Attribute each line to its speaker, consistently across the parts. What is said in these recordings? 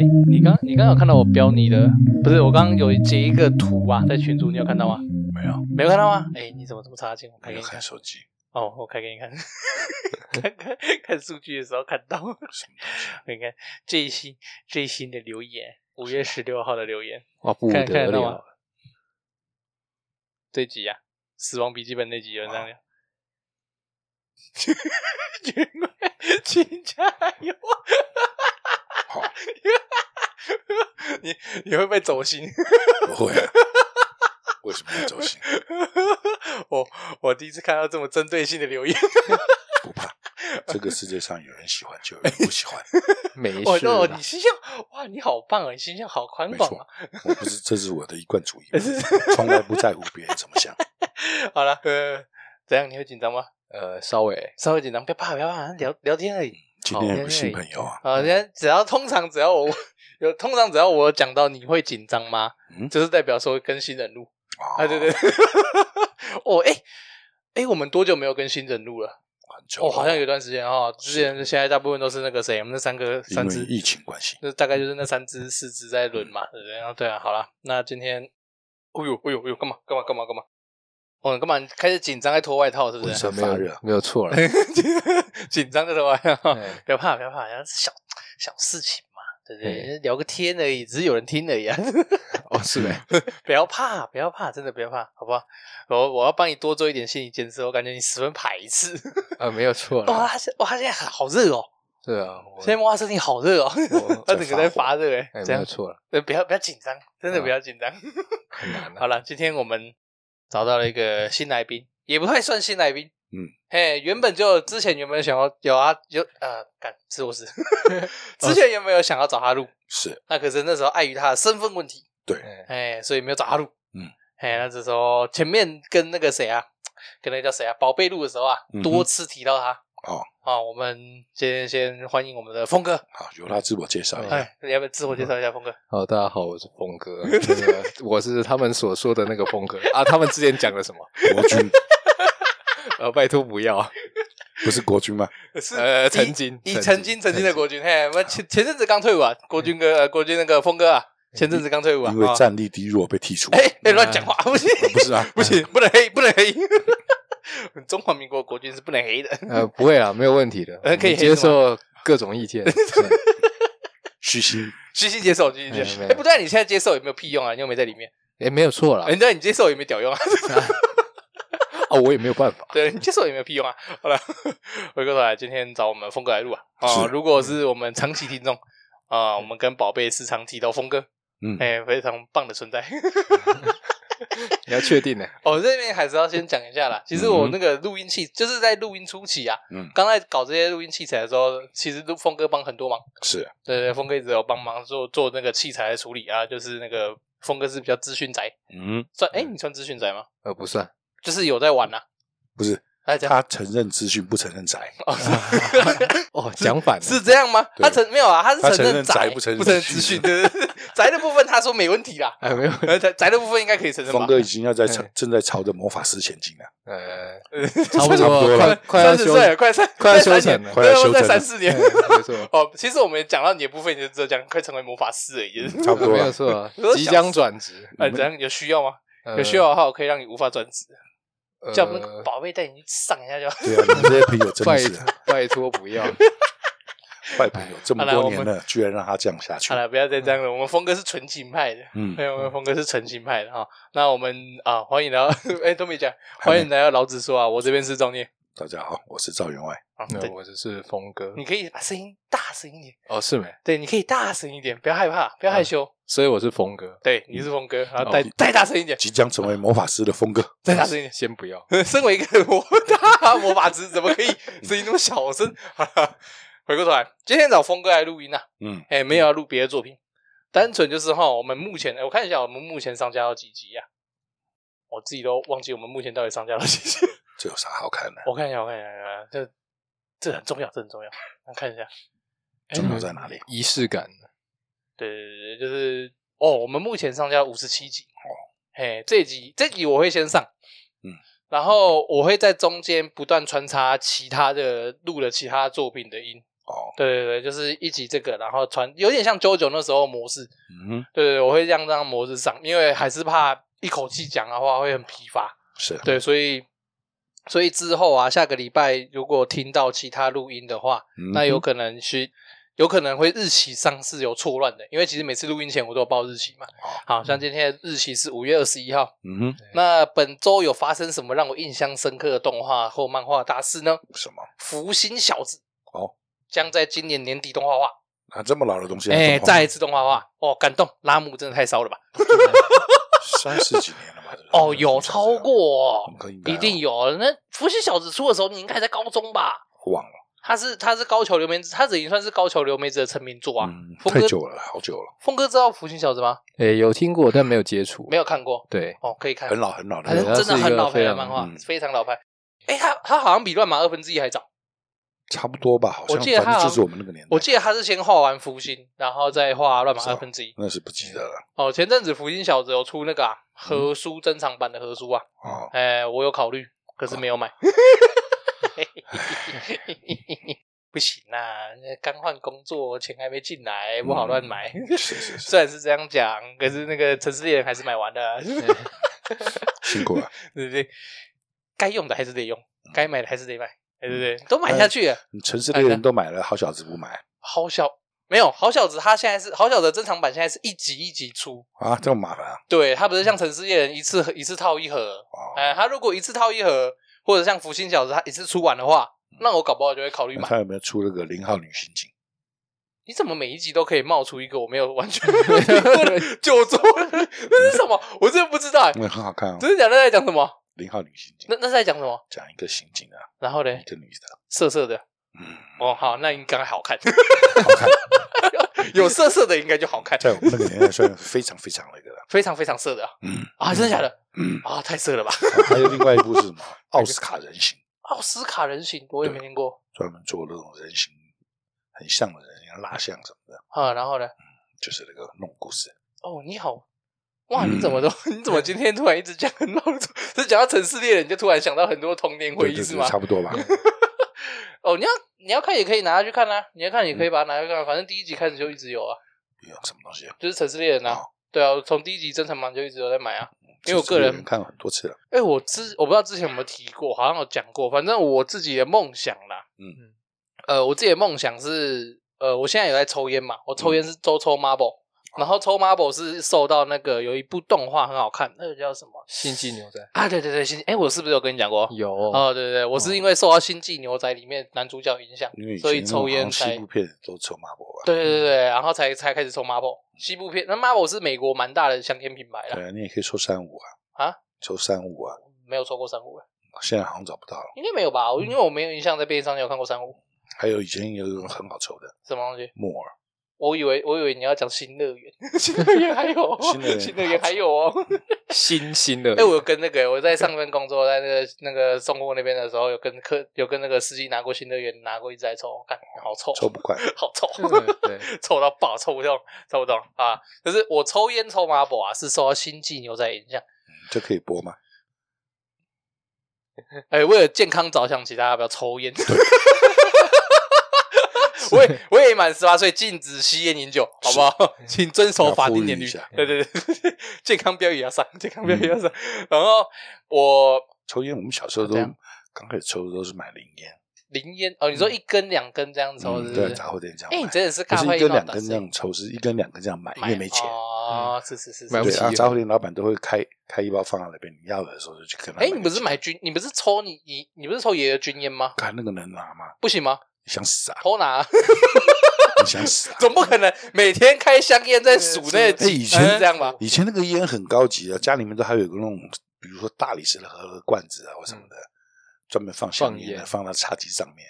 Speaker 1: 刚有看到我标你的，不是我刚刚有截一个图啊，在群组你有看到吗？
Speaker 2: 没有，
Speaker 1: 没有看到吗？哎，你怎么这么差劲？我开
Speaker 2: 没
Speaker 1: 给
Speaker 2: 有
Speaker 1: 你看
Speaker 2: 看。手机，
Speaker 1: 哦，我开给你看， 看看看数据的时候看到。
Speaker 2: 什么东西啊？
Speaker 1: 你看最新最新的留言，五月十六号的留言，
Speaker 3: 哇，不
Speaker 1: 看看
Speaker 3: 得
Speaker 1: 得到吗
Speaker 3: 了！？
Speaker 1: 这集啊，《死亡笔记本》那集有人这样聊。全国请加油！
Speaker 2: 好，
Speaker 1: 你你会不会走心？
Speaker 2: 不会啊，为什么要走心？
Speaker 1: 我我第一次看到这么针对性的留言，
Speaker 2: 不怕，这个世界上有人喜欢就有人不喜欢，
Speaker 3: 没
Speaker 1: 我
Speaker 3: 事
Speaker 1: 说
Speaker 3: 啦
Speaker 1: 哦你形象哇，你好棒啊，你形象好宽
Speaker 2: 没
Speaker 1: 广
Speaker 2: 错
Speaker 1: 啊。，
Speaker 2: 我不是，这是我的一贯主义，从来不在乎别人怎么想。
Speaker 1: 好了，呃，怎样？你会紧张吗？
Speaker 3: 呃，稍微
Speaker 1: 稍微紧张，不要怕，不要怕，聊聊天而已。
Speaker 2: 今天有个新朋友啊，
Speaker 1: 啊，人家只要通常只要我 有通常只要我有讲到你会紧张吗？
Speaker 2: 嗯
Speaker 1: 就是代表说跟新人录啊，
Speaker 2: 啊
Speaker 1: 对对，对 哦，哎、哎、我们多久没有跟新人录了？
Speaker 2: 很久
Speaker 1: 哦，
Speaker 2: 了
Speaker 1: 好像有一段时间哦，之前现在大部分都是那个谁，我们那三个
Speaker 2: 因
Speaker 1: 三
Speaker 2: 为
Speaker 1: 只，
Speaker 2: 疫嗯情关系，
Speaker 1: 那大概就是那三只四只在轮嘛，对不对？然后对啊，好了，那今天，哎呦哎呦哎呦，干嘛干嘛干嘛干嘛？哦，你干嘛你开始紧张在脱外套是不
Speaker 2: 浑
Speaker 1: 是？
Speaker 2: 身
Speaker 3: 没
Speaker 2: 发热
Speaker 3: 有，没有错了。
Speaker 1: 紧张在脱外套，
Speaker 3: 哎
Speaker 1: 不要怕，不要怕，然后小小事情嘛，对不对？
Speaker 3: 嘿
Speaker 1: 聊个天而已，只是有人听而已啊。
Speaker 3: 哦，是呗，
Speaker 1: 不要怕，不要怕，真的不要怕，好不好？我我要帮你多做一点心理建设，我感觉你十分排斥。
Speaker 3: 啊，没有错
Speaker 1: 哇，
Speaker 3: 了。
Speaker 1: 他现哇，他现在好热哦，
Speaker 3: 对啊，我
Speaker 1: 现在摸他身体好热哦，
Speaker 3: 我
Speaker 1: 他整个在发热哎
Speaker 3: 哎，，
Speaker 1: 这
Speaker 3: 没有
Speaker 1: 样
Speaker 3: 错了，
Speaker 1: 呃不要不要紧张，真的
Speaker 3: 嗯
Speaker 1: 不要紧张。
Speaker 3: 很难 啊。
Speaker 1: 好了，今天我们找到了一个新来宾，也不太算新来宾。
Speaker 2: 嗯，
Speaker 1: 嘿，原本就之前原本想要有啊有呃，干是我是，之前原本有想要找他录，
Speaker 2: 是
Speaker 1: 那可是那时候碍于他的身份问题，
Speaker 3: 哎
Speaker 1: 哎，所以没有找他录。
Speaker 2: 嗯，
Speaker 1: 哎，那这时候前面跟那个谁啊，跟那个叫谁啊，宝贝录的时候啊
Speaker 2: 嗯，哼
Speaker 1: 多次提到他。
Speaker 2: 哦，
Speaker 1: 啊，我们先先欢迎我们的峰哥，
Speaker 2: 好，由他自我介绍一下。
Speaker 1: 哎，你要不要自我介绍一下，峰哥？
Speaker 3: 好，哦大家好，我是峰哥，那个我是他们所说的那个峰哥啊。他们之前讲了什么？
Speaker 2: 国军
Speaker 3: 呃，拜托不要。
Speaker 2: 不是国军吗？
Speaker 1: 是
Speaker 3: 呃，曾
Speaker 1: 以
Speaker 3: 经，
Speaker 1: 以曾经曾经的国军，嘿，我们前前阵子刚退伍啊，国军哥，呃国军那个峰哥啊，前阵子刚退伍啊，
Speaker 2: 因为
Speaker 1: 啊
Speaker 2: 战力低弱被剔除。
Speaker 1: 哎哎乱讲话，不行
Speaker 2: 不是啊，
Speaker 1: 不行，不能黑，不能黑。 中华民国国军是不能黑的，
Speaker 3: 呃，不会啦，没有问题的，
Speaker 1: 呃可以
Speaker 3: 我
Speaker 1: 黑是
Speaker 3: 们
Speaker 1: 吗
Speaker 3: 接受各种 意见。对
Speaker 2: 虚心
Speaker 1: 虚心接受，虚心接受。
Speaker 3: 没有没有
Speaker 1: 哎，不对，你现在接受有没有屁用啊？你又没在里面，
Speaker 3: 哎，没有错啦
Speaker 1: 哎，，对，你接受有没有屌用啊？
Speaker 3: 啊，我也没有办法。
Speaker 1: 对，你接受有没有屁用啊？好了， 回过头来，今天找我们峰哥来录啊。啊，
Speaker 2: 是
Speaker 1: 如果是我们长期听众啊，我们跟宝贝时常提到峰哥，
Speaker 2: 嗯
Speaker 1: 哎，非常棒的存在。
Speaker 3: 你要确定呢？
Speaker 1: 我、哦这边还是要先讲一下啦。其实我
Speaker 2: 嗯哼
Speaker 1: 那个录音器就是在录音初期啊，
Speaker 2: 嗯
Speaker 1: 刚在搞这些录音器材的时候，其实都峰哥帮很多忙。
Speaker 2: 是
Speaker 1: 对对，峰哥一直有帮忙做做那个器材的处理啊，就是那个峰哥是比较资讯宅，
Speaker 2: 嗯，
Speaker 1: 算哎、你算资讯宅吗？
Speaker 3: 呃，不算，
Speaker 1: 就是有在玩呐、啊。
Speaker 2: 不是
Speaker 1: 哎，这样
Speaker 2: 他承认资讯不承认宅，
Speaker 3: 哦，讲反了，
Speaker 1: 是这样吗？
Speaker 2: 对
Speaker 1: 他承没有啊，他是
Speaker 2: 他承
Speaker 1: 认
Speaker 2: 认
Speaker 1: 宅，
Speaker 2: 宅
Speaker 1: 不
Speaker 2: 不承认
Speaker 1: 承认资
Speaker 2: 资
Speaker 1: 讯
Speaker 2: 讯，
Speaker 1: 对对对宅的部分他说没问题 啦，
Speaker 3: 哎， 没有，
Speaker 1: 呃宅宅的部分应该可以承认吧
Speaker 2: 峰？哥已经要在朝
Speaker 3: 哎
Speaker 2: 正在朝着魔法师前进了。
Speaker 3: 呃，
Speaker 1: 差
Speaker 3: 差不多，快快 要
Speaker 1: 三十
Speaker 3: 休，
Speaker 1: 岁了，快三
Speaker 3: 快要修
Speaker 1: 三
Speaker 3: 整
Speaker 1: 年
Speaker 3: 了
Speaker 2: 快要
Speaker 1: 对
Speaker 2: 修
Speaker 1: 再
Speaker 2: 整
Speaker 1: 三
Speaker 2: 了
Speaker 1: 四年
Speaker 3: 哎。没 错，
Speaker 1: 哦，其实我们讲到你的部分，你就知道讲快成为魔法师而已。就是
Speaker 2: 差不多
Speaker 3: 没
Speaker 2: 了
Speaker 3: 有错
Speaker 1: 我，都
Speaker 3: 即
Speaker 1: 想
Speaker 3: 将转职，
Speaker 1: 呃，怎样有需要吗？
Speaker 3: 呃
Speaker 1: 有需要的话，我可以让你无法转职，叫我们
Speaker 3: 呃
Speaker 1: 宝贝带你去上一下就好。
Speaker 2: 对啊，你们这些朋友真
Speaker 3: 拜
Speaker 2: 的 是
Speaker 3: 拜托不要，
Speaker 2: 坏朋友，这么
Speaker 1: 好了
Speaker 2: 多
Speaker 1: 我
Speaker 2: 年
Speaker 1: 们
Speaker 2: 了，居然让他这样下去
Speaker 1: 好。了，不要再这
Speaker 3: 嗯
Speaker 1: 样了。我们峰哥是纯情派的，
Speaker 2: 嗯
Speaker 1: 没，有，我们峰哥是纯情派的哈。那我们啊，欢迎来到， 哎，都没讲，欢迎来到老子说啊，我这边是中念。
Speaker 2: 大家好，我是赵员外。
Speaker 1: 啊，
Speaker 3: 那
Speaker 1: 对，
Speaker 3: 我只是峰哥，
Speaker 1: 你可以把声音大声一点，
Speaker 3: 哦，是没，
Speaker 1: 对，你可以大声一点，不要害怕，不要害羞。
Speaker 3: 所以我是峰 哥，
Speaker 1: 对，你是峰哥，然后
Speaker 3: 嗯哦
Speaker 1: 再再大声一点，
Speaker 2: 即将成为魔法师的峰哥，
Speaker 1: 再大声一点。
Speaker 3: 先不要，
Speaker 1: 身为一个魔大魔法师，怎么可以声音那么小声？ 好啦回过头来，今天找峰哥来录音啊，
Speaker 2: 嗯，
Speaker 1: 哎、没有要录别的作品，单纯就是哈，我们目前、哎我看一下我们目前上架到几集啊，我自己都忘记我们目前到底上架到几集，
Speaker 2: 这有啥好看的？
Speaker 1: 我看一下，我看一下，我看一下这这很重要，这很重要，我看一下，哎
Speaker 2: 重要在哪里？
Speaker 3: 仪式感，
Speaker 1: 对对对，就是哦，我们目前上架五十七集，哎，这集这集我会先上，
Speaker 2: 嗯，
Speaker 1: 然后我会在中间不断穿插其他的录了其他作品的音，
Speaker 2: 哦，
Speaker 1: 对对对，就是一集这个，然后传有点像 JoJo 那时候的模式，
Speaker 2: 嗯哼，
Speaker 1: 对对，对我会让这样模式上，因为还是怕一口气讲的话会很疲乏，
Speaker 2: 是，啊
Speaker 1: 对，所以所以之后啊，下个礼拜如果听到其他录音的话，
Speaker 2: 嗯哼
Speaker 1: 那有可能是有可能会日期上是有错乱的，因为其实每次录音前我都有报日期嘛。
Speaker 2: 哦
Speaker 1: 好像今天的日期是五月二十一号。
Speaker 2: 嗯哼，
Speaker 1: 那本周有发生什么让我印象深刻的动画或漫画大事呢？
Speaker 2: 什么？
Speaker 1: 福星小子
Speaker 2: 哦，
Speaker 1: 将在今年年底动画化。
Speaker 2: 啊，这么老的东西还
Speaker 1: 哎、
Speaker 2: 动画，
Speaker 1: 再一次动画化哦，感动！拉姆真的太骚了吧？
Speaker 2: 三十几年了吧？这个
Speaker 1: 哦，有超，过、哦
Speaker 2: 应，该应该
Speaker 1: 一定有。那福星小子出的时候，你应该还在高中吧？
Speaker 2: 忘了
Speaker 1: 他是他是高桥留美子，他已经算是高桥留美子的成名作啊。
Speaker 2: 嗯，
Speaker 1: 峰
Speaker 2: 太
Speaker 1: 哥，
Speaker 2: 久了，好久了，
Speaker 1: 峰哥知道福星小子吗？
Speaker 3: 诶，有听过，但没有接触。
Speaker 1: 没有看过
Speaker 3: 对，
Speaker 1: 哦，可以看
Speaker 2: 很，老很老的
Speaker 1: 很
Speaker 2: 那种，
Speaker 3: 对它
Speaker 1: 真
Speaker 3: 是
Speaker 1: 的
Speaker 3: 一
Speaker 1: 很
Speaker 3: 个
Speaker 1: 老牌的
Speaker 3: 非常
Speaker 1: 漫画
Speaker 2: 嗯，
Speaker 1: 非常老牌。哎，他他好像比乱马二分之一还早。
Speaker 2: 差不多吧？好像
Speaker 1: 我记得他
Speaker 2: 反正
Speaker 1: 好像
Speaker 2: 就是我们那个年代，
Speaker 1: 我记得他是先画完福星，然后再画乱马二分之一。
Speaker 2: 那是不记得了
Speaker 1: 哦，前阵子福星小子有出那个啊合书珍藏版的合书啊，
Speaker 2: 哦。
Speaker 1: 哎，我有考虑，可是没有买。 不行啊，那刚换工作，钱还没进来，不好乱买。
Speaker 2: 是是 是，
Speaker 1: 虽然是这样讲，可是那个城市猎人还是买完了，
Speaker 2: 辛苦了。
Speaker 1: 对不对？该用的还是得用，该买的还是得买，对不对？都买下去了。
Speaker 2: 你城市猎人都买了，好小子不买
Speaker 1: 好小没有好小子，他现在是好小子的珍藏版，现在是一集一集出。
Speaker 2: 啊？这么麻烦啊？
Speaker 1: 对，他不是像城市猎人一次一次套一盒，
Speaker 2: 哦
Speaker 1: 哎、他如果一次套一盒，或者像福星小子他一次出完的话，那我搞不好就会考虑
Speaker 2: 那
Speaker 1: 买。
Speaker 2: 他有没有出那个零号女刑警？
Speaker 1: 你怎么每一集都可以冒出一个我没有完全没有听过的九州？那是什么？我真的不知道、哎
Speaker 2: 那很好看哦，
Speaker 1: 真的假的？在讲什么？
Speaker 2: 零号女刑警
Speaker 1: 那那是在讲什么？
Speaker 2: 讲一个刑警啊，
Speaker 1: 然后呢
Speaker 2: 一？个女的，
Speaker 1: 色色的。
Speaker 2: 嗯，
Speaker 1: 哦，好，那应该好看，
Speaker 2: 好看，
Speaker 1: 有色色的应该就好看，
Speaker 2: 在我们那个年代算非常非常那个了。
Speaker 1: 非常非常色的啊！
Speaker 2: 嗯，
Speaker 1: 啊真的假的？
Speaker 2: 嗯，
Speaker 1: 啊，太色了吧！啊
Speaker 2: 还有另外一部 是什么？奥斯卡人形，
Speaker 1: 奥斯卡人形我也没听过
Speaker 2: 专门做那种人形很像的人，像蜡像什么的，
Speaker 1: 啊。然后呢？
Speaker 2: 就是那个弄故事。
Speaker 1: 哦，你好，哇，
Speaker 2: 嗯
Speaker 1: 你怎么都、 你怎么今天突然一直讲很老的作， 是讲到城市猎人，你就突然想到很多童年回
Speaker 2: 对
Speaker 1: 忆
Speaker 2: 对
Speaker 1: 是
Speaker 2: 对，
Speaker 1: 吗？
Speaker 2: 差不 多吧。
Speaker 1: 哦，你要你要看也可以拿去看啊，你要看也可以把它拿去看，反正第一集开始就一直有啊，
Speaker 2: 有什么东西啊？
Speaker 1: 就是城市猎人啊。
Speaker 2: 好
Speaker 1: 对啊，从第一集珍藏版就一直有在买啊。因为我个
Speaker 2: 这
Speaker 1: 人
Speaker 2: 是看了很多次了，
Speaker 1: 哎、我之我不知道之前有没有提过，好像有讲过。反正我自己的梦想啦，
Speaker 2: 嗯，
Speaker 1: 呃，我自己的梦想是，呃，我现在有在抽烟嘛，我抽
Speaker 2: 嗯
Speaker 1: 烟是都抽
Speaker 2: 哦
Speaker 1: Marble，、然后抽 Marble 是受到那个有一部动画很好看，那个叫什么
Speaker 3: 星际牛仔
Speaker 1: 啊？对对对，星哎、我是不是有跟你讲过？
Speaker 2: 嗯
Speaker 3: 有
Speaker 1: 哦，对对对，我是因为受到《星际牛仔》里面男主角影响
Speaker 2: 因为，
Speaker 1: 所以抽烟
Speaker 2: 西
Speaker 1: 才
Speaker 2: 部嗯片都抽麻博吧。
Speaker 1: 对对对对，然后才才开始抽 Marble 西部片。那 Marble 是美国蛮大的香烟品牌啦，
Speaker 2: 对啊，你也可以抽三五啊，
Speaker 1: 啊，
Speaker 2: 抽三五啊，
Speaker 1: 没有抽过珊瑚，欸
Speaker 2: 现在好像找不到了。
Speaker 1: 应该没有
Speaker 2: 嗯
Speaker 1: 吧？我因为我没有印象在便利商店有看过珊瑚，
Speaker 2: 还有以前有一种很好抽的
Speaker 1: 什么东西？
Speaker 2: 木耳，
Speaker 1: 我以为我以为你要讲新乐园，新乐园还有哦，
Speaker 2: 新乐园
Speaker 1: 新乐园还有哦。
Speaker 3: 新新的，
Speaker 1: 哎，我有跟那个我在上班工作，在那个那个送货那边的时候，有跟客有跟那个司机拿过新乐园，拿过一直在抽，看好臭，
Speaker 2: 抽不惯。
Speaker 1: 好臭。
Speaker 3: 嗯 对，
Speaker 1: 臭到爆，臭不动，抽不动啊！可是我抽烟抽麻博啊，是受到星际牛仔影响。
Speaker 2: 这可以播吗？
Speaker 1: 哎、为了健康着想，请大家不要抽烟。 我也我也满十八岁，禁止吸烟饮酒，好不好？ 请遵守法定年
Speaker 2: 要呼
Speaker 1: 龄
Speaker 2: 吁一下。嗯
Speaker 1: 对对对， 健康标语要上，健康标语要上。然后我
Speaker 2: 抽烟，我们小时候都
Speaker 1: 这样
Speaker 2: 刚开始抽的都是买零烟，
Speaker 1: 零烟哦，你说一根两根这样哦抽，是
Speaker 2: 嗯
Speaker 1: 不
Speaker 2: 对，
Speaker 1: 是？
Speaker 2: 杂货店这样
Speaker 1: 哎、你
Speaker 2: 买。
Speaker 1: 真的是
Speaker 2: 不
Speaker 1: 尬
Speaker 2: 是
Speaker 1: 坏
Speaker 2: 一
Speaker 1: 一
Speaker 2: 根
Speaker 1: 脑
Speaker 2: 两
Speaker 1: 袋
Speaker 2: 根这样抽，是一根两根这样买，因为没钱。嗯
Speaker 1: 哦，是是是是
Speaker 3: 买不
Speaker 2: 对
Speaker 3: 起
Speaker 2: 啊，杂货店老板都会开开一包放在那边，你要的时候就去跟他。
Speaker 1: 哎、你不是？买军？你不是抽你你你不是抽爷爷军烟吗？
Speaker 2: 看那个能拿吗？
Speaker 1: 不行吗？
Speaker 2: 你想死啊！
Speaker 1: 偷拿、
Speaker 2: 你想死啊！
Speaker 1: 总不可能每天开香烟在数那
Speaker 2: 哎
Speaker 1: 几
Speaker 2: 以
Speaker 1: 支
Speaker 2: 前
Speaker 1: 这样吧？
Speaker 2: 以前那个烟很高级的，家里面都还有一个那种，比如说大理石的盒罐子啊或什么的，专门放香烟的，
Speaker 3: 嗯放烟嗯
Speaker 2: 放到茶几上面，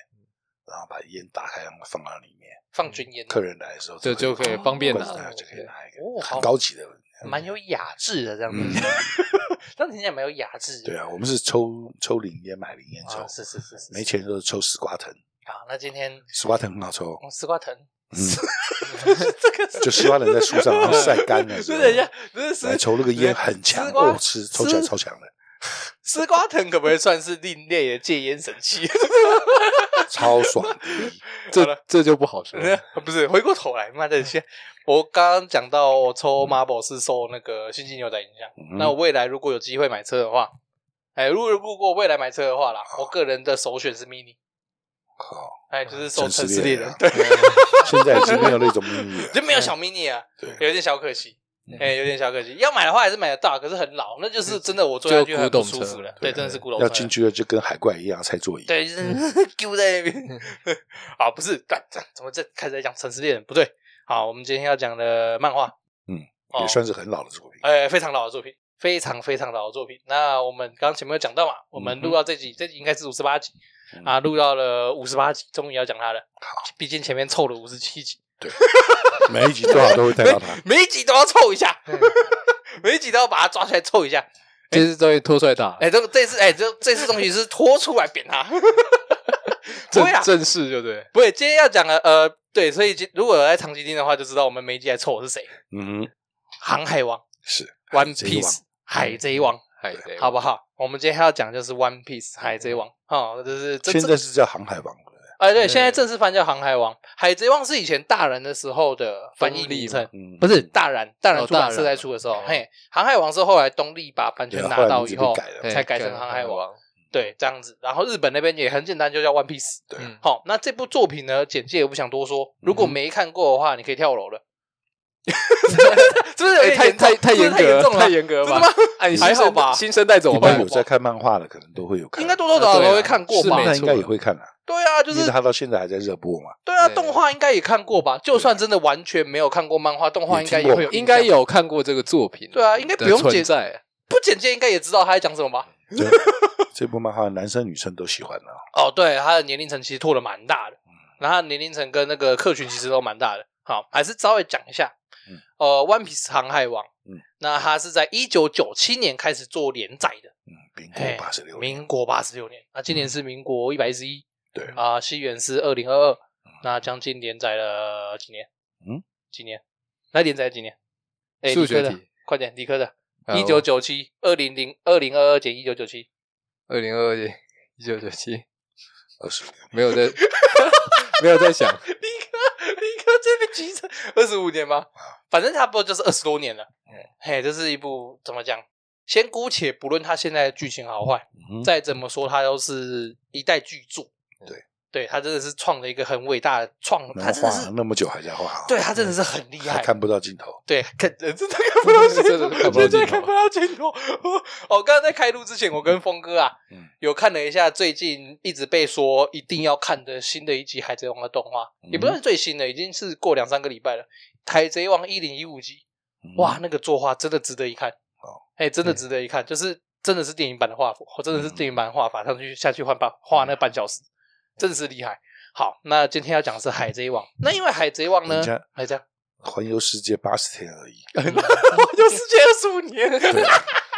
Speaker 2: 然后把烟打开，然后放到里面。
Speaker 1: 放军烟，
Speaker 2: 客人来的时候，
Speaker 3: 这就可
Speaker 1: 哦
Speaker 3: 以方便
Speaker 2: 拿，
Speaker 1: 拿
Speaker 2: 罐子就可以拿一个
Speaker 1: 哦好
Speaker 2: 很高级的。
Speaker 1: 蛮有雅致的这样子
Speaker 2: 嗯，
Speaker 1: 这样听起来蛮有雅致。
Speaker 2: 对啊，我们是抽抽零烟买零烟抽
Speaker 1: 啊，，是是是是，
Speaker 2: 没钱就是抽丝瓜藤，
Speaker 1: 好，那今天
Speaker 2: 丝瓜藤很好 抽，
Speaker 1: 我丝瓜藤，
Speaker 2: 嗯
Speaker 1: 这个是
Speaker 2: 就丝瓜藤在 树上然后晒干了之
Speaker 1: 是
Speaker 2: 后，
Speaker 1: 等一下，这是
Speaker 2: 来抽那个烟很强，
Speaker 1: 丝瓜
Speaker 2: 哦，吃抽起来超强的，
Speaker 1: 丝瓜藤可不可以算是另类的戒烟神 器？
Speaker 2: 超爽的。嗯
Speaker 1: 好
Speaker 3: 这
Speaker 1: 了
Speaker 3: 这就不好说了。
Speaker 1: 不是，回过头来，妈的，现在我刚刚讲到我抽 Marble 是受那个星际牛仔影响，
Speaker 2: 嗯
Speaker 1: 那我未来如果有机会买车的话，哎，如果如果未来买车的话啦，我个人的首选是 Mini，
Speaker 2: 好，
Speaker 1: 哎，就是收城
Speaker 2: 城
Speaker 1: 市
Speaker 2: 市
Speaker 1: 猎
Speaker 2: 猎
Speaker 1: 人
Speaker 2: 人，
Speaker 1: 对，
Speaker 2: 啊 现在已经没有那种秘密了。
Speaker 1: 就没有小 Mini 啊，
Speaker 2: 嗯对，嗯
Speaker 1: 有点小可惜，哎，有点小可惜。要买的话还是买得到，可是很老，那就是真的我坐下去很不舒服了，对，真的是古董车，
Speaker 2: 要进去嗯了就跟海怪一样拆座椅。
Speaker 1: 对，就是 丢在那边。啊，不是，干干怎么这开始在讲城市猎人？不对，好，我们今天要讲的漫画，
Speaker 2: 嗯，
Speaker 1: 哦
Speaker 2: 也算是很老 的作品。
Speaker 1: 呃非常老的作品，非常非常老的作品。那我们刚前面有讲到嘛，我们录到这集，这集应该是五十八集
Speaker 2: 嗯
Speaker 1: 啊，录到了五十八集，终于要讲它了。毕竟前面凑了五十七集，
Speaker 2: 每一集多少都会带 到它。
Speaker 1: 每一集都要凑一下， 每一集都要把它抓出来凑一下。
Speaker 3: 这次终于拖出来打，
Speaker 1: 哎，这个这次哎，这这次东西是拖出来扁它。 不
Speaker 3: 正
Speaker 1: 会啊，
Speaker 3: 正式就对。
Speaker 1: 不对，今天要讲的呃，对，所以今如果有在长期听的话，就知道我们每一集来凑的是谁，《
Speaker 2: 嗯，
Speaker 1: 航海王
Speaker 2: 是》
Speaker 1: （One
Speaker 2: 海贼王嗯
Speaker 1: Piece） 海贼王，
Speaker 3: 海贼
Speaker 1: 好，不好？我们今天要讲的就是《One Piece》海贼王，哦，就是这
Speaker 2: 现
Speaker 1: 这
Speaker 2: 在是叫航海王，
Speaker 1: 哎，对，
Speaker 3: 嗯
Speaker 1: 现在正式翻叫《航海王》，《海贼王》是以前大人的时候的翻译
Speaker 3: 东立
Speaker 1: 名
Speaker 3: 嘛
Speaker 1: 称，
Speaker 2: 嗯，
Speaker 1: 不是大然，大然
Speaker 3: 哦
Speaker 1: 出版
Speaker 3: 大
Speaker 1: 社
Speaker 3: 然
Speaker 1: 在出的时候
Speaker 3: 哦，
Speaker 1: 嘿，《航海王》是后来东立把版权
Speaker 2: 对啊
Speaker 1: 拿
Speaker 2: 后来
Speaker 1: 到
Speaker 2: 名字
Speaker 1: 以
Speaker 2: 被
Speaker 1: 后
Speaker 2: 改了
Speaker 3: 嘿
Speaker 1: 才改成《
Speaker 3: 改
Speaker 1: 航海
Speaker 3: 航海
Speaker 1: 王
Speaker 3: 王》，
Speaker 1: 对，这样子。然后日本那边也很简单，就叫《One Piece》。
Speaker 2: 对
Speaker 3: 嗯
Speaker 1: 好，那这部作品呢，简介也不想多说。如果没看过的话，你可以跳楼 了。是不是有
Speaker 3: 哎，
Speaker 1: 点
Speaker 3: 太
Speaker 1: 严重
Speaker 3: 太太
Speaker 1: 是不是
Speaker 3: 严
Speaker 1: 太
Speaker 3: 格
Speaker 1: 严
Speaker 3: 了，
Speaker 1: 重
Speaker 3: 太
Speaker 1: 了？
Speaker 3: 严格了
Speaker 1: 真的
Speaker 3: 吧
Speaker 1: 吗？
Speaker 3: 哎，你
Speaker 1: 还
Speaker 3: 新
Speaker 1: 好
Speaker 3: 生
Speaker 1: 吧
Speaker 3: 新生代怎
Speaker 2: 一
Speaker 3: 么
Speaker 2: 般
Speaker 3: 办
Speaker 2: 有？在看漫画的，可能都会有看。
Speaker 1: 应该多多少少
Speaker 3: 对啊
Speaker 1: 都会看过
Speaker 3: 是没
Speaker 1: 吧
Speaker 3: 错？
Speaker 2: 那应该也会看啦，
Speaker 1: 对啊，就
Speaker 2: 因为
Speaker 1: 是
Speaker 2: 他到现在还在热 播嘛。
Speaker 1: 对啊，
Speaker 3: 对
Speaker 1: 动画应该也看过吧？就算真的完全没有看过漫画，动画应该也会有印象，
Speaker 3: 应该有看过这个作品，
Speaker 1: 对啊应该不用解
Speaker 3: 存在。
Speaker 1: 不简介应该也知道他在讲什么吧？
Speaker 2: 这这部漫画男生女生都喜欢啊。
Speaker 1: 哦，对，他的年龄层其实拓的蛮大
Speaker 2: 嗯
Speaker 1: 的，然后他的年龄层跟那个客群其实都蛮大的。好，还是稍微讲一下，
Speaker 2: 嗯
Speaker 1: 呃，《One Piece》航海王，
Speaker 2: 嗯
Speaker 1: 那他是在一九九七年开始做连载的，
Speaker 2: 嗯，民国
Speaker 1: 嘿
Speaker 2: 八十六年，嗯
Speaker 1: 民国八十六年，那今年是民国一百一十一，
Speaker 2: 对
Speaker 1: 啊，西元是二零二二，那将近连载了几年？
Speaker 2: 嗯，
Speaker 1: 几年？那连载几年？哎，
Speaker 3: 数
Speaker 1: 理科
Speaker 3: 学
Speaker 1: 的
Speaker 3: 题，
Speaker 1: 快点，理科的，一
Speaker 3: 嗯
Speaker 1: 九九七，二零零二零二二减一九九七，
Speaker 3: 二零二二年一九九七，
Speaker 2: 二十五年，
Speaker 3: 没有在没有在想，
Speaker 1: 理科理科这边急成二十五年吗？反正差不多就是二十多年了。
Speaker 2: 嗯
Speaker 1: 嘿，这是一部怎么讲？先姑且不论它现在的剧情好坏，
Speaker 2: 嗯
Speaker 1: 再怎么说它都是一代巨作。
Speaker 2: 对，
Speaker 1: 对，它真的是创了一个很伟大的创，它
Speaker 2: 能
Speaker 1: 真的
Speaker 2: 画
Speaker 1: 是
Speaker 2: 那么久还在画，啊
Speaker 1: 对，他真的是很厉害
Speaker 2: 嗯还，看不到尽头。
Speaker 1: 对，看呃真的看不到
Speaker 3: 真的
Speaker 1: 镜
Speaker 3: 看
Speaker 1: 头，
Speaker 3: 不到
Speaker 1: 绝对
Speaker 3: 镜头
Speaker 1: 看不到镜头。我哦刚刚在开录之前，我跟峰哥啊
Speaker 2: 嗯，
Speaker 1: 有看了一下最近一直被说一定要看的新的一集《海贼王》的动画，
Speaker 2: 嗯
Speaker 1: 也不算是最新的，已经是过两三个礼拜了，《海贼王》一零一五集，
Speaker 2: 嗯
Speaker 1: 哇，，那个作画真的值得一看
Speaker 2: 哦，
Speaker 1: 哎，真的值得一看，就是真的是电影版的画法，真的是电影版的画法，上去下去换半画那半小时，真的是厉害。好，那今天要讲的是《海贼王》，那因为《海贼王》呢哎
Speaker 2: 人家，
Speaker 1: 海贼王。
Speaker 2: 环游世界八十天而已，
Speaker 1: 我就世界二十五年，
Speaker 2: 对，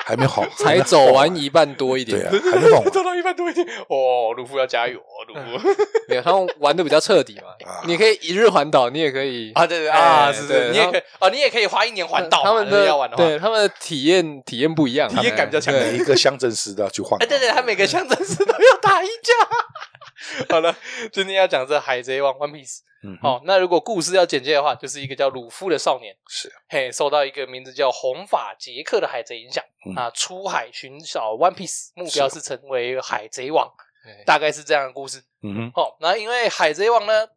Speaker 2: 还没好，
Speaker 3: 才走完一半多一
Speaker 2: 对
Speaker 3: 点
Speaker 2: 啊，，还没 晃完
Speaker 1: 走到一半多一点。哦，鲁夫要加油，哦，鲁夫
Speaker 3: 没有他们玩的比较彻底嘛
Speaker 2: 啊。
Speaker 3: 你可以一日环岛，你也可以
Speaker 1: 啊，对对啊，
Speaker 3: 哎
Speaker 1: 是
Speaker 3: 对
Speaker 1: 是，你也可以啊，你也可以花一年环岛嘛，
Speaker 3: 他们
Speaker 1: 人
Speaker 3: 的
Speaker 1: 家玩的话，
Speaker 3: 对他们的体验体验不一样，
Speaker 1: 体验感比较强
Speaker 3: 对
Speaker 2: 每一个乡镇市都要去啊晃。
Speaker 1: 哎，对对，他每个乡镇市都要打一架。 好了，今天要讲这《海贼王》One Piece。
Speaker 2: 嗯哼，
Speaker 1: 哦，那如果故事要简介的话，就是一个叫鲁夫的少年，
Speaker 2: 是啊
Speaker 1: 嘿，受到一个名字叫红发杰克的海贼影响
Speaker 2: 嗯
Speaker 1: 啊，出海寻找 One Piece，目标是成为海贼王，
Speaker 3: 对
Speaker 1: 大概是这样的故事。
Speaker 2: 嗯哼，
Speaker 1: 哦，那因为《海贼王》呢，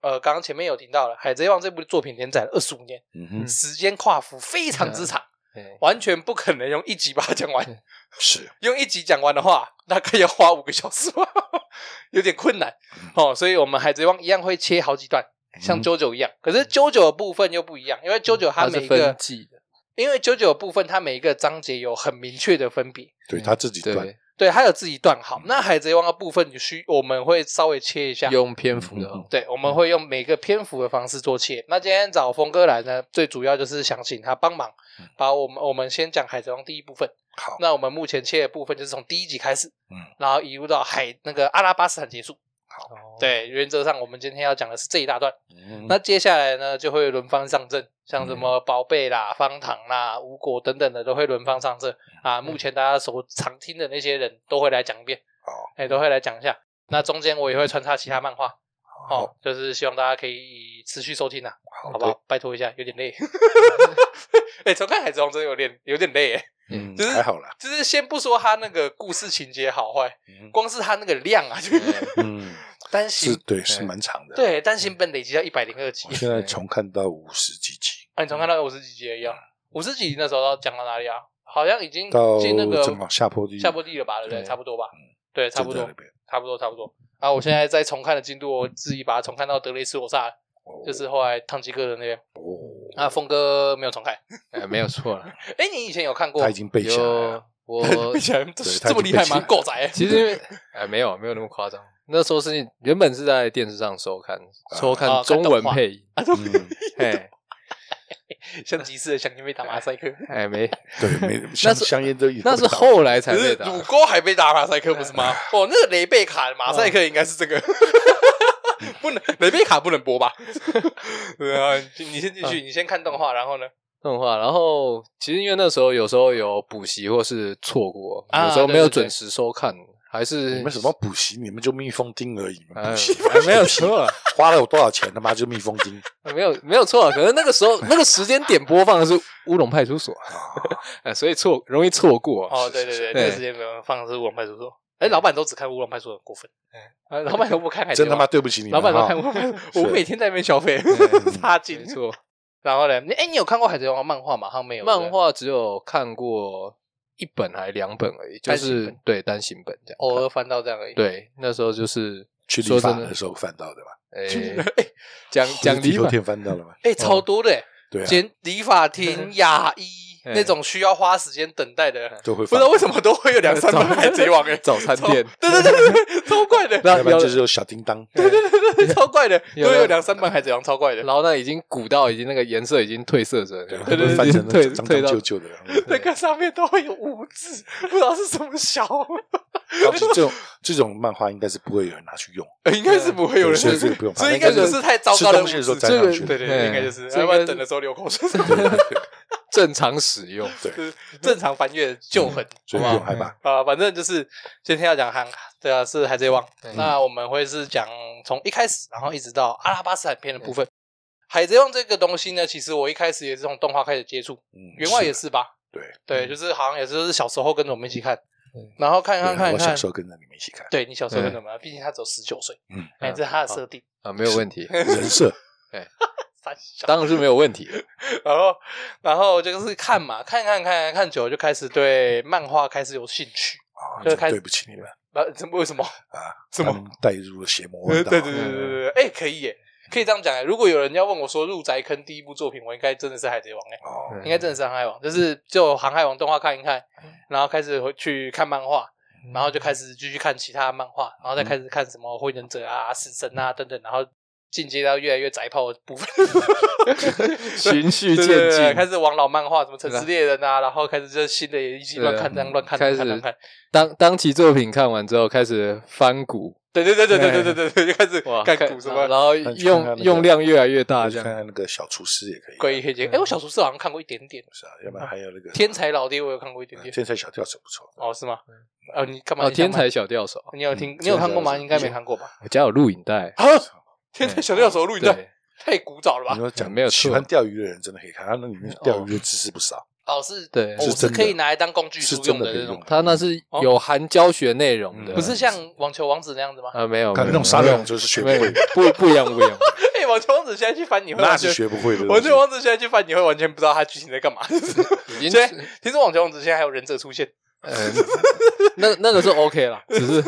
Speaker 1: 呃，刚刚前面有听到了，《海贼王》这部作品连载了二十五年，
Speaker 2: 嗯哼，
Speaker 1: 时间跨幅非常之长，
Speaker 3: 对
Speaker 1: 完全不可能用一集把它讲完。
Speaker 2: 是啊
Speaker 1: 用一集讲完的话，大概要花五个小时吧， 有点困难哦。所以我们《海贼王》一样会切好几段，像
Speaker 2: 嗯
Speaker 1: JoJo 一样。可是 JoJo 的部分又不一样，因为 JoJo 它
Speaker 3: 它
Speaker 1: 每
Speaker 3: 是
Speaker 1: 一个
Speaker 3: 分，季的，
Speaker 1: 因为 JoJo 的部分它每一个章节有很明确的分别，
Speaker 2: 对他自己断，
Speaker 3: 对，
Speaker 1: 嗯对，它有自己段好。那《海贼王》的部分你需我们会稍微切一下，
Speaker 3: 用篇幅的
Speaker 1: 对，我
Speaker 2: 嗯
Speaker 1: 们会用每个篇幅的方式做切。那今天找峰哥来呢，最主要就是想请他帮忙，把我们我们先讲《海贼王》第一部分。
Speaker 2: 嗯好，
Speaker 1: 那我们目前切的部分就是从第一集开始，
Speaker 2: 嗯，
Speaker 1: 然后一路到海那个阿拉巴斯坦结束。
Speaker 3: 哦
Speaker 1: 对，原则上我们今天要讲的是这一大段。
Speaker 2: 哦嗯
Speaker 1: 那接下来呢，就会轮番上阵，像什么宝贝啦、方糖啦、无果等等的，都会轮番上
Speaker 2: 嗯
Speaker 1: 阵啊。目前大家所常听的那些人都会来讲一遍，
Speaker 2: 好
Speaker 1: 哎、都会来讲一下。那中间我也会穿插其他漫画，哦，就是希望大家可以持续收听啊，
Speaker 2: 好
Speaker 1: 好不好？拜托一下，有点 累。哎、重看《海贼王》真的有点有点累哎，
Speaker 2: 嗯
Speaker 1: 就是
Speaker 2: 还好啦，
Speaker 1: 就是先不说他那个故事情节好坏，
Speaker 2: 嗯
Speaker 1: 光是他那个量啊，就
Speaker 2: 嗯，
Speaker 1: 单
Speaker 2: 是
Speaker 1: 行
Speaker 2: 对，是蛮长的。，
Speaker 1: 哎对单行本累积到一百零二集
Speaker 2: 我，现在重看到五十几集，
Speaker 1: 啊，你从看到五十几集而已啊，五十几那时候讲到哪里啊？好像已经
Speaker 2: 到
Speaker 1: 进那个
Speaker 2: 正好下嗯坡地，
Speaker 1: 下坡地了吧？对不对？
Speaker 3: 对
Speaker 1: 差不多吧？对，差不
Speaker 2: 正
Speaker 1: 多
Speaker 2: 在那，边
Speaker 1: 差不多，差不多。啊，我现在在重看的进度，我自己把它重看到德雷斯罗萨，
Speaker 2: 哦
Speaker 1: 就是后来汤吉克的那边。啊，峰哥没有重看。
Speaker 3: 哎，没有错 了。
Speaker 1: 哎，你以前有看过
Speaker 2: 他已？经背下来
Speaker 3: 有
Speaker 2: 了。
Speaker 3: 我
Speaker 1: 以前
Speaker 2: 对
Speaker 1: 这么厉害吗？
Speaker 2: 他已经背起来了
Speaker 1: 够宅。
Speaker 3: 其实因为哎，没有没有那么夸张。那时候是原本是在电视上收看，收
Speaker 1: 哦
Speaker 3: 看
Speaker 1: 看
Speaker 3: 中
Speaker 1: 动
Speaker 3: 文
Speaker 1: 画
Speaker 3: 配音。
Speaker 2: 嗯，
Speaker 3: 哎
Speaker 1: 像极致的想念被打马赛 克，
Speaker 3: 哎，没，
Speaker 2: 对， 没香
Speaker 3: 是
Speaker 2: 香烟都有
Speaker 3: 那是后来才
Speaker 1: 可是
Speaker 3: 被打。
Speaker 1: 乳沟还被打马赛克不是 吗？哦，那个雷贝卡马赛克应该是这个，不能雷贝卡不能 播吧？对啊，你先继续，
Speaker 3: 嗯
Speaker 1: 你先看动画，然后呢？
Speaker 3: 动画，然后其实因为那时候有时候有补习或是错过，
Speaker 1: 啊
Speaker 3: 有时候没有
Speaker 1: 对对对
Speaker 3: 准时收看，还是
Speaker 2: 你们什么补习，你们就蜜蜂叮而已，你们
Speaker 3: 哎
Speaker 2: 补习
Speaker 3: 哎没有错啊，
Speaker 2: 花了我多少钱，他妈就蜜蜂叮。
Speaker 3: 没有没有错啊，可能那个时 候那个时间点播放的是《乌龙派出所》 哎，所以错容易错过。啊
Speaker 1: 哦，对对对，
Speaker 3: 对
Speaker 1: 那个时间没有放的是《乌龙派出所》，哎，老板都只看《乌龙派出所》，很过分，
Speaker 3: 嗯
Speaker 1: 啊老板都不看海贼
Speaker 2: 真他
Speaker 1: 王
Speaker 2: 妈，对不起你
Speaker 1: 老
Speaker 2: 们哈，
Speaker 1: 板都看《乌龙派出所》，我
Speaker 2: 是嗯
Speaker 1: 每天在那边消费，差
Speaker 3: 没
Speaker 1: 劲。
Speaker 3: 错，
Speaker 1: 然后呢？你哎，你有看过《海贼王》漫画吗？好像没有。对不对
Speaker 3: 漫画只有看过一本还两本哦而已，就
Speaker 1: 单行
Speaker 3: 是
Speaker 1: 本
Speaker 3: 对单行本这样。
Speaker 1: 偶尔翻到这样而已。
Speaker 3: 对，那时候就是
Speaker 2: 去理
Speaker 3: 说
Speaker 2: 发
Speaker 3: 真的
Speaker 2: 的，时候翻到的吧？
Speaker 3: 哎，
Speaker 1: 哎，
Speaker 3: 讲讲理
Speaker 2: 理头
Speaker 3: 嘛，
Speaker 2: 天翻到了 吧？
Speaker 1: 哎，超多的哎。
Speaker 2: 哦对啊，
Speaker 1: 剪理发 厅、牙医
Speaker 3: 嗯
Speaker 1: 那种需要花时间等待的，
Speaker 2: 都 会
Speaker 1: 不
Speaker 2: 翻
Speaker 1: 知道为什么都会有两三本 海贼王哎，
Speaker 3: 早餐
Speaker 1: 超
Speaker 3: 店
Speaker 1: 对对对对对，超怪 的，
Speaker 3: 那
Speaker 2: 要不然
Speaker 3: 有
Speaker 2: 就是有小叮 当，啊
Speaker 1: 超怪的，
Speaker 3: 有
Speaker 1: 都有两三本海贼王，超怪 的。
Speaker 3: 然后那已经鼓到已经那个颜色已经褪色着了，
Speaker 2: 对，啊
Speaker 3: 对
Speaker 2: 会
Speaker 3: 对
Speaker 2: 翻成
Speaker 3: 对
Speaker 2: 那
Speaker 3: 褪
Speaker 2: 种
Speaker 3: 褪
Speaker 2: 脏
Speaker 3: 到
Speaker 2: 脏旧旧的。
Speaker 1: 那个上面都会有污渍，不知道是什么小，
Speaker 2: 然后这种这种漫画应该是不会有人拿去用，
Speaker 1: 应该是不会 有人，
Speaker 2: 所以这个不用怕
Speaker 1: 所以应该
Speaker 2: 那个
Speaker 1: 不是太糟糕的污
Speaker 2: 吃东西的时候
Speaker 1: 渍。
Speaker 2: 沾上去
Speaker 1: 对对对，
Speaker 3: 对
Speaker 1: 应该就是，
Speaker 3: 这个
Speaker 1: 要不然等的时候流口水，
Speaker 3: 正常使用。
Speaker 2: 对，
Speaker 1: 正常翻阅
Speaker 2: 嗯
Speaker 1: 就很
Speaker 2: 所以不用害怕。
Speaker 1: 啊，反正就是今天要讲韩，对啊，是海贼王。那我们会是讲从一开始，然后一直到阿拉巴斯海篇的部分。海贼王这个东西呢，其实我一开始也是从动画开始接触，
Speaker 2: 嗯
Speaker 1: 原画也是吧？
Speaker 2: 对
Speaker 1: 对，就是好像也是就是小时候跟着我们一起看，然后看一
Speaker 2: 嗯对啊
Speaker 1: 看看一
Speaker 2: 我
Speaker 1: 看
Speaker 2: 小，时候跟着你们一起看，
Speaker 1: 对你小时候跟着我们，毕竟他只有十九岁，
Speaker 2: 嗯，
Speaker 1: 哎，这是他的设定。
Speaker 3: 啊，没有问 题，
Speaker 2: 人 设
Speaker 1: 傻笑
Speaker 3: 当然是没有问题的。
Speaker 1: 然后，然后就是看嘛，看看看看久了就开始对漫画开始有兴趣。
Speaker 2: 啊，
Speaker 1: 就
Speaker 2: 真
Speaker 1: 开始
Speaker 2: 对不起你们
Speaker 1: 呃，怎么为什么？
Speaker 2: 啊，
Speaker 1: 什么
Speaker 2: 他们带入了邪魔
Speaker 1: 呃
Speaker 2: 味道，
Speaker 1: 对
Speaker 3: 嗯
Speaker 1: 对对对对对，哎、可以耶，可以这样讲哎。如果有人要问我说入宅坑第一部作品，我应该真的是海贼王哎，
Speaker 2: 哦，
Speaker 3: 嗯
Speaker 1: 应该真的是航海王，就是就航海王动画看一看，然后开始回去看漫画，
Speaker 3: 嗯
Speaker 1: 然后就开始继续看其他漫画，然后再开始看什么火影忍者啊、死神啊等等，然后进阶到越来越宅炮的部分，
Speaker 3: 嗯 循序
Speaker 1: 对
Speaker 3: 渐
Speaker 1: 对对，开
Speaker 3: 进，
Speaker 1: 始往老漫画，什么《城市猎人》啊，然后开始这新的也一起乱看，这样乱看，
Speaker 3: 开
Speaker 1: 乱看乱
Speaker 3: 始
Speaker 1: 看。
Speaker 3: 当当期作品看完之后，开始翻古，
Speaker 1: 对对对对对对对对对，就开始干
Speaker 3: 看
Speaker 1: 苦什么
Speaker 3: 然后
Speaker 2: 那你去看看
Speaker 3: 用
Speaker 2: 啊那个
Speaker 3: 用量越来越
Speaker 2: 那
Speaker 3: 大，这
Speaker 2: 就看
Speaker 3: 样哦
Speaker 2: 看那个小厨师也可以，
Speaker 1: 啊
Speaker 2: 啊
Speaker 1: 鬼黑剑。哎，我小厨师好像看过一点点，
Speaker 2: 是啊，要不然还有那个
Speaker 1: 《天才老爹》我有看过一点
Speaker 2: 嗯
Speaker 1: 点。
Speaker 2: 天才小跳绳不错，
Speaker 1: 哦，是吗？哦，你干嘛？
Speaker 3: 哦，
Speaker 1: 你想
Speaker 3: 天才
Speaker 1: 买，
Speaker 3: 小吊手，
Speaker 1: 你有听
Speaker 2: 嗯，
Speaker 1: 你有看过吗？
Speaker 2: 天才
Speaker 1: 应该没看过吧？
Speaker 3: 我家有录影带，
Speaker 1: 啊，天才小吊手录影带
Speaker 3: 对，
Speaker 1: 太古早了
Speaker 2: 你
Speaker 1: 吧？
Speaker 2: 说讲
Speaker 3: 没有错
Speaker 2: 喜欢钓鱼的人真的可以看，他那里面钓鱼的知识不少，
Speaker 1: 哦，是，
Speaker 3: 对
Speaker 1: 哦
Speaker 2: 是
Speaker 1: 是
Speaker 2: 真的
Speaker 1: 可以拿来当工具
Speaker 2: 是
Speaker 1: 书
Speaker 2: 真
Speaker 1: 用
Speaker 2: 的
Speaker 1: 的
Speaker 2: 可以
Speaker 1: 那
Speaker 2: 用
Speaker 1: 种，，
Speaker 3: 他那是
Speaker 1: 哦
Speaker 3: 有含教学内容的，
Speaker 2: 嗯
Speaker 1: 不是像网球王子那样子吗？
Speaker 3: 啊，没有，
Speaker 2: 看
Speaker 3: 没
Speaker 2: 那
Speaker 3: 有
Speaker 2: 种沙龙就是学不
Speaker 3: 没有
Speaker 2: 会的，
Speaker 3: 不不一样，不 一样，
Speaker 1: 哎，网球王子现在去翻你会
Speaker 2: 那
Speaker 1: 完
Speaker 2: 是
Speaker 1: 全，
Speaker 2: 学不会的东
Speaker 1: 网
Speaker 2: 西。
Speaker 1: 球王子现在去翻你会完全不知道他剧情在干嘛。
Speaker 3: 已
Speaker 1: 现
Speaker 3: 经
Speaker 1: 在听说网球王子现在还有忍者出现，
Speaker 3: 嗯， 那那个是 OK 啦，只是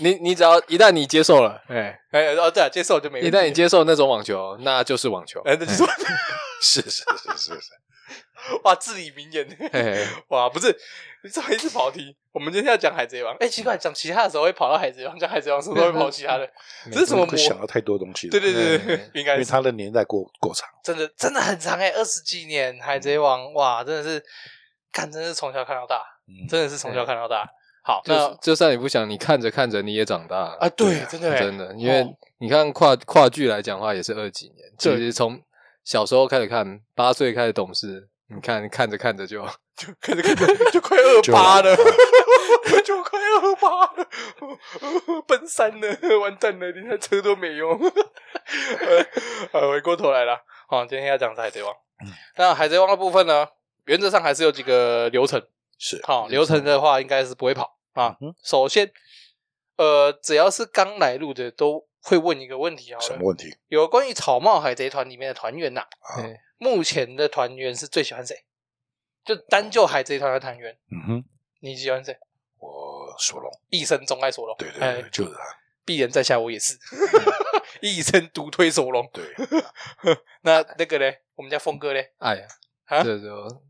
Speaker 3: 你你只要一旦你接受了，哎，
Speaker 1: 哎，哦对啊，接受就没问
Speaker 3: 一
Speaker 1: 题。
Speaker 3: 旦你接受那种网球，那就是网球，
Speaker 1: 哎，那就说
Speaker 2: 是是是是是，
Speaker 1: 哇，至理名言，
Speaker 3: 哎，
Speaker 1: 哇，不是，你怎么一直跑题？我们今天要讲海贼王，哎，奇怪，讲其他的时候会跑到海贼王，讲海贼王什么时候会跑其他的？这是什么
Speaker 2: 会
Speaker 1: 魔？
Speaker 2: 想到太多东西了。
Speaker 1: 对对对
Speaker 3: 对
Speaker 1: 对
Speaker 3: 对，
Speaker 1: 应
Speaker 2: 因
Speaker 1: 该
Speaker 2: 为
Speaker 1: 是
Speaker 2: 他的年代过过长，
Speaker 1: 真的真的很长哎、欸，二十几年《海贼王》哇，真的是看，真的是从小看到大，
Speaker 2: 嗯
Speaker 1: 真的是从小看到大。好，
Speaker 3: 就
Speaker 1: 那
Speaker 3: 是就算你不想，你看着看着你也长大了
Speaker 1: 啊，对，
Speaker 2: 对
Speaker 1: 真的欸
Speaker 3: 真的，因为
Speaker 1: 哦
Speaker 3: 你看跨跨剧来讲的话，也是二几年，其
Speaker 1: 对
Speaker 3: 实从小时候开始看，八岁开始懂事，你看看着看着就
Speaker 1: 看着看着就快二
Speaker 2: 就
Speaker 1: 八了，就快二八了， 奔三了， 完蛋了，连台车都没用。 呃，呃回过头来了，好、今天要讲的是海贼王。
Speaker 2: 嗯
Speaker 1: 那海贼王的部分呢，原则上还是有几个流程。
Speaker 2: 是
Speaker 1: 好、流程的话应该是不会跑啊。
Speaker 2: 嗯
Speaker 1: 首先，呃，只要是刚来路的都会问一个问题好
Speaker 2: 什
Speaker 1: 了
Speaker 2: 么，问题？
Speaker 1: 有关于草帽海贼团里面的团员呐、
Speaker 2: 啊
Speaker 3: 哎
Speaker 1: 目前的团员是最喜欢谁？就单就海贼团的团员，
Speaker 2: 嗯哼，
Speaker 1: 你喜欢谁？
Speaker 2: 我索隆，
Speaker 1: 一生钟爱索隆，
Speaker 2: 对对
Speaker 1: 哎
Speaker 2: 对，就是啊他，
Speaker 1: 鄙人在下我也是，
Speaker 3: 嗯
Speaker 1: 一生独推索隆。
Speaker 2: 对，
Speaker 1: 那那个嘞，我们家峰哥嘞，
Speaker 3: 哎呀，
Speaker 1: 啊
Speaker 3: 这就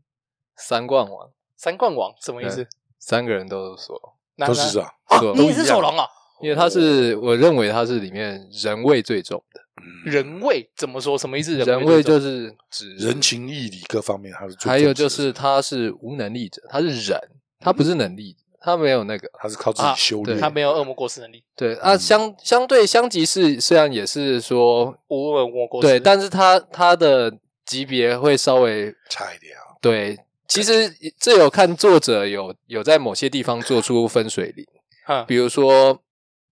Speaker 3: 三冠王，
Speaker 1: 三冠王什么意思？
Speaker 3: 三个人哎都是说
Speaker 1: 那
Speaker 2: 都是
Speaker 1: 那
Speaker 2: 这样，
Speaker 1: 啊
Speaker 3: 索，
Speaker 1: 你也是索隆啊？
Speaker 3: 因为他是我认为他是里面人味最重的，
Speaker 2: 嗯，
Speaker 1: 人味怎么说？什么意思？
Speaker 3: 人
Speaker 1: 味
Speaker 3: 味就是是指
Speaker 2: 人情义理各方面他是最重视的，
Speaker 3: 还有就是嗯他是无能力者，他是人，他不是能力，他没有那个。
Speaker 2: 他是靠自
Speaker 1: 啊
Speaker 2: 己修炼，
Speaker 1: 他没有恶魔果实能力，
Speaker 3: 对啊，相相对相吉是虽然也是说
Speaker 1: 无恶魔果实
Speaker 3: 对，但是他他的级别会稍微
Speaker 2: 差一点啊，
Speaker 3: 对。其实这有看作者有有在某些地方做出分水岭，
Speaker 1: 嗯
Speaker 3: 比如说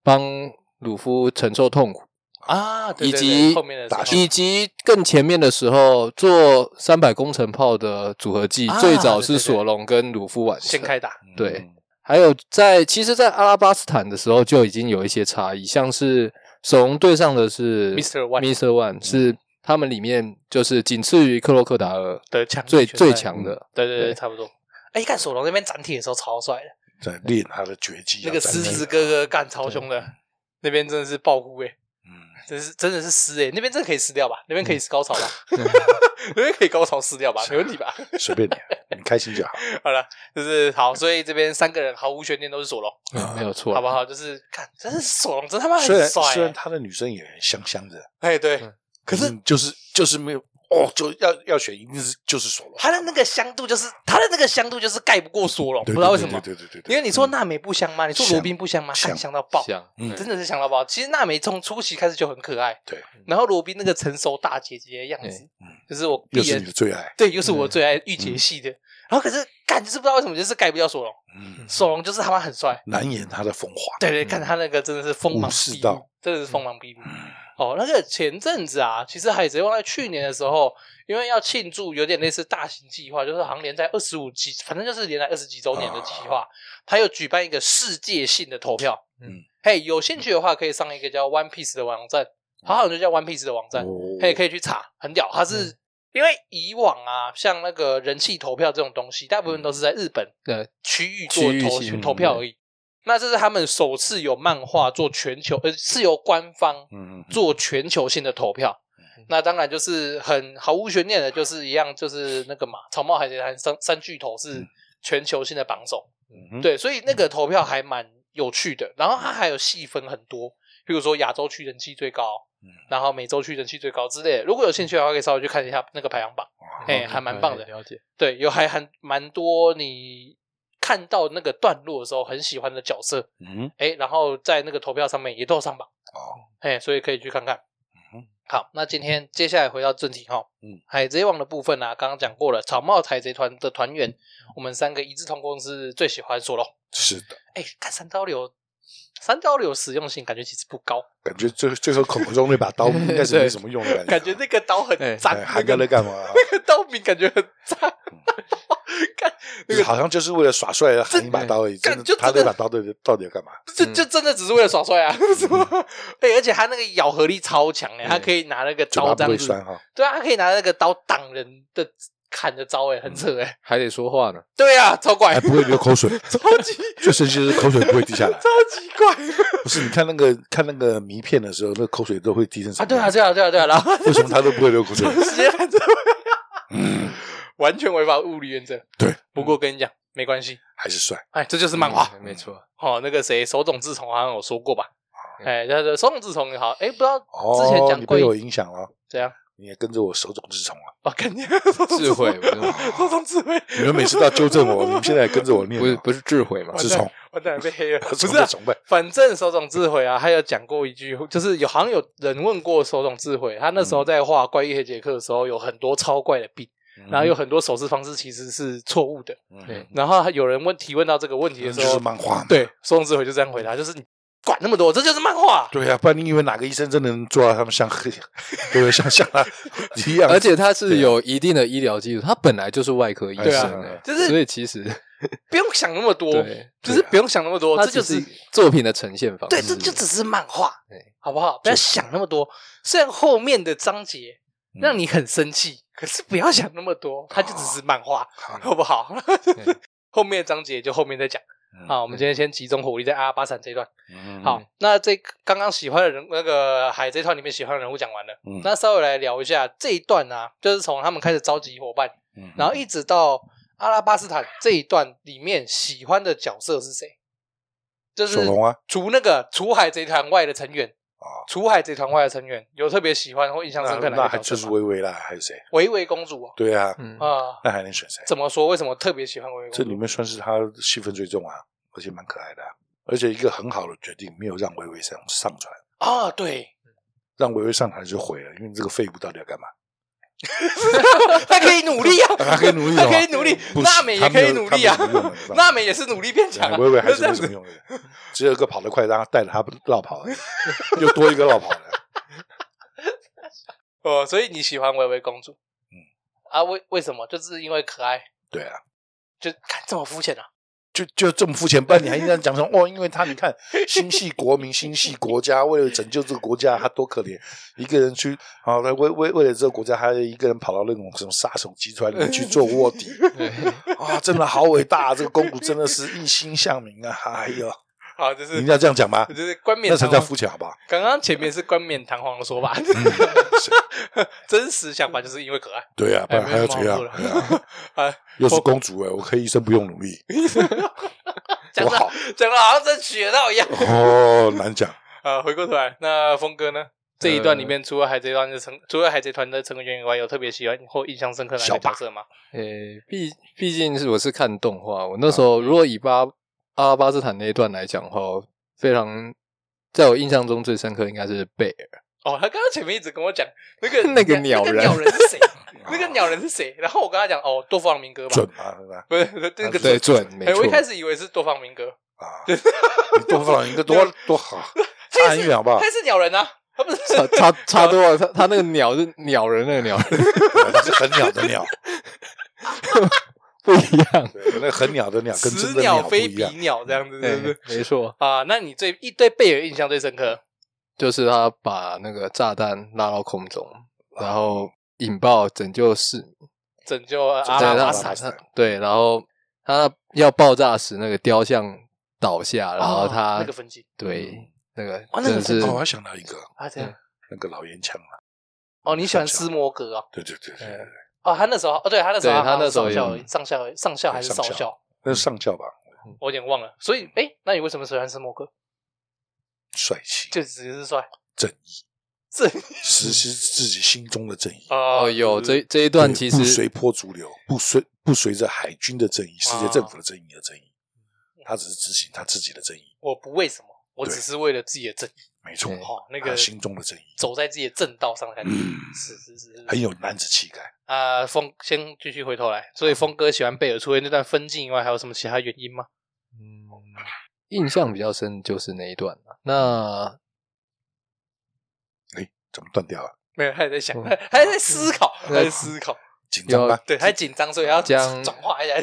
Speaker 3: 帮鲁夫承受痛苦，
Speaker 1: 啊，对
Speaker 3: 以
Speaker 1: 对
Speaker 3: 及
Speaker 1: 对后面的时候
Speaker 3: 以及更前面的时候做三百工程炮的组合技，
Speaker 1: 啊
Speaker 3: 最早是
Speaker 1: 对对对
Speaker 3: 索隆跟鲁夫完成
Speaker 1: 先。开打，
Speaker 2: 嗯
Speaker 3: 对，还有在其实，在阿拉巴斯坦的时候就已经有一些差异，像是索隆对上的是
Speaker 1: Mr. One 嗯
Speaker 3: Mr. One 是他们里面就是仅次于克洛克达尔
Speaker 1: 的强力
Speaker 3: 最
Speaker 1: 拳
Speaker 3: 最
Speaker 1: 赛
Speaker 3: 强 的，
Speaker 1: 对对对，
Speaker 3: 对
Speaker 1: 差不多。哎，看索隆那边斩铁的时候超帅的，
Speaker 2: 在练他的绝技啊，
Speaker 1: 那个狮
Speaker 2: 在
Speaker 1: 子哥哥干超凶的，那边真的是爆哭哎、
Speaker 2: 嗯，
Speaker 1: 真是真的是撕哎、那边真的可以撕掉吧？那边可以
Speaker 3: 嗯
Speaker 1: 高潮吧？ 那边可以高潮撕掉吧？没问题吧？
Speaker 2: 随便你，你开心就好。
Speaker 1: 好了，就是好，所以这边三个人毫无悬念都是索隆，
Speaker 3: 嗯没有错，
Speaker 1: 好不好？就是看，真是索隆真他妈
Speaker 2: 虽
Speaker 1: 很
Speaker 2: 然
Speaker 1: 帅、
Speaker 2: 虽然
Speaker 1: 欸，
Speaker 2: 他的女生也很香香的，
Speaker 1: 哎对
Speaker 3: 嗯，
Speaker 1: 可是
Speaker 2: 就是就是没有哦，就要要选一定是就是索隆，
Speaker 1: 他的那个香度就是他的那个香度就是盖不过索隆，不
Speaker 2: 对
Speaker 1: 知道为什么。
Speaker 2: 对对对对对，嗯
Speaker 1: 因为你说娜美不香吗？你说罗
Speaker 2: 香
Speaker 1: 宾不香吗？干
Speaker 2: 香
Speaker 1: 香到爆，
Speaker 3: 像
Speaker 2: 嗯
Speaker 1: 真的是香到爆。其实娜美从初期开始就很可爱，
Speaker 2: 对，
Speaker 1: 然后罗宾那个成熟大姐姐的样子，
Speaker 2: 嗯
Speaker 1: 就是我
Speaker 2: 又
Speaker 1: 鄙
Speaker 2: 是你嗯
Speaker 1: 人
Speaker 2: 的最爱，
Speaker 1: 对，又是我最爱御姐系的。然后可是干就是不知道为什么就是盖不掉索隆，
Speaker 2: 嗯，
Speaker 1: 索隆就是他妈很帅。
Speaker 2: 难掩他的风华。
Speaker 1: 对对，看他那个真的是锋芒
Speaker 2: 嗯武士
Speaker 1: 毕露
Speaker 2: 道，嗯
Speaker 1: 真的是锋芒毕露。哦，那个前阵子啊，其实《海贼王》在去年的时候，因为要庆祝有点类似大型计划，就是好像连载二十五集，反正就是连载二十几周年的计划，他又举办一个世界性的投票。嗯
Speaker 2: 啊嗯，
Speaker 1: 嘿，有兴趣的话可以上一个叫 One Piece 的网站，好像就叫 One Piece 的网站。
Speaker 2: 哦
Speaker 1: 嘿，可以去查，很屌。它
Speaker 3: 嗯
Speaker 1: 是、因为以往啊，像那个人气投票这种东西，大部分都是在日本
Speaker 3: 嗯对
Speaker 1: 区域做
Speaker 3: 区域
Speaker 1: 投
Speaker 3: 性
Speaker 1: 投票而已。那这是他们首次有漫画做全球，呃，是由官方
Speaker 2: 嗯，嗯
Speaker 1: 做全球性的投票。
Speaker 3: 嗯
Speaker 1: 那当然就是很毫无悬念的，就是一样，就是那个嘛，草帽海贼团三三巨头
Speaker 3: 嗯
Speaker 1: 是全球性的榜首。
Speaker 2: 嗯，
Speaker 1: 对，所以那个投票还蛮有趣的。然后它还有细分很多，比如说亚洲区人气最高，
Speaker 2: 嗯
Speaker 1: 然后美洲区人气最高之类的。如果有兴趣的话，可以稍微去看一下那个排行榜。
Speaker 2: 嗯
Speaker 1: 哎还蛮棒的
Speaker 3: 了解。
Speaker 1: 对，有还还蛮多你看到那个段落的时候很喜欢的角色，
Speaker 2: 嗯，
Speaker 1: 哎，然后在那个投票上面也都有上榜，
Speaker 2: 哦，
Speaker 1: 哎，所以可以去看看
Speaker 2: 嗯。
Speaker 1: 好，那今天接下来回到正题哈，
Speaker 2: 嗯，
Speaker 1: 海贼王的部分啊，刚刚讲过了，草帽海贼团的团员，我们三个一致通过是最喜欢索隆。
Speaker 2: 是的，
Speaker 1: 哎，看三刀流，三刀流实用性感觉其实不高，
Speaker 2: 感觉最最后口中那把 刀应该是没什么用的感觉，
Speaker 1: 感觉那个刀很
Speaker 3: 哎
Speaker 1: 脏
Speaker 2: 哎，
Speaker 1: 那
Speaker 2: 还在
Speaker 1: 个
Speaker 2: 那干嘛？
Speaker 1: 那个刀柄感觉很脏，看那个
Speaker 2: 好像啊就是为了耍帅而喊一把刀而已，
Speaker 1: 干
Speaker 2: 真的
Speaker 1: 就，
Speaker 2: 他
Speaker 1: 真
Speaker 2: 那
Speaker 1: 的
Speaker 2: 把刀到底到底要干嘛？
Speaker 1: 这这真的只是为了耍帅 啊！什么？哎，而且他那个咬合力超强哎，
Speaker 3: 嗯
Speaker 1: 他可以拿那个
Speaker 2: 嘴
Speaker 1: 刀
Speaker 2: 巴
Speaker 1: 这
Speaker 2: 不
Speaker 1: 样
Speaker 2: 会
Speaker 1: 子
Speaker 2: 酸，哈，
Speaker 1: 对啊，他可以拿那个刀挡人的砍的招哎，很扯哎，
Speaker 3: 还得说话呢，
Speaker 1: 对啊，超怪
Speaker 2: 还，嗯哎不会流口水，
Speaker 1: 超级
Speaker 2: 最神奇的是口水不会滴下来。
Speaker 1: 超级怪
Speaker 2: 不是，你看那个看那个迷片的时候，那口水都会滴成什
Speaker 1: 啊！
Speaker 2: 么
Speaker 1: 对
Speaker 2: 样
Speaker 1: 啊，对啊，对啊，对啊，然后
Speaker 2: 为什么他嗯都不会流 口水？
Speaker 1: 直 接喊这么完全违反物理原则。
Speaker 2: 对，
Speaker 1: 不过跟你讲没关系，
Speaker 2: 还是帅？
Speaker 1: 哎，这就是漫画。
Speaker 3: 嗯没错。
Speaker 1: 哦，那个谁，手冢治虫好像有说过吧？
Speaker 3: 嗯
Speaker 1: 哎，他说手冢治虫也好，哎，不知道
Speaker 2: 哦，
Speaker 1: 之前讲
Speaker 2: 你
Speaker 1: 过
Speaker 2: 被我
Speaker 1: 一
Speaker 2: 影响了，
Speaker 1: 怎样？
Speaker 2: 你也跟着我手冢治虫啊 了。
Speaker 1: 哦，肯定手冢治
Speaker 3: 智慧
Speaker 1: 虫手冢智慧，
Speaker 2: 你们每次都要纠正我，你们现在也跟着我念
Speaker 3: 不是
Speaker 2: 了
Speaker 3: 不是智慧嘛？
Speaker 2: 自从
Speaker 1: 完蛋了被黑了，不
Speaker 2: 崇
Speaker 1: 是、
Speaker 2: 拜
Speaker 1: 啊。
Speaker 2: 崇拜，
Speaker 1: 反正手冢治慧啊，他有讲过一句，就是有好像有人问过手冢治慧，他那
Speaker 2: 嗯
Speaker 1: 时候在画《怪异黑杰克》的时候，有很多超怪的病， 然后有很多手势方式其实是错误的。
Speaker 2: 嗯
Speaker 3: 对
Speaker 1: 然后有人问提问到这个问题
Speaker 2: 就
Speaker 1: 的时候
Speaker 2: 是，漫画嘛，
Speaker 1: 对手冢治慧就这样回答，就是你管那么多，这就是漫画。
Speaker 2: 对啊呀、不然你以为哪个医生真的能做到他们像 黑，对不对？像像他 一样？嗯
Speaker 3: 而且他是有一定的医疗基础，他本来就是外科医
Speaker 2: 对
Speaker 1: 啊
Speaker 3: 生欸，
Speaker 1: 就是
Speaker 3: 所以其实
Speaker 1: 不用想那么多，
Speaker 3: 对
Speaker 1: 就是不用想那么多，
Speaker 3: 他
Speaker 1: 这就
Speaker 3: 只
Speaker 1: 是
Speaker 3: 是作品的呈现方
Speaker 1: 对，
Speaker 3: 式，
Speaker 1: 这就只是漫画
Speaker 3: 对，
Speaker 1: 好不好？不要想那么多。虽然后面的章节
Speaker 2: 嗯
Speaker 1: 让你很生气，可是不要想那么多，它就只是漫画，好不好？ 后面的章节就后面再讲。
Speaker 2: 嗯
Speaker 1: 好，我们今天先集中火力在阿拉巴闪这一段。
Speaker 2: 嗯
Speaker 1: 好，那这刚刚喜欢的人，那个海贼团里面喜欢的人物讲完了，
Speaker 2: 嗯
Speaker 1: 那稍微来聊一下这一段啊，就是从他们开始召集伙伴，
Speaker 2: 嗯
Speaker 1: 然后一直到阿拉巴斯坦这一段里面喜欢的角色是谁？就是
Speaker 2: 索隆啊，
Speaker 1: 除那个除海贼团外的成员
Speaker 2: 哦，
Speaker 1: 除海贼团外的成员有特别喜欢或印象
Speaker 2: 那
Speaker 1: 深刻
Speaker 2: 那
Speaker 1: 哪
Speaker 2: 还
Speaker 1: 个角
Speaker 2: 就是
Speaker 1: 色吗？
Speaker 2: 薇薇啦，还有谁？
Speaker 1: 维维公主啊，
Speaker 2: 对啊，
Speaker 3: 嗯
Speaker 1: 啊
Speaker 2: 那还能选谁？
Speaker 1: 怎么说？为什么特别喜欢维维
Speaker 2: 这
Speaker 1: 公
Speaker 2: 里
Speaker 1: 主？
Speaker 2: 面算是他戏份最重啊，而且蛮可爱的啊、而且一个很好的决定，没有让薇薇上上船，
Speaker 1: 啊，对，
Speaker 2: 让薇薇上船就毁了，因为这个废物到底要干嘛？
Speaker 1: 她可以努 力啊，
Speaker 2: 她可以努力
Speaker 1: 她
Speaker 2: 的吗
Speaker 1: 可以努力
Speaker 2: 不，行
Speaker 1: 娜美也可以努力啊
Speaker 2: 她没有她没有用的她没有用的，
Speaker 1: 娜美也是努力变强啊，
Speaker 2: 薇薇哎还
Speaker 1: 就是这样
Speaker 2: 没什
Speaker 1: 子
Speaker 2: 么用的，只有一个跑得快，让他带着他绕跑而已， 又多一个绕跑的。
Speaker 1: 哦。所以你喜欢维维公主？嗯
Speaker 2: 嗯，
Speaker 1: 啊，为为什么？就是因为可爱，
Speaker 2: 对啊，
Speaker 1: 就看这么肤浅啊？
Speaker 2: 就就这么肤浅，不然你还这样讲说哦，因为他 你看心系国民、心系国家，为了拯救这个国家，他多可怜，一个人去啊，为为为了这个国家，他一个人跑到那种什么杀手集团里面去做卧底
Speaker 3: 对
Speaker 2: 啊，真的好伟大、这个公主真的是一心向明啊！哎呦，
Speaker 1: 好，就是
Speaker 2: 你一定要这样讲吗？
Speaker 1: 就是冠冕
Speaker 2: 那才
Speaker 1: 堂
Speaker 2: 叫
Speaker 1: 皇。
Speaker 2: 肤浅，好不好？嗯
Speaker 1: 刚刚前面是冠冕堂皇的说法，真实想法就是因为可爱，
Speaker 2: 对啊，不
Speaker 1: 哎
Speaker 2: 然还要
Speaker 1: 没什
Speaker 2: 怎
Speaker 1: 么好
Speaker 2: 样
Speaker 1: 说的？
Speaker 2: 对啊
Speaker 1: 啊，
Speaker 2: 又是公主哎，我可以一生不用努力，
Speaker 1: 讲
Speaker 2: 多
Speaker 1: 的
Speaker 2: 好
Speaker 1: 讲的好像在学到一样。
Speaker 2: 哦，难讲。
Speaker 1: 啊，回过头来，那峰哥呢？这一段里面，除了海贼团的成，除了海贼团的成员以外，有特别喜欢或印象深刻的哪
Speaker 2: 小
Speaker 1: 个角
Speaker 2: 巴
Speaker 1: 色吗？
Speaker 3: 诶，毕毕竟是我是看动画，我那时候如果以巴阿拉巴斯坦那一段来讲的话，我非常在我印象中最深刻应该是贝尔，
Speaker 1: 哦，他刚刚前面一直跟我讲那个
Speaker 3: 那个鸟人
Speaker 1: 那个鸟人是谁？那个鸟人是谁？然后我跟他讲，哦，多弗朗明哥吧，
Speaker 2: 准啊，对吧？
Speaker 1: 不是那个
Speaker 3: 对，准没
Speaker 1: 哎，
Speaker 3: 错
Speaker 1: 我一。开始以为是多弗朗明哥，
Speaker 2: 啊，你 多放一个多多好，差很远好不好
Speaker 1: 他？是鸟人啊，他不是
Speaker 3: 差差差多了，他他那个鸟是鸟人，那个鸟人
Speaker 2: 它是很鸟的鸟，
Speaker 3: 不一 样，
Speaker 2: 对那个很鸟的鸟跟真
Speaker 1: 此
Speaker 2: 的
Speaker 1: 鸟
Speaker 2: 不
Speaker 1: 非
Speaker 2: 一
Speaker 1: 彼
Speaker 2: 样。
Speaker 1: 鸟这样子， 对不对
Speaker 3: 对？，没错，
Speaker 1: 啊，那你最一对贝尔印象最深刻？
Speaker 3: 就是他把那个炸弹拉到空中，然后引爆拯救市民，
Speaker 1: 拯救阿
Speaker 2: 拯
Speaker 1: 拉
Speaker 2: 救
Speaker 1: 巴
Speaker 2: 阿拉
Speaker 1: 斯
Speaker 2: 巴
Speaker 1: 坦
Speaker 2: 斯坦
Speaker 3: 他对，然后他要爆炸时那个雕像倒下，然后他、
Speaker 1: 哦那个分镜
Speaker 3: 对那个
Speaker 1: 哦那个
Speaker 3: 真的
Speaker 1: 分
Speaker 3: 是
Speaker 1: 镜
Speaker 2: 哦，我还想到一个，
Speaker 1: 啊，这样
Speaker 2: 那个老烟枪啊，
Speaker 1: 哦，你喜欢斯摩格哦？
Speaker 2: 对对对对，对
Speaker 1: 哦，他那时候哦，对他那时候
Speaker 3: 对
Speaker 1: 好像
Speaker 3: 他那时候
Speaker 1: 上校上校
Speaker 3: 有
Speaker 1: 上校还是少
Speaker 2: 上校
Speaker 1: 校，
Speaker 2: 那是上校吧，
Speaker 1: 我有点忘了。所以，哎，那你为什么喜欢斯摩格？
Speaker 2: 帅气，
Speaker 1: 就只是帅
Speaker 2: 正义，
Speaker 1: 正
Speaker 2: 实施自己心中的正义。
Speaker 1: 哦
Speaker 3: 哦，有
Speaker 1: 是
Speaker 3: 这这一段
Speaker 2: 对
Speaker 3: 其
Speaker 2: 不
Speaker 3: 实
Speaker 2: 随波逐流，不随不随着海军的正义、世界政府的正义而正义，他只是执行他自己的正义，
Speaker 1: 我不为什么，我只
Speaker 2: 对啊
Speaker 1: 是为了自己的正义，
Speaker 2: 没错
Speaker 3: 对，
Speaker 1: 哦，那
Speaker 2: 他
Speaker 1: 个
Speaker 2: 心中的正义，
Speaker 1: 走在自己的正道上的感觉，是是是是。
Speaker 2: 很有男子气概。
Speaker 1: 啊，峰先继续回头来，所以峰哥喜欢贝尔，除了那段分镜以外，还有什么其他原因吗？
Speaker 3: 嗯印象比较深就是那一段了那
Speaker 2: 哎，怎么断掉了？
Speaker 1: 没有，他也在想，
Speaker 3: 嗯
Speaker 1: 他他还在思考，他
Speaker 3: 嗯
Speaker 1: 在思考。
Speaker 2: 紧张吧？
Speaker 1: 对，他紧张，所以要
Speaker 3: 讲
Speaker 1: 转化一 下。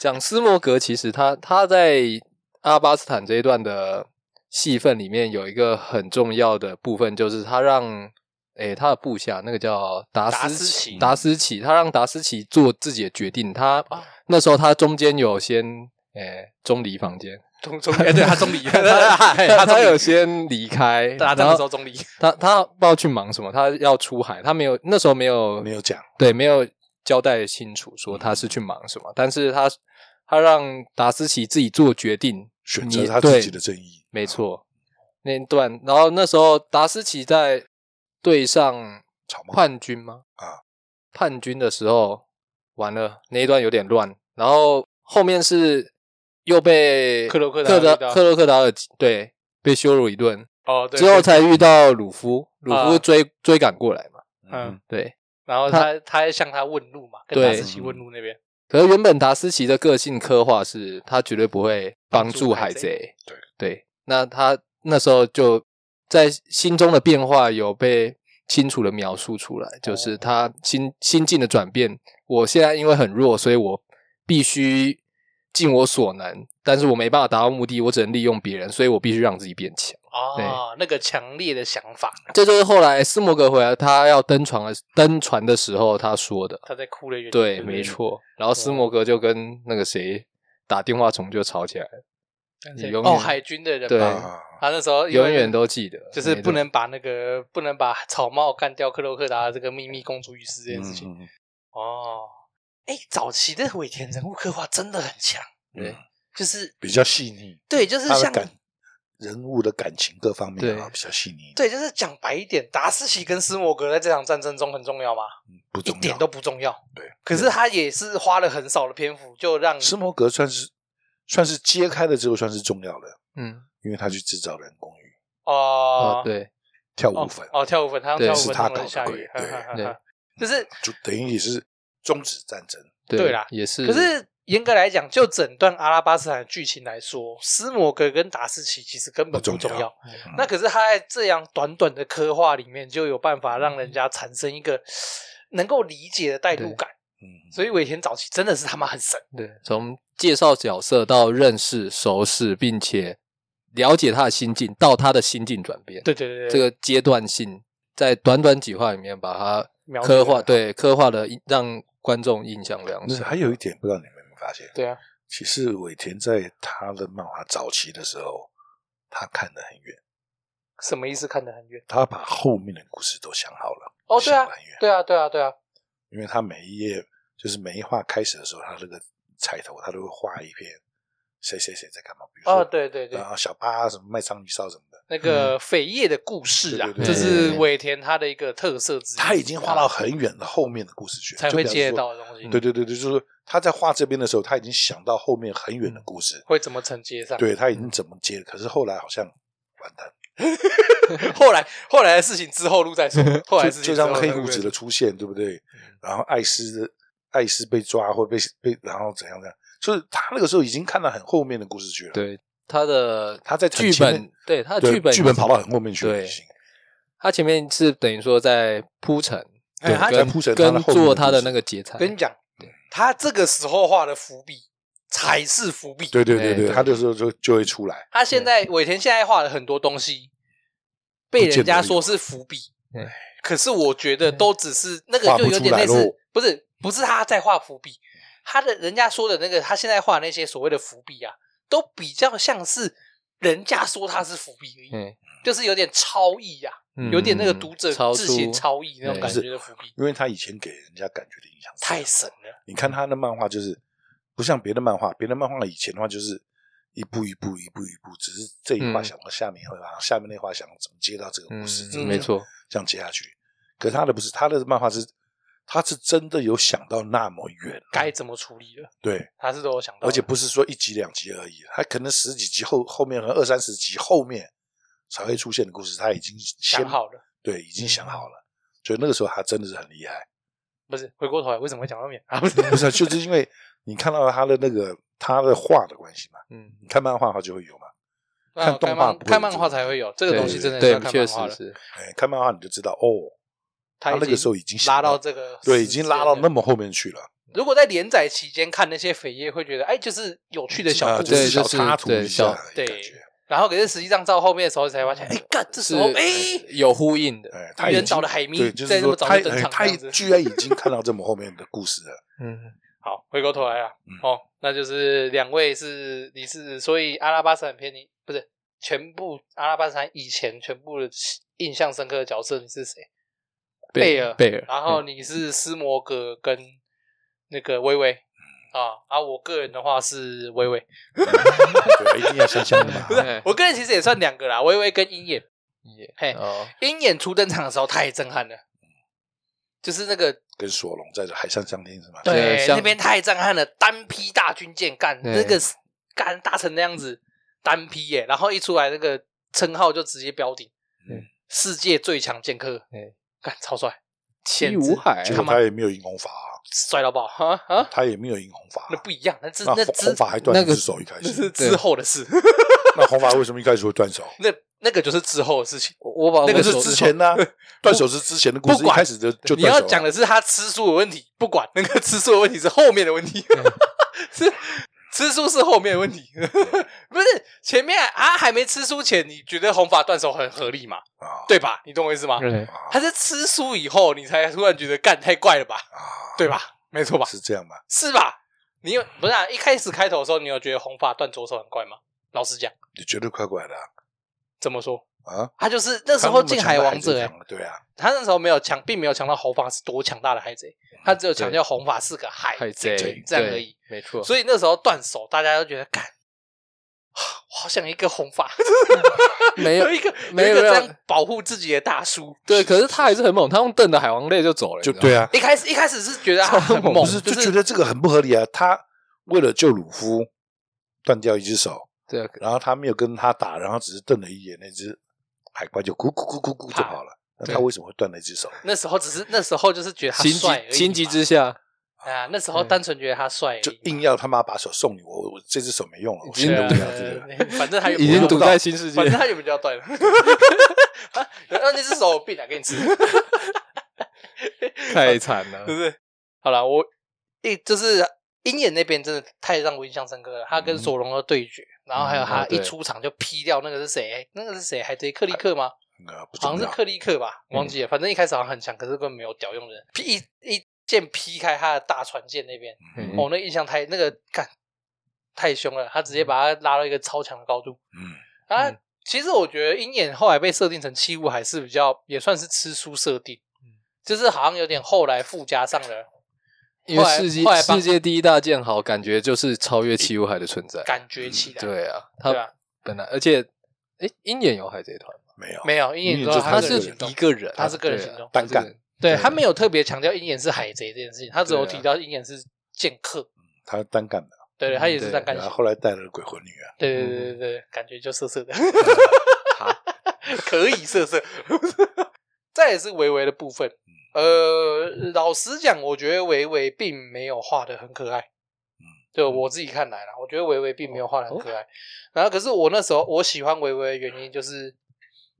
Speaker 3: 讲斯摩格，其实他他在阿拉巴斯坦这一段的戏份里面有一个很重要的部分，就是他让诶他的部下那个叫达
Speaker 1: 达
Speaker 3: 斯
Speaker 1: 斯
Speaker 3: 奇
Speaker 1: 奇
Speaker 3: 达斯奇，他让达斯奇做自己的决定。他
Speaker 1: 啊
Speaker 3: 那时候他中间有先诶中离房间，
Speaker 1: 中中，哎，对他中 离，
Speaker 3: 他
Speaker 1: 哎
Speaker 3: 他
Speaker 1: 中
Speaker 3: 他
Speaker 1: 离
Speaker 3: 有先离开，
Speaker 1: 大
Speaker 3: 然
Speaker 1: 战的
Speaker 3: 后
Speaker 1: 啊时候中离，
Speaker 3: 他他不知道去忙什么，他要出海，他没有那时候没有
Speaker 2: 没有讲，
Speaker 3: 对没有交代清楚说他是去忙什么，但是他他让达斯奇自己做决定，
Speaker 2: 选
Speaker 3: 你
Speaker 2: 择他
Speaker 3: 对
Speaker 2: 自己的正义。
Speaker 3: 没错那一段，然后那时候达斯奇在对上
Speaker 2: 草帽
Speaker 3: 叛军吗？
Speaker 2: 啊，
Speaker 3: 叛军的时候，完了那一段有点乱，然后后面是又被
Speaker 1: 克洛克达
Speaker 3: 克达
Speaker 1: 遇到
Speaker 3: 克洛克达尔对被羞辱一顿，
Speaker 1: 哦，对，
Speaker 3: 之后才遇到鲁夫，鲁
Speaker 1: 啊
Speaker 3: 夫追、追赶过来嘛。
Speaker 1: 嗯，
Speaker 3: 对，
Speaker 1: 然后他他还向他问路嘛，跟
Speaker 3: 对嗯
Speaker 1: 达斯奇问路那边，
Speaker 3: 可是原本达斯奇的个性刻画是他绝对不会帮助海贼。
Speaker 2: 帮助海
Speaker 3: 对，那他那时候就在心中的变化有被清楚的描述出来，就是他心心境的转变。我现在因为很弱，所以我必须尽我所能，但是我没办法达到目的，我只能利用别人，所以我必须让自己变强。
Speaker 1: 哦，那个强烈的想法，
Speaker 3: 这就是后来斯摩格回来，他要登船的登船的时候他说的。
Speaker 1: 他在哭的原因，
Speaker 3: 对，
Speaker 1: 不
Speaker 3: 没，错。然后斯
Speaker 1: 哦
Speaker 3: 摩格就跟那个谁打电话虫就吵起来了，
Speaker 1: 但
Speaker 3: 你
Speaker 1: 是
Speaker 3: 永远
Speaker 1: 哦，海军的人
Speaker 3: 对
Speaker 1: 吧，
Speaker 2: 啊，
Speaker 1: 他那时候因为
Speaker 3: 永远都记得，
Speaker 1: 就是
Speaker 3: 那
Speaker 1: 不
Speaker 3: 种
Speaker 1: 能把那个不能把草帽干掉克洛克达这个秘密公主浴室这件事情，
Speaker 2: 嗯，嗯
Speaker 1: 哦，哎，早期的尾田人物刻画真的很强，
Speaker 2: 对，
Speaker 1: 就是
Speaker 2: 比较细腻，
Speaker 1: 对，就是
Speaker 2: 他的
Speaker 1: 像
Speaker 2: 感人物的感情各方面啊
Speaker 3: 对
Speaker 2: 比较细腻，
Speaker 1: 对，就是讲白一点，达斯奇跟斯摩格在这场战争中很重要吗？
Speaker 2: 不
Speaker 1: 一
Speaker 2: 重
Speaker 1: 点
Speaker 2: 要
Speaker 1: 都。不重要。
Speaker 2: 对，
Speaker 1: 可是他也是花了很少的篇幅，就让
Speaker 2: 斯摩格算是算是揭开了之后算是重要的，
Speaker 3: 嗯
Speaker 2: 因为他去制造人工鱼
Speaker 1: 哦
Speaker 3: 哦，对
Speaker 2: 啊跳
Speaker 1: 哦
Speaker 2: 舞粉，
Speaker 1: 哦，跳舞粉，他用
Speaker 3: 对
Speaker 1: 跳舞
Speaker 3: 是
Speaker 1: 粉
Speaker 2: 他
Speaker 1: 弄人
Speaker 2: 搞的
Speaker 1: 下
Speaker 2: 鬼
Speaker 1: 雨，哈
Speaker 2: 对
Speaker 1: 哈哈
Speaker 3: 对
Speaker 1: 哈就是
Speaker 2: 就等于也是终止战争。
Speaker 1: 对啦
Speaker 3: 也是。
Speaker 1: 可是严格来讲，就整段阿拉巴斯坦的剧情来说，斯摩格跟达斯奇其实根本不
Speaker 2: 不重
Speaker 1: 重
Speaker 2: 要
Speaker 1: 要。
Speaker 2: 嗯
Speaker 1: 那可是他在这样短短的刻画里面，就有办法让
Speaker 2: 嗯
Speaker 1: 人家产生一个能够理解的代入感。
Speaker 2: 嗯，
Speaker 1: 所以尾田早期真的是他妈很神，
Speaker 3: 对，从介绍角色到认识、熟识，并且了解他的心境，到他的心境转变，
Speaker 1: 对对对对，
Speaker 3: 这个阶段性，在短短几话里面把它
Speaker 1: 描述
Speaker 3: 刻
Speaker 1: 得很
Speaker 3: 画，
Speaker 1: 好
Speaker 3: 对刻画的让观众印象良
Speaker 2: 那
Speaker 3: 深。
Speaker 2: 还有一点，不知道你们有没有发现，
Speaker 1: 对啊，
Speaker 2: 其实尾田在他的漫画早期的时候，他看得很远，
Speaker 1: 什么意思？看得很远。
Speaker 2: 他把后面的故事都想好了。
Speaker 1: 哦，对
Speaker 2: 想
Speaker 1: 啊
Speaker 2: 得，很远，
Speaker 1: 对啊，对啊，对啊，
Speaker 2: 因为他每一页就是每一画开始的时候，他这个彩头他都会画一篇谁谁谁在干嘛，比如说、
Speaker 1: 哦，对对对，
Speaker 2: 然后小巴啊什么卖章鱼烧什么的，
Speaker 1: 那个扉页的故事啊，
Speaker 2: 嗯对
Speaker 3: 对对
Speaker 1: 这
Speaker 3: 对对
Speaker 1: 是
Speaker 3: 对
Speaker 1: 尾田他的一个特色之一，啊
Speaker 2: 他已经画到很远的后面的故事去，
Speaker 1: 才
Speaker 2: 就
Speaker 1: 会
Speaker 2: 表示
Speaker 1: 接
Speaker 2: 说嗯
Speaker 1: 到的东西，
Speaker 2: 对对对对，就是他在画这边的时候，他已经想到后面很
Speaker 1: 嗯
Speaker 2: 远的故事，
Speaker 1: 会怎么承接上？
Speaker 2: 对他已经怎么接了，可是后来好像完蛋，
Speaker 1: 后来后来的事情之后路再 说，后来
Speaker 2: 就
Speaker 1: 的事情
Speaker 2: 就
Speaker 1: 之后
Speaker 2: 像
Speaker 1: 路再
Speaker 2: 黑
Speaker 1: 说
Speaker 2: 胡子的出现，对不对？
Speaker 1: 嗯
Speaker 2: 然后艾斯的艾斯被抓或被被，然后怎样怎样，就是他那个时候已经看到很后面的故事去了，
Speaker 3: 对他的
Speaker 2: 他在
Speaker 3: 剧
Speaker 2: 前面
Speaker 3: 本，对他的
Speaker 2: 对
Speaker 3: 剧本
Speaker 2: 剧本跑到很后面去了，
Speaker 3: 对
Speaker 2: 已经
Speaker 3: 他前面是等于说在铺陈，
Speaker 1: 哎
Speaker 3: 对
Speaker 1: 他
Speaker 3: 跟
Speaker 2: 在铺陈他的
Speaker 3: 跟
Speaker 2: 后面的
Speaker 3: 做他的
Speaker 2: 故事
Speaker 3: 那个节材，
Speaker 1: 跟你讲，他这个时候画的伏笔才是伏笔，
Speaker 2: 对对对
Speaker 3: 哎
Speaker 2: 对，
Speaker 3: 对
Speaker 2: 他这时候就就会出来，
Speaker 1: 他现在尾田现在画了很多东西，被人家说是伏笔
Speaker 3: 对，
Speaker 1: 可是我觉得都只是那个
Speaker 2: 哎画
Speaker 1: 就
Speaker 2: 不
Speaker 1: 有点
Speaker 2: 出来
Speaker 1: 类似
Speaker 2: 咯，
Speaker 1: 不是不是他在画伏笔，他的人家说的那个他现在画的那些所谓的伏笔啊，都比较像是人家说他是伏笔而已，
Speaker 3: 嗯
Speaker 1: 就是有点超意啊，
Speaker 3: 嗯
Speaker 1: 有点那个读者
Speaker 3: 超
Speaker 1: 自行
Speaker 3: 出
Speaker 1: 超意那种
Speaker 3: 对
Speaker 1: 感觉的伏笔，
Speaker 2: 因为他以前给人家感觉的印象是
Speaker 1: 太神了，
Speaker 2: 你看他的漫画就是不像别的漫画，别的漫画以前的话就是一步一步一步一步，只是这一画
Speaker 3: 嗯
Speaker 2: 想到下面一画，然后下面那画想怎么接到这个故事，
Speaker 1: 嗯
Speaker 3: 没错，
Speaker 2: 这样接下去。可是他的不是，他的漫画是，他是真的有想到那么远，啊
Speaker 1: 该怎么处理了，
Speaker 2: 对，
Speaker 1: 他是都有想到的，
Speaker 2: 而且不是说一集两集而已，他可能十几集后后面和二三十集后面才会出现的故事，他已经先
Speaker 1: 想，好了。
Speaker 2: 对，已经想好了。所以那个时候他真的是很厉害，
Speaker 1: 不是，回过头来为什么会讲到面啊？不是，
Speaker 2: 不是，就是因为你看到他的那个他的画的关系嘛，
Speaker 3: 嗯，
Speaker 2: 你看漫画的话就会有嘛。
Speaker 1: 啊
Speaker 2: 看动
Speaker 1: 看
Speaker 2: 画
Speaker 1: 漫
Speaker 2: 不会
Speaker 1: 看
Speaker 2: 有
Speaker 1: 漫
Speaker 2: 这
Speaker 1: 画
Speaker 2: 个
Speaker 1: 才会有这个
Speaker 3: 对
Speaker 1: 东西，真的是要
Speaker 3: 对，
Speaker 1: 看
Speaker 3: 确
Speaker 1: 漫画
Speaker 3: 实
Speaker 1: 了。
Speaker 3: 是，
Speaker 2: 哎，看漫画你就知道哦，
Speaker 1: 他
Speaker 2: 那个时候已经想
Speaker 1: 拉到
Speaker 2: 了
Speaker 1: 这个，
Speaker 2: 对，已经拉到那
Speaker 1: 么。
Speaker 2: 么后面去了，
Speaker 1: 如果在连载期间看那些扉页，会觉得哎，就是有趣的小
Speaker 2: 啊
Speaker 1: 故
Speaker 2: 就是
Speaker 1: 事。
Speaker 2: 小
Speaker 3: 就是
Speaker 2: 插图
Speaker 3: 对
Speaker 2: 一下
Speaker 3: 小，
Speaker 1: 对
Speaker 2: 感觉，
Speaker 1: 然后可是实际上到后面的时候才发现，哎，干，这时候哎，
Speaker 3: 有呼应的，
Speaker 2: 哎，他已
Speaker 1: 人
Speaker 2: 经
Speaker 1: 找的海咪
Speaker 2: 对，就
Speaker 1: 在
Speaker 2: 是
Speaker 1: 那么
Speaker 2: 说
Speaker 1: 早
Speaker 2: 他
Speaker 1: 就登
Speaker 2: 哎
Speaker 1: 场
Speaker 2: 他
Speaker 1: 这样子
Speaker 2: 居然已经看到这么后面的故 事了，
Speaker 3: 嗯，
Speaker 1: 好，回过头来啊，
Speaker 2: 嗯
Speaker 1: 哦，那就是两位是你是，所以阿拉巴斯坦篇你不是全部阿拉巴斯坦以前全部的印象深刻的角色你是谁？贝尔
Speaker 3: 贝尔，嗯
Speaker 1: 然后你是斯摩格跟那个薇
Speaker 3: 嗯
Speaker 1: 薇啊啊，我个人的话是薇薇，
Speaker 2: 对，一定要想想的 嘛
Speaker 1: 不。是
Speaker 3: 哎
Speaker 1: 我个人其实也算两个啦，薇薇跟鹰眼。
Speaker 3: 也
Speaker 1: 嘿
Speaker 3: 哦，
Speaker 1: 鹰眼初登场的时候太震撼了，就是那个
Speaker 2: 跟索隆在这海上相听是吗？
Speaker 3: 对
Speaker 1: 对
Speaker 3: 像
Speaker 1: 那边太震撼了，单批大军舰干
Speaker 3: 对
Speaker 1: 那个干打成那样子，单批耶、然后一出来那个称号就直接标顶，
Speaker 3: 嗯
Speaker 1: 世界最强剑客，
Speaker 3: 嗯
Speaker 1: 干超帅，
Speaker 3: 七
Speaker 1: 简
Speaker 3: 无
Speaker 1: 直
Speaker 3: 海啊
Speaker 2: 结
Speaker 1: 他
Speaker 2: 果
Speaker 1: 妈
Speaker 2: 他也没有赢红法啊，
Speaker 1: 帅到爆哈哈，
Speaker 2: 他也没有赢红法
Speaker 1: 那
Speaker 2: 啊，
Speaker 1: 不一样，那是
Speaker 2: 那
Speaker 1: 那
Speaker 2: 红
Speaker 1: 之
Speaker 2: 红法还断
Speaker 3: 那
Speaker 2: 一
Speaker 3: 个
Speaker 2: 只手一开
Speaker 1: 那是
Speaker 2: 始，
Speaker 1: 之后的事，
Speaker 2: 那红法为什么一开始会断手？
Speaker 1: 那那个就是之后的事情。
Speaker 3: 我把我
Speaker 1: 那
Speaker 2: 那
Speaker 1: 个
Speaker 2: 个
Speaker 3: 的
Speaker 2: 是
Speaker 3: 手
Speaker 2: 之
Speaker 3: 指
Speaker 2: 前呢，断手是之前的故
Speaker 1: 不
Speaker 2: 事，一
Speaker 1: 管
Speaker 2: 开始就就
Speaker 1: 你要
Speaker 2: 断手
Speaker 1: 讲
Speaker 2: 了。
Speaker 1: 的是他吃素的问题，不管那个吃素的问题是后面的问题， 是吃素是后面的问题， 不是前面啊还没吃素前，你觉得红发断手很合理嘛？
Speaker 2: 啊
Speaker 1: 对吧？你懂我意思吗
Speaker 3: 头，？对
Speaker 1: 他是吃素以后，你才突然觉得干太怪了吧？
Speaker 2: 啊，
Speaker 1: 对吧？没错吧？
Speaker 2: 是这样吧？
Speaker 1: 是吧？你有不是啊？一开始开头的时候，你有觉得红发断左手很怪吗？老实讲，
Speaker 2: 你绝对快拐的啊
Speaker 1: 怎么说？
Speaker 2: 啊！
Speaker 1: 他就是那时候进海王者、欸，
Speaker 2: 哎，对啊，
Speaker 1: 他那时候没有强，并没有强调红发是多强大的海贼，他只有强调红发是个海
Speaker 3: 嗯海贼
Speaker 1: 这样
Speaker 3: 对
Speaker 1: 而已。
Speaker 3: 没错，
Speaker 1: 所以那时候断手，大家都觉得干，我好想一个红发，
Speaker 3: 没有
Speaker 1: 有一个
Speaker 3: 没
Speaker 1: 有一
Speaker 3: 有
Speaker 1: 个这
Speaker 3: 没有
Speaker 1: 样保护自己的大叔。
Speaker 3: 对，可是他还是很猛，他用瞪的海王泪就走了，
Speaker 2: 就对
Speaker 3: 啊，
Speaker 2: 啊，
Speaker 1: 一开始一开始是觉得 他很猛，
Speaker 2: 不是
Speaker 1: 就
Speaker 2: 就觉得这个很不合理啊。他为了救鲁夫，断掉一只手，
Speaker 3: 对啊，
Speaker 2: 然后他没有跟他打，然后只是瞪了一眼那只海怪，就咕咕咕咕咕就跑了。那
Speaker 3: 对
Speaker 2: 他为什么会断了一只手？
Speaker 1: 那时候只是那时候就是觉得他
Speaker 3: 情
Speaker 1: 帅而已
Speaker 3: 急
Speaker 1: 嘛，
Speaker 3: 情急之下，
Speaker 1: 啊，那时候
Speaker 3: 嗯
Speaker 1: 单纯觉得他帅而已嘛，
Speaker 2: 就硬要他妈把手送你，我我这只手没用了，我
Speaker 3: 已经
Speaker 2: 现
Speaker 1: 哎对
Speaker 2: 在
Speaker 1: 啊
Speaker 2: 不了这个。
Speaker 1: 反正他有
Speaker 3: 已经
Speaker 1: 读
Speaker 3: 堵在新世界
Speaker 1: 反，正他原本就要 断了。啊，那只手有病啊，给你吃，
Speaker 3: 太惨 了
Speaker 1: 对。不对？好了，我一就是鹰眼那边真的太让我印象深刻了，他跟索隆的对决，然后还有他
Speaker 3: 嗯哦对
Speaker 1: 一出场就劈掉那个是谁？那个是谁？海贼克利克吗？
Speaker 2: 啊，不
Speaker 1: 好像
Speaker 2: 重
Speaker 1: 是
Speaker 2: 要。
Speaker 1: 克利克吧，
Speaker 3: 嗯
Speaker 1: 忘记了。反正一开始好像很强，可是根本没有屌用的人，劈一一剑劈开他的大船舰那边，
Speaker 3: 嗯
Speaker 1: 哦，那印象太那个干太凶了，他直接把他拉到一个超强的高度。
Speaker 2: 嗯，
Speaker 1: 啊，
Speaker 3: 嗯
Speaker 1: 其实我觉得鹰眼后来被设定成器物还是比较也算是吃书设定，
Speaker 3: 嗯
Speaker 1: 就是好像有点后来附加上了
Speaker 3: 因为
Speaker 1: 后来
Speaker 3: 世界
Speaker 1: 后来帮
Speaker 3: 世界第一大剑豪，感觉就是超越七武海的存在。
Speaker 1: 感觉起来。
Speaker 3: 对啊，
Speaker 1: 对啊
Speaker 3: 他本来而且，哎，鹰眼有海贼团吗，
Speaker 2: 没有，
Speaker 1: 没有鹰眼
Speaker 2: 鹰眼
Speaker 1: 之后，
Speaker 2: 就是
Speaker 1: 他
Speaker 3: 他
Speaker 1: 个
Speaker 3: 是
Speaker 1: 人行动
Speaker 3: 一个人啊，
Speaker 1: 他是个人
Speaker 3: 对啊
Speaker 1: 行动
Speaker 2: 单干，
Speaker 1: 对
Speaker 3: 对
Speaker 1: 他没有特别强调鹰眼是海贼这件事情，他只有
Speaker 3: 对啊
Speaker 1: 提到鹰眼是剑客，
Speaker 2: 他是单干的，
Speaker 1: 对对，他也是
Speaker 3: 嗯对
Speaker 1: 在干
Speaker 2: 然
Speaker 1: 什
Speaker 2: 后
Speaker 1: 么？
Speaker 2: 后来带了鬼魂女啊，
Speaker 1: 对对对对对，感觉就色色的， 可以色色。再也是维维的部分，呃，老实讲，我觉得维维并没有画的很可爱。对我自己看来啦，我觉得维维并没有画的很可爱。然后，可是我那时候我喜欢维维的原因，就是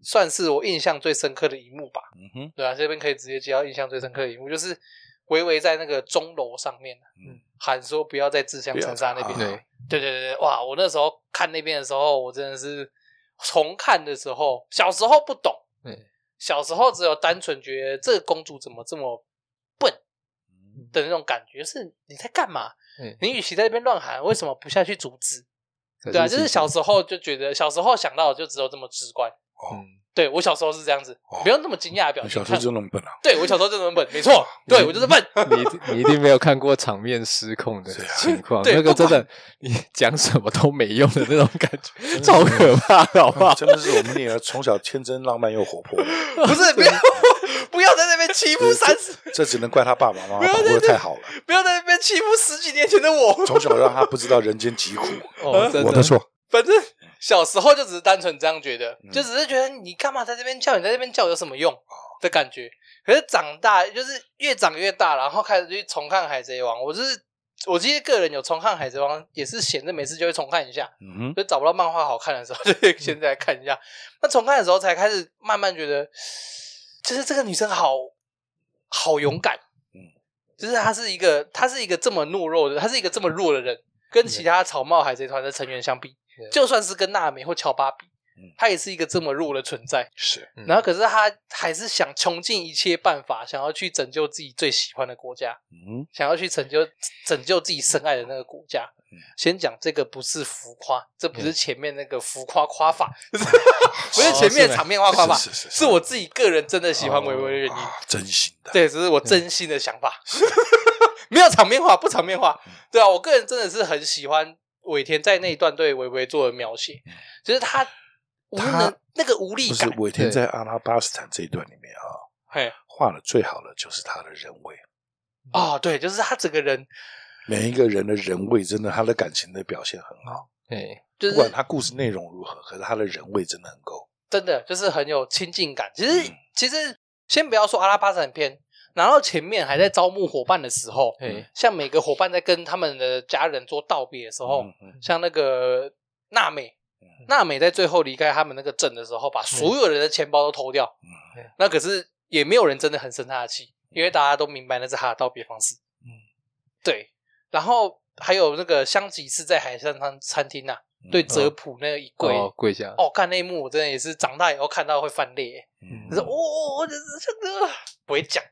Speaker 1: 算是我印象最深刻的一幕吧。
Speaker 2: 嗯哼，
Speaker 1: 对啊，这边可以直接接到印象最深刻的一幕，就是维维在那个钟楼上面，
Speaker 2: 嗯
Speaker 1: 喊说不要在自相
Speaker 2: 不要
Speaker 1: 残杀那边。
Speaker 2: 啊
Speaker 1: 对对
Speaker 3: 对，
Speaker 1: 对对，哇！我那时候看那边的时候，我真的是重看的时候，小时候不懂，
Speaker 3: 对，
Speaker 1: 小时候只有单纯觉得这个公主怎么这么笨的那种感觉，是你在干嘛？
Speaker 3: 对
Speaker 1: 你与其在那边乱喊，为什么不下去阻止？对啊，就是小
Speaker 3: 时
Speaker 1: 时候就觉得，小时候想到的就只有这么直观。
Speaker 2: 候
Speaker 3: 嗯，
Speaker 1: 对我小时候是这样子，
Speaker 2: 哦
Speaker 1: 不用那么惊讶的表
Speaker 2: 你
Speaker 1: 情。
Speaker 2: 小时候
Speaker 1: 看
Speaker 2: 就那么 笨啊，
Speaker 1: 对我小时候就是这么笨，没错，对我就是笨。
Speaker 3: 你一定你一定没有看过场面失控的
Speaker 2: 对啊
Speaker 3: 情 况，
Speaker 1: 对
Speaker 3: 那个
Speaker 1: 不
Speaker 3: 真
Speaker 1: 管
Speaker 3: 的你 讲什么都没用的那种感觉，超可怕的，好不 好？
Speaker 2: 真的是我们女儿从小天真浪漫又活泼的，
Speaker 1: 不是，不要不要在那边欺负三十，
Speaker 2: 这只能怪他爸爸妈妈保护的太好了，
Speaker 1: 不要在那边欺负十几年前的我。
Speaker 2: 从小让他不知道人 间疾苦，
Speaker 3: 哦，真
Speaker 2: 我的错，
Speaker 1: 反正小时候就只是单纯这样觉得，就只是觉得你干嘛在这边叫，你在这边叫有什么用的感觉。可是长大就是越长越大，然后开始去重看《海贼王》，我就是我其实个人有重看《海贼王》，也是闲着没事就会重看一下，
Speaker 2: 嗯哼，
Speaker 1: 就找不到漫画好看的时候，就 会先来看一下。那重看的时候才开始慢慢觉得，就是这个女生好好勇敢，嗯
Speaker 2: 嗯，
Speaker 1: 就是她是一个她是一个这么懦弱的，她是一个这么弱的人，跟其他草帽海贼团的成员相比，
Speaker 3: 对
Speaker 1: 就算是跟娜美或乔巴比
Speaker 2: 嗯，
Speaker 1: 她也是一个这么弱的存在。
Speaker 2: 是，
Speaker 3: 嗯
Speaker 1: 然后可是她还是想穷尽一切办法，想要去拯救自己最喜欢的国家。
Speaker 2: 嗯
Speaker 1: 想要去拯 救拯救自己深爱的那个国家
Speaker 2: 嗯。
Speaker 1: 先讲这个不是浮夸，这不是前面那个浮夸夸法，不是
Speaker 3: 哦
Speaker 1: 前面
Speaker 3: 是吗
Speaker 1: 场面化夸法，
Speaker 2: 哦是是是是
Speaker 1: 是我自己个人真的喜欢维维的原因。
Speaker 2: 啊，真心的，
Speaker 1: 对，这是我真心的想法， 没有场面化，不场面化。
Speaker 2: 嗯
Speaker 1: 对啊，我个人真的是很喜欢尾田在那一段对维维做的描写，就是他无能
Speaker 2: 嗯他
Speaker 1: 那个无力
Speaker 2: 不是
Speaker 1: 感，
Speaker 2: 尾田
Speaker 3: 对
Speaker 2: 在阿拉巴斯坦这一段里面啊，
Speaker 1: 嘿
Speaker 2: 画的最好的就是他的人味，
Speaker 1: 啊、对，就是他整个人
Speaker 2: 每一个人的人味真的，他的感情的表现很好。
Speaker 3: 哎，
Speaker 1: 就
Speaker 2: 不管
Speaker 1: 是
Speaker 2: 他故事内容如何，可是他的人味真的很够。
Speaker 1: 真的就是很有亲近感。其
Speaker 2: 嗯
Speaker 1: 实其实先不要说阿拉巴斯坦片，然后前面还在招募伙伴的时候，
Speaker 3: 嘿
Speaker 1: 像每个伙伴在跟他们的家人做道别的时候，
Speaker 2: 嗯嗯
Speaker 1: 像那个娜美，娜美在最后离开他们那个镇的时候，
Speaker 2: 嗯
Speaker 1: 把所有人的钱包都偷掉。
Speaker 3: 嗯
Speaker 1: 那可是也没有人真的很生他的气，因为大家都明白那是他的道别方式。
Speaker 2: 嗯，
Speaker 1: 对。然后还有那个香吉士在海上餐餐厅呐、啊，
Speaker 2: 嗯
Speaker 1: 对泽普那个一跪。
Speaker 3: 哦跪下，
Speaker 1: 哦，看那一幕，我真的也是长大以后看到会翻裂。
Speaker 2: 嗯
Speaker 1: 可是，哦，我就是这个不会讲，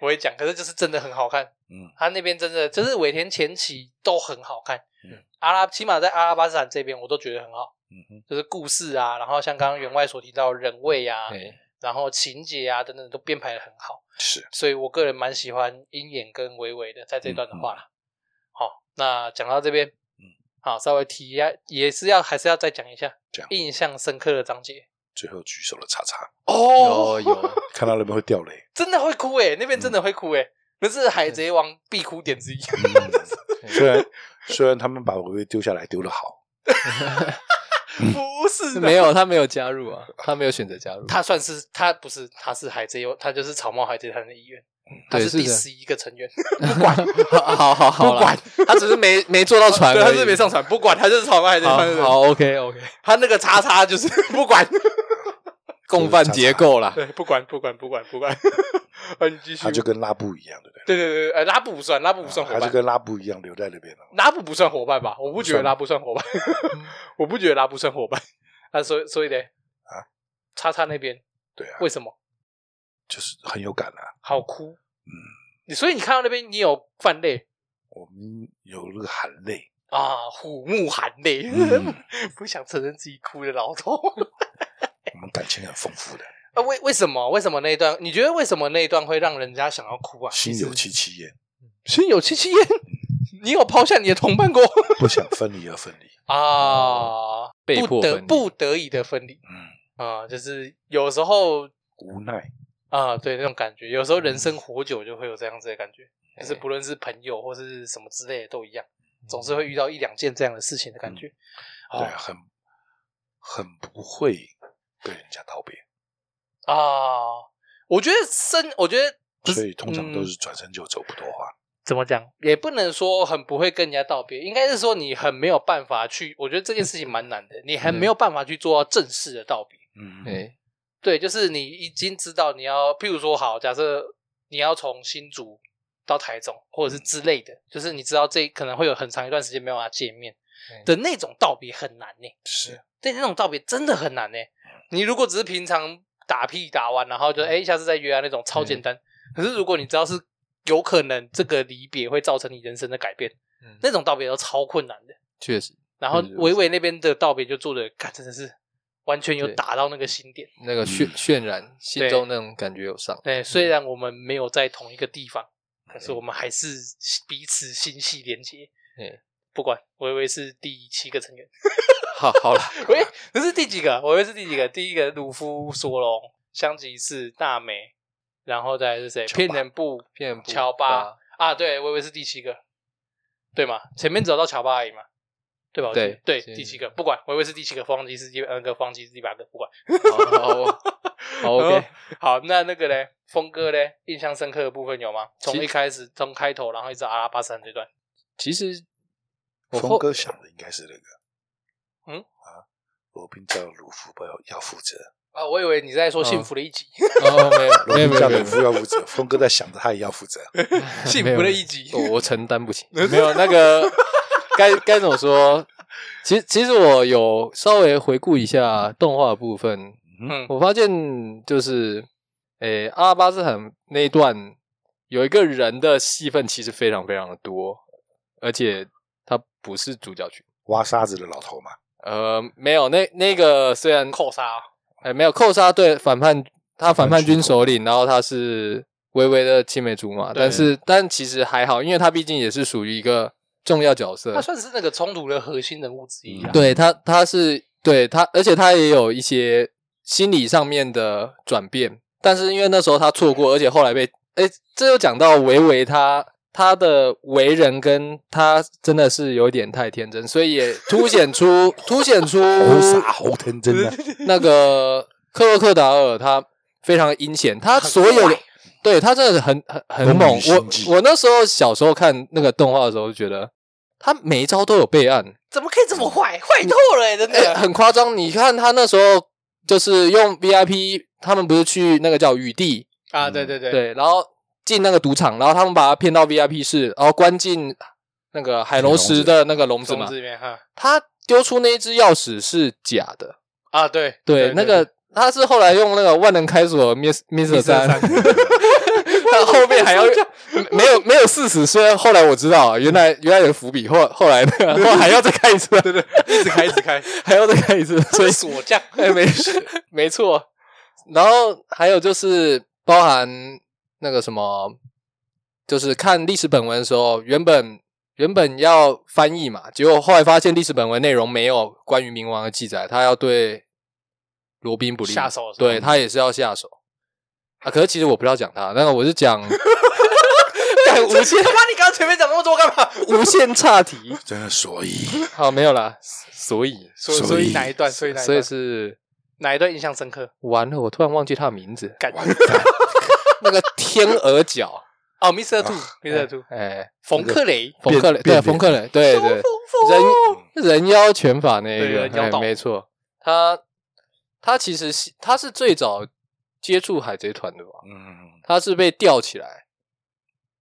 Speaker 1: 不会讲，可是就是真的很好看。
Speaker 2: 嗯
Speaker 1: 他那边真的就是尾田前期都很好看，
Speaker 2: 嗯
Speaker 1: 阿拉起码在阿拉巴斯坦这边我都觉得很好，
Speaker 2: 嗯哼
Speaker 1: 就是故事啊，然后像刚刚员外所提到的人味啊，
Speaker 3: 哎，
Speaker 1: 然后情节啊等等都编排的很好，
Speaker 2: 是
Speaker 1: 所以我个人蛮喜欢鹰眼跟维维的在这段的话啦。好、那讲到这边，
Speaker 2: 嗯
Speaker 1: 好，稍微提一下，也是要还是要再讲一下
Speaker 2: 这样
Speaker 1: 印象深刻的章节
Speaker 2: 最后举手了叉叉，
Speaker 3: 有有，
Speaker 2: 看到那边会掉泪。
Speaker 1: 哦真的会哭诶、那边真的会哭诶、那是海贼王必哭点之一。
Speaker 2: 嗯虽然虽然他们把维维丢下来丢的好，
Speaker 1: 不是的，
Speaker 3: 没有他没有加入啊，他没有选择加入，
Speaker 1: 他算是他不是，他是海贼王，他就是草帽海贼团的一员，他
Speaker 3: 对
Speaker 1: 是第
Speaker 3: 是的
Speaker 1: 十一个成员，
Speaker 3: 不管，好好好
Speaker 1: 不
Speaker 3: 啦
Speaker 1: 管，
Speaker 3: 他只是没没坐到船而
Speaker 1: 对，
Speaker 3: 已，
Speaker 1: 他是没上船，不管他就是草帽海贼
Speaker 3: 好
Speaker 1: 团的人，
Speaker 3: 好 OK OK，
Speaker 1: 他那个叉叉就是 不管，
Speaker 3: 共犯结构啦，
Speaker 1: 对，不管不管不管不 管，啊，你继续
Speaker 2: 他，就跟拉布一样，对不对？
Speaker 1: 对对对，对呃，拉布不算，拉布不算伙
Speaker 2: 他就
Speaker 1: 伴，
Speaker 2: 跟拉布一样留在那边了。
Speaker 1: 拉布不算伙伴吧？我不觉得拉布算伙伴，我不觉得拉布算伙伴，啊，所以所以嘞，
Speaker 2: 啊，
Speaker 1: 叉叉那边
Speaker 2: 对啊，
Speaker 1: 为什么
Speaker 2: 就是很有感啊。
Speaker 1: 好哭？
Speaker 2: 嗯，
Speaker 1: 你所以你看到那边你有泛泪
Speaker 2: 我们有那个含泪，
Speaker 1: 啊，虎目含泪。
Speaker 2: 嗯
Speaker 1: 不想承认自己哭的老头。
Speaker 2: 我们感情很丰富的，
Speaker 1: 啊，为为什么？为什么那一段？你觉得为什么那一段会让人家想要哭啊？
Speaker 2: 心有戚戚焉，
Speaker 1: 心有戚戚焉。 你有抛下你的同伴过
Speaker 2: 不想分离而分离。
Speaker 1: 啊？
Speaker 3: 被
Speaker 1: 不
Speaker 3: 迫
Speaker 1: 得
Speaker 3: 分离
Speaker 1: 不得已的分离
Speaker 2: 嗯，
Speaker 1: 啊，就是有时候
Speaker 2: 无奈。
Speaker 1: 啊，对那种感觉，有时候人生活久就会有这样子的感觉，就是不论是朋友或是什么之类的都一样，总是会遇到一两件这样的事情的感觉。
Speaker 2: 对啊，很很不会跟人家道别，
Speaker 1: 哦啊，我觉得生，我觉得不是
Speaker 2: 所以通常
Speaker 1: 嗯
Speaker 2: 都是转身就走，不多话。
Speaker 1: 怎么讲，也不能说很不会跟人家道别，应该是说你很没有办法去，我觉得这件事情蛮难的，你很没有办法去做到正式的道别。
Speaker 2: 嗯，
Speaker 3: 哎，
Speaker 1: 对，就是你已经知道你要，譬如说好，假设你要从新竹到台中，或者是之类的，就是你知道这可能会有很长一段时间没有办法见面的那种道别很难呢、
Speaker 2: 是
Speaker 1: 对，那种道别真的很难呢、你如果只是平常打屁打完，然后
Speaker 3: 嗯
Speaker 1: 就哎、诶下次再约啊那种，超简单。可是如果你知道是有可能这个离别会造成你人生的改变，
Speaker 3: 嗯
Speaker 1: 那种道别都超困难的。
Speaker 3: 确实
Speaker 1: 然后
Speaker 2: 是是
Speaker 1: 维维那边的道别就做的，看真的是完全有
Speaker 3: 对
Speaker 1: 打到那个心点。
Speaker 3: 那个渲渲染心中那种感觉有上，
Speaker 1: 对，虽然我们没有在同一个地方，可
Speaker 3: 嗯
Speaker 1: 是我们还是彼此心系连结。
Speaker 3: 对，
Speaker 1: 不管维维是第七个成员，
Speaker 3: 好好了，
Speaker 1: 喂，这是第几个？我以为是第几个？第一个鲁夫、索隆、香吉士、大美，然后再来是谁？
Speaker 2: 乔巴
Speaker 1: 骗人部
Speaker 3: 骗不
Speaker 1: 乔巴
Speaker 3: 巴
Speaker 1: 啊，对，我以为是第七个，对嘛？前面只有到乔巴而已嘛，对吧？我记得对，
Speaker 3: 对是
Speaker 1: 第七个，不管，我以为是第七个，方吉是第那个方吉是第八个，不管。
Speaker 3: 好好好 OK，
Speaker 1: 好，那那个嘞，峰哥嘞，印象深刻的部分有吗？从
Speaker 3: 其
Speaker 1: 一开始，从开头，然后一直到阿拉巴斯坦这段，
Speaker 3: 其实我
Speaker 2: 峰
Speaker 3: 后
Speaker 2: 哥想的应该是那个，
Speaker 1: 嗯
Speaker 2: 啊，罗宾叫鲁夫要要负责，
Speaker 1: 啊，我以为你在说幸福的一集，
Speaker 3: 哦
Speaker 2: 罗
Speaker 3: 没有
Speaker 2: 宾
Speaker 3: 没
Speaker 2: 叫鲁
Speaker 3: 有没有没
Speaker 2: 夫
Speaker 3: 有，
Speaker 2: 要负责，峰哥在想着他也要负责。
Speaker 1: 幸
Speaker 3: 没有
Speaker 1: 福的一 集，
Speaker 3: 哦我我承担不起，没有那个该该怎么说？其实其实我有稍微回顾一下动画部分，
Speaker 1: 嗯
Speaker 3: 我发现就是，诶、阿拉巴斯坦那一段有一个人的戏份其实非常非常的多，而且他不是主角群。
Speaker 2: 挖沙子的老 头嘛，
Speaker 3: 呃，没有，那那个虽然
Speaker 1: 扣杀哦，
Speaker 3: 哎、没有扣杀对反叛，他
Speaker 2: 反叛
Speaker 3: 反叛军
Speaker 2: 军
Speaker 3: 首领，然后他是微微的青梅竹马，
Speaker 1: 对
Speaker 3: 但是但其实还好，因为他毕竟也是属于一个重要角色
Speaker 1: 他，算是那个冲突的核心人物之一啊。
Speaker 3: 对他他是对他，而且他也有一些心理上面的转变，但是因为那时候他错过，而且后来被哎，这又讲到维维他他的为人跟他真的是有点太天真，所以也凸显出凸显出
Speaker 2: 好傻好天真啊！
Speaker 3: 那个克洛克达尔他非常阴险，他所有的对他真的是很很很
Speaker 2: 很
Speaker 3: 猛
Speaker 2: 迷。心计
Speaker 3: 我我那时候小时候看那个动画的时候，就觉得他每一招都有备案，
Speaker 1: 怎么可以这么坏？坏透了、欸，真
Speaker 3: 哎、
Speaker 1: 的。
Speaker 3: 很夸张。你看他那时候就是用 VIP，他们不是去那个叫雨地
Speaker 1: 啊，对对对，
Speaker 3: 对，然后进那个赌场，然后他们把他骗到 VIP 室，然后关进那个海龙石的那个笼子
Speaker 1: 种
Speaker 3: 嘛
Speaker 1: 子。里面哈
Speaker 3: 他丢出那一只钥匙是假的，
Speaker 1: 啊，对
Speaker 3: 对，那个他是后来用那个万能开锁 Miss Miss 三，他 后面 还要没没有没有事实，虽然后来我知道啊，原来原来有伏笔，后后来那个 后来还要再开一次，对对，
Speaker 1: 一直开一直 开，
Speaker 3: 还要再开一次，所以
Speaker 1: 锁匠
Speaker 3: 哎，没事，没 错。 然后还有就是包含那个什么，就是看历史本文的时候，原本原本要翻译嘛，结果后来发现历史本文内容没有关于冥王的记载，他要对罗宾不利
Speaker 1: 下手是吧
Speaker 3: 对 他也是要下手啊。可是其实我不要讲他，那个我 是讲干无限
Speaker 1: 他妈，你刚刚前面讲那么多干嘛？
Speaker 3: 无限岔题。
Speaker 2: 真的，所 以
Speaker 3: 好，没有啦， 所以
Speaker 1: 所以
Speaker 2: 所以
Speaker 1: 所以哪一段？所以哪一
Speaker 3: 所以
Speaker 1: 段？
Speaker 3: 是
Speaker 1: 哪一段印象深刻？
Speaker 3: 完了，我突然忘记他的名字。
Speaker 1: 感
Speaker 2: 完蛋，
Speaker 3: 那个天鹅角，
Speaker 1: 哦，Mr. Two，Mr. Two，
Speaker 3: 哎，
Speaker 1: 冯克雷，
Speaker 3: 冯克雷，
Speaker 2: 变
Speaker 3: 对，
Speaker 2: 变
Speaker 3: 冯克雷，对对，人人妖拳法那一
Speaker 1: 对
Speaker 3: 个，
Speaker 1: 人妖
Speaker 3: 哎
Speaker 1: 道
Speaker 3: 没错，他他其实是他是最早接触海贼团的吧？
Speaker 2: 嗯，
Speaker 3: 他是被吊起来，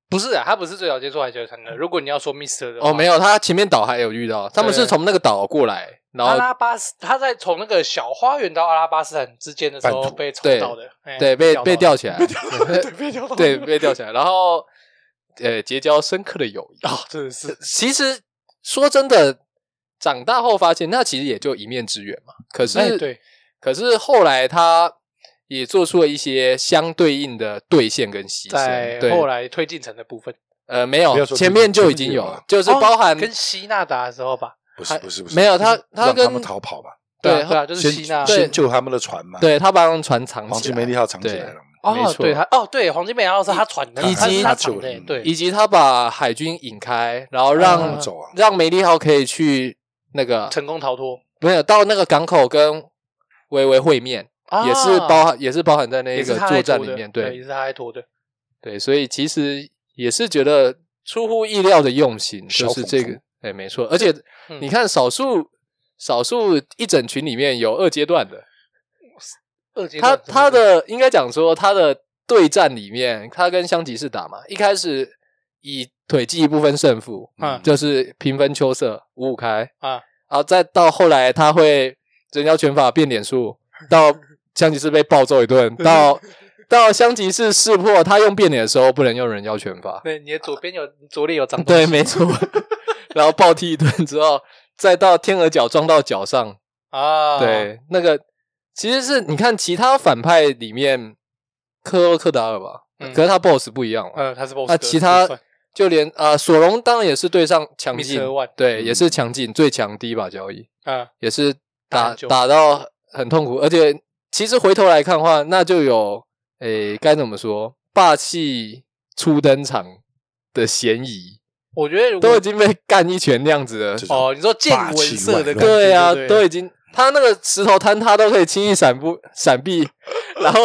Speaker 1: 不是啊，他不是最早接触海贼团的。如果你要说 Mr. 的话
Speaker 3: 哦，没有，他前面岛还有遇到，他们是
Speaker 1: 对
Speaker 3: 从那个岛过来，然
Speaker 1: 阿
Speaker 3: 后
Speaker 1: 拉巴斯，他在从那个小花园到阿拉巴斯坦之间的时候
Speaker 2: 半途
Speaker 1: 被冲到的，哎
Speaker 3: 对被被
Speaker 1: 到
Speaker 3: 吊
Speaker 1: 的
Speaker 3: 起来，
Speaker 1: 对被吊到的，
Speaker 3: 对被吊起来，然后呃结交深刻的友谊。
Speaker 1: 啊，真的是
Speaker 3: 其实说真的，长大后发现那其实也就一面之缘嘛。可是、
Speaker 1: 哎对，
Speaker 3: 可是后来他也做出了一些相对应的兑现跟牺
Speaker 1: 在
Speaker 3: 牲。对，
Speaker 1: 后来推进城的部分，
Speaker 3: 呃没
Speaker 2: 不
Speaker 3: 有，
Speaker 2: 要说
Speaker 3: 前面就已
Speaker 2: 推
Speaker 3: 经
Speaker 2: 进
Speaker 3: 有
Speaker 2: 了，
Speaker 3: 就是包含、
Speaker 1: 哦跟希纳达的时候吧，
Speaker 2: 不是不是不是，
Speaker 3: 没有他
Speaker 2: 就是
Speaker 3: 他
Speaker 2: 让
Speaker 3: 跟
Speaker 2: 他们逃跑吧，
Speaker 1: 对
Speaker 3: 对
Speaker 1: 啊对啊，就是
Speaker 2: 先
Speaker 1: 希纳
Speaker 2: 先
Speaker 3: 对
Speaker 2: 救他们的船嘛，，
Speaker 3: 对他把船藏
Speaker 2: 黄
Speaker 3: 起
Speaker 2: 金
Speaker 3: 来，
Speaker 2: 梅利号藏起来了嘛，
Speaker 3: 没
Speaker 1: 哦，
Speaker 3: 错
Speaker 1: 对，他哦，对，黄金美亚是他传的，
Speaker 3: 以
Speaker 1: 他
Speaker 3: 及
Speaker 1: 是他传
Speaker 2: 他
Speaker 1: 的
Speaker 2: 救，
Speaker 1: 对，
Speaker 3: 以及他把海军引开，然后
Speaker 1: 哎
Speaker 2: 他
Speaker 3: 让、
Speaker 2: 们走啊，
Speaker 3: 让梅利号可以去那个
Speaker 1: 成功逃脱，
Speaker 3: 没有到那个港口跟维维会面，
Speaker 1: 啊
Speaker 3: 也是包含也是包含在那
Speaker 1: 也
Speaker 3: 个
Speaker 1: 是他
Speaker 3: 作
Speaker 1: 在
Speaker 3: 战
Speaker 1: 拖
Speaker 3: 里
Speaker 1: 的
Speaker 3: 面，
Speaker 1: 对，
Speaker 3: 对
Speaker 1: 也是他在拖的，
Speaker 3: 对，所以其实也是觉得出乎意料的用心，
Speaker 2: 小
Speaker 3: 就是
Speaker 2: 讽
Speaker 3: 这
Speaker 2: 刺
Speaker 3: 个，对，没错。而且
Speaker 1: 嗯
Speaker 3: 你看，少数少数一整群里面有二阶段的，
Speaker 1: 二阶
Speaker 3: 他
Speaker 1: 段
Speaker 3: 他的应该讲说他的对战里面，他跟香吉士打嘛，一开始以腿技不分胜负，
Speaker 1: 嗯
Speaker 3: 就是平分秋色，五五开
Speaker 1: 啊，
Speaker 3: 然后再到后来他会人妖拳法变脸术，到香吉士被暴揍一顿，到到香吉士识破他用变脸的时候不能用人妖拳法，
Speaker 1: 对，你的左边有，你左脸有长东
Speaker 3: 对，
Speaker 1: 西
Speaker 3: 没 错，然后暴踢一顿之后，再到天鹅脚撞到脚上，
Speaker 1: 啊，，
Speaker 3: 对，那个其实是你看其他反派里面，克洛克达尔吧，
Speaker 1: 嗯
Speaker 3: 可是他 BOSS 不一样嘛，
Speaker 1: 嗯，他是 boss，
Speaker 3: 那
Speaker 1: 的
Speaker 3: 其他
Speaker 1: 不算
Speaker 3: 就连啊、呃索隆当然也是对上强劲
Speaker 1: Mr. One，
Speaker 3: 对，也
Speaker 2: 嗯
Speaker 3: 是强劲最强第一把交易，
Speaker 1: 嗯，
Speaker 3: 也是
Speaker 1: 打
Speaker 3: 打
Speaker 1: 很久
Speaker 3: 打到很痛苦，而且其实回头来看的话，那就有诶该怎么说，霸气初登场的嫌疑，
Speaker 1: 我觉得如
Speaker 3: 都
Speaker 1: 果
Speaker 3: 已经被干一拳那样子了
Speaker 2: 这，种
Speaker 1: 哦，你说见
Speaker 2: 霸
Speaker 1: 闻
Speaker 2: 气
Speaker 1: 色
Speaker 2: 外
Speaker 1: 的
Speaker 2: 露
Speaker 1: 感觉，
Speaker 3: 对啊，
Speaker 1: 不
Speaker 3: 都已经他那个石头摊他都可以轻易闪不 闪避，然后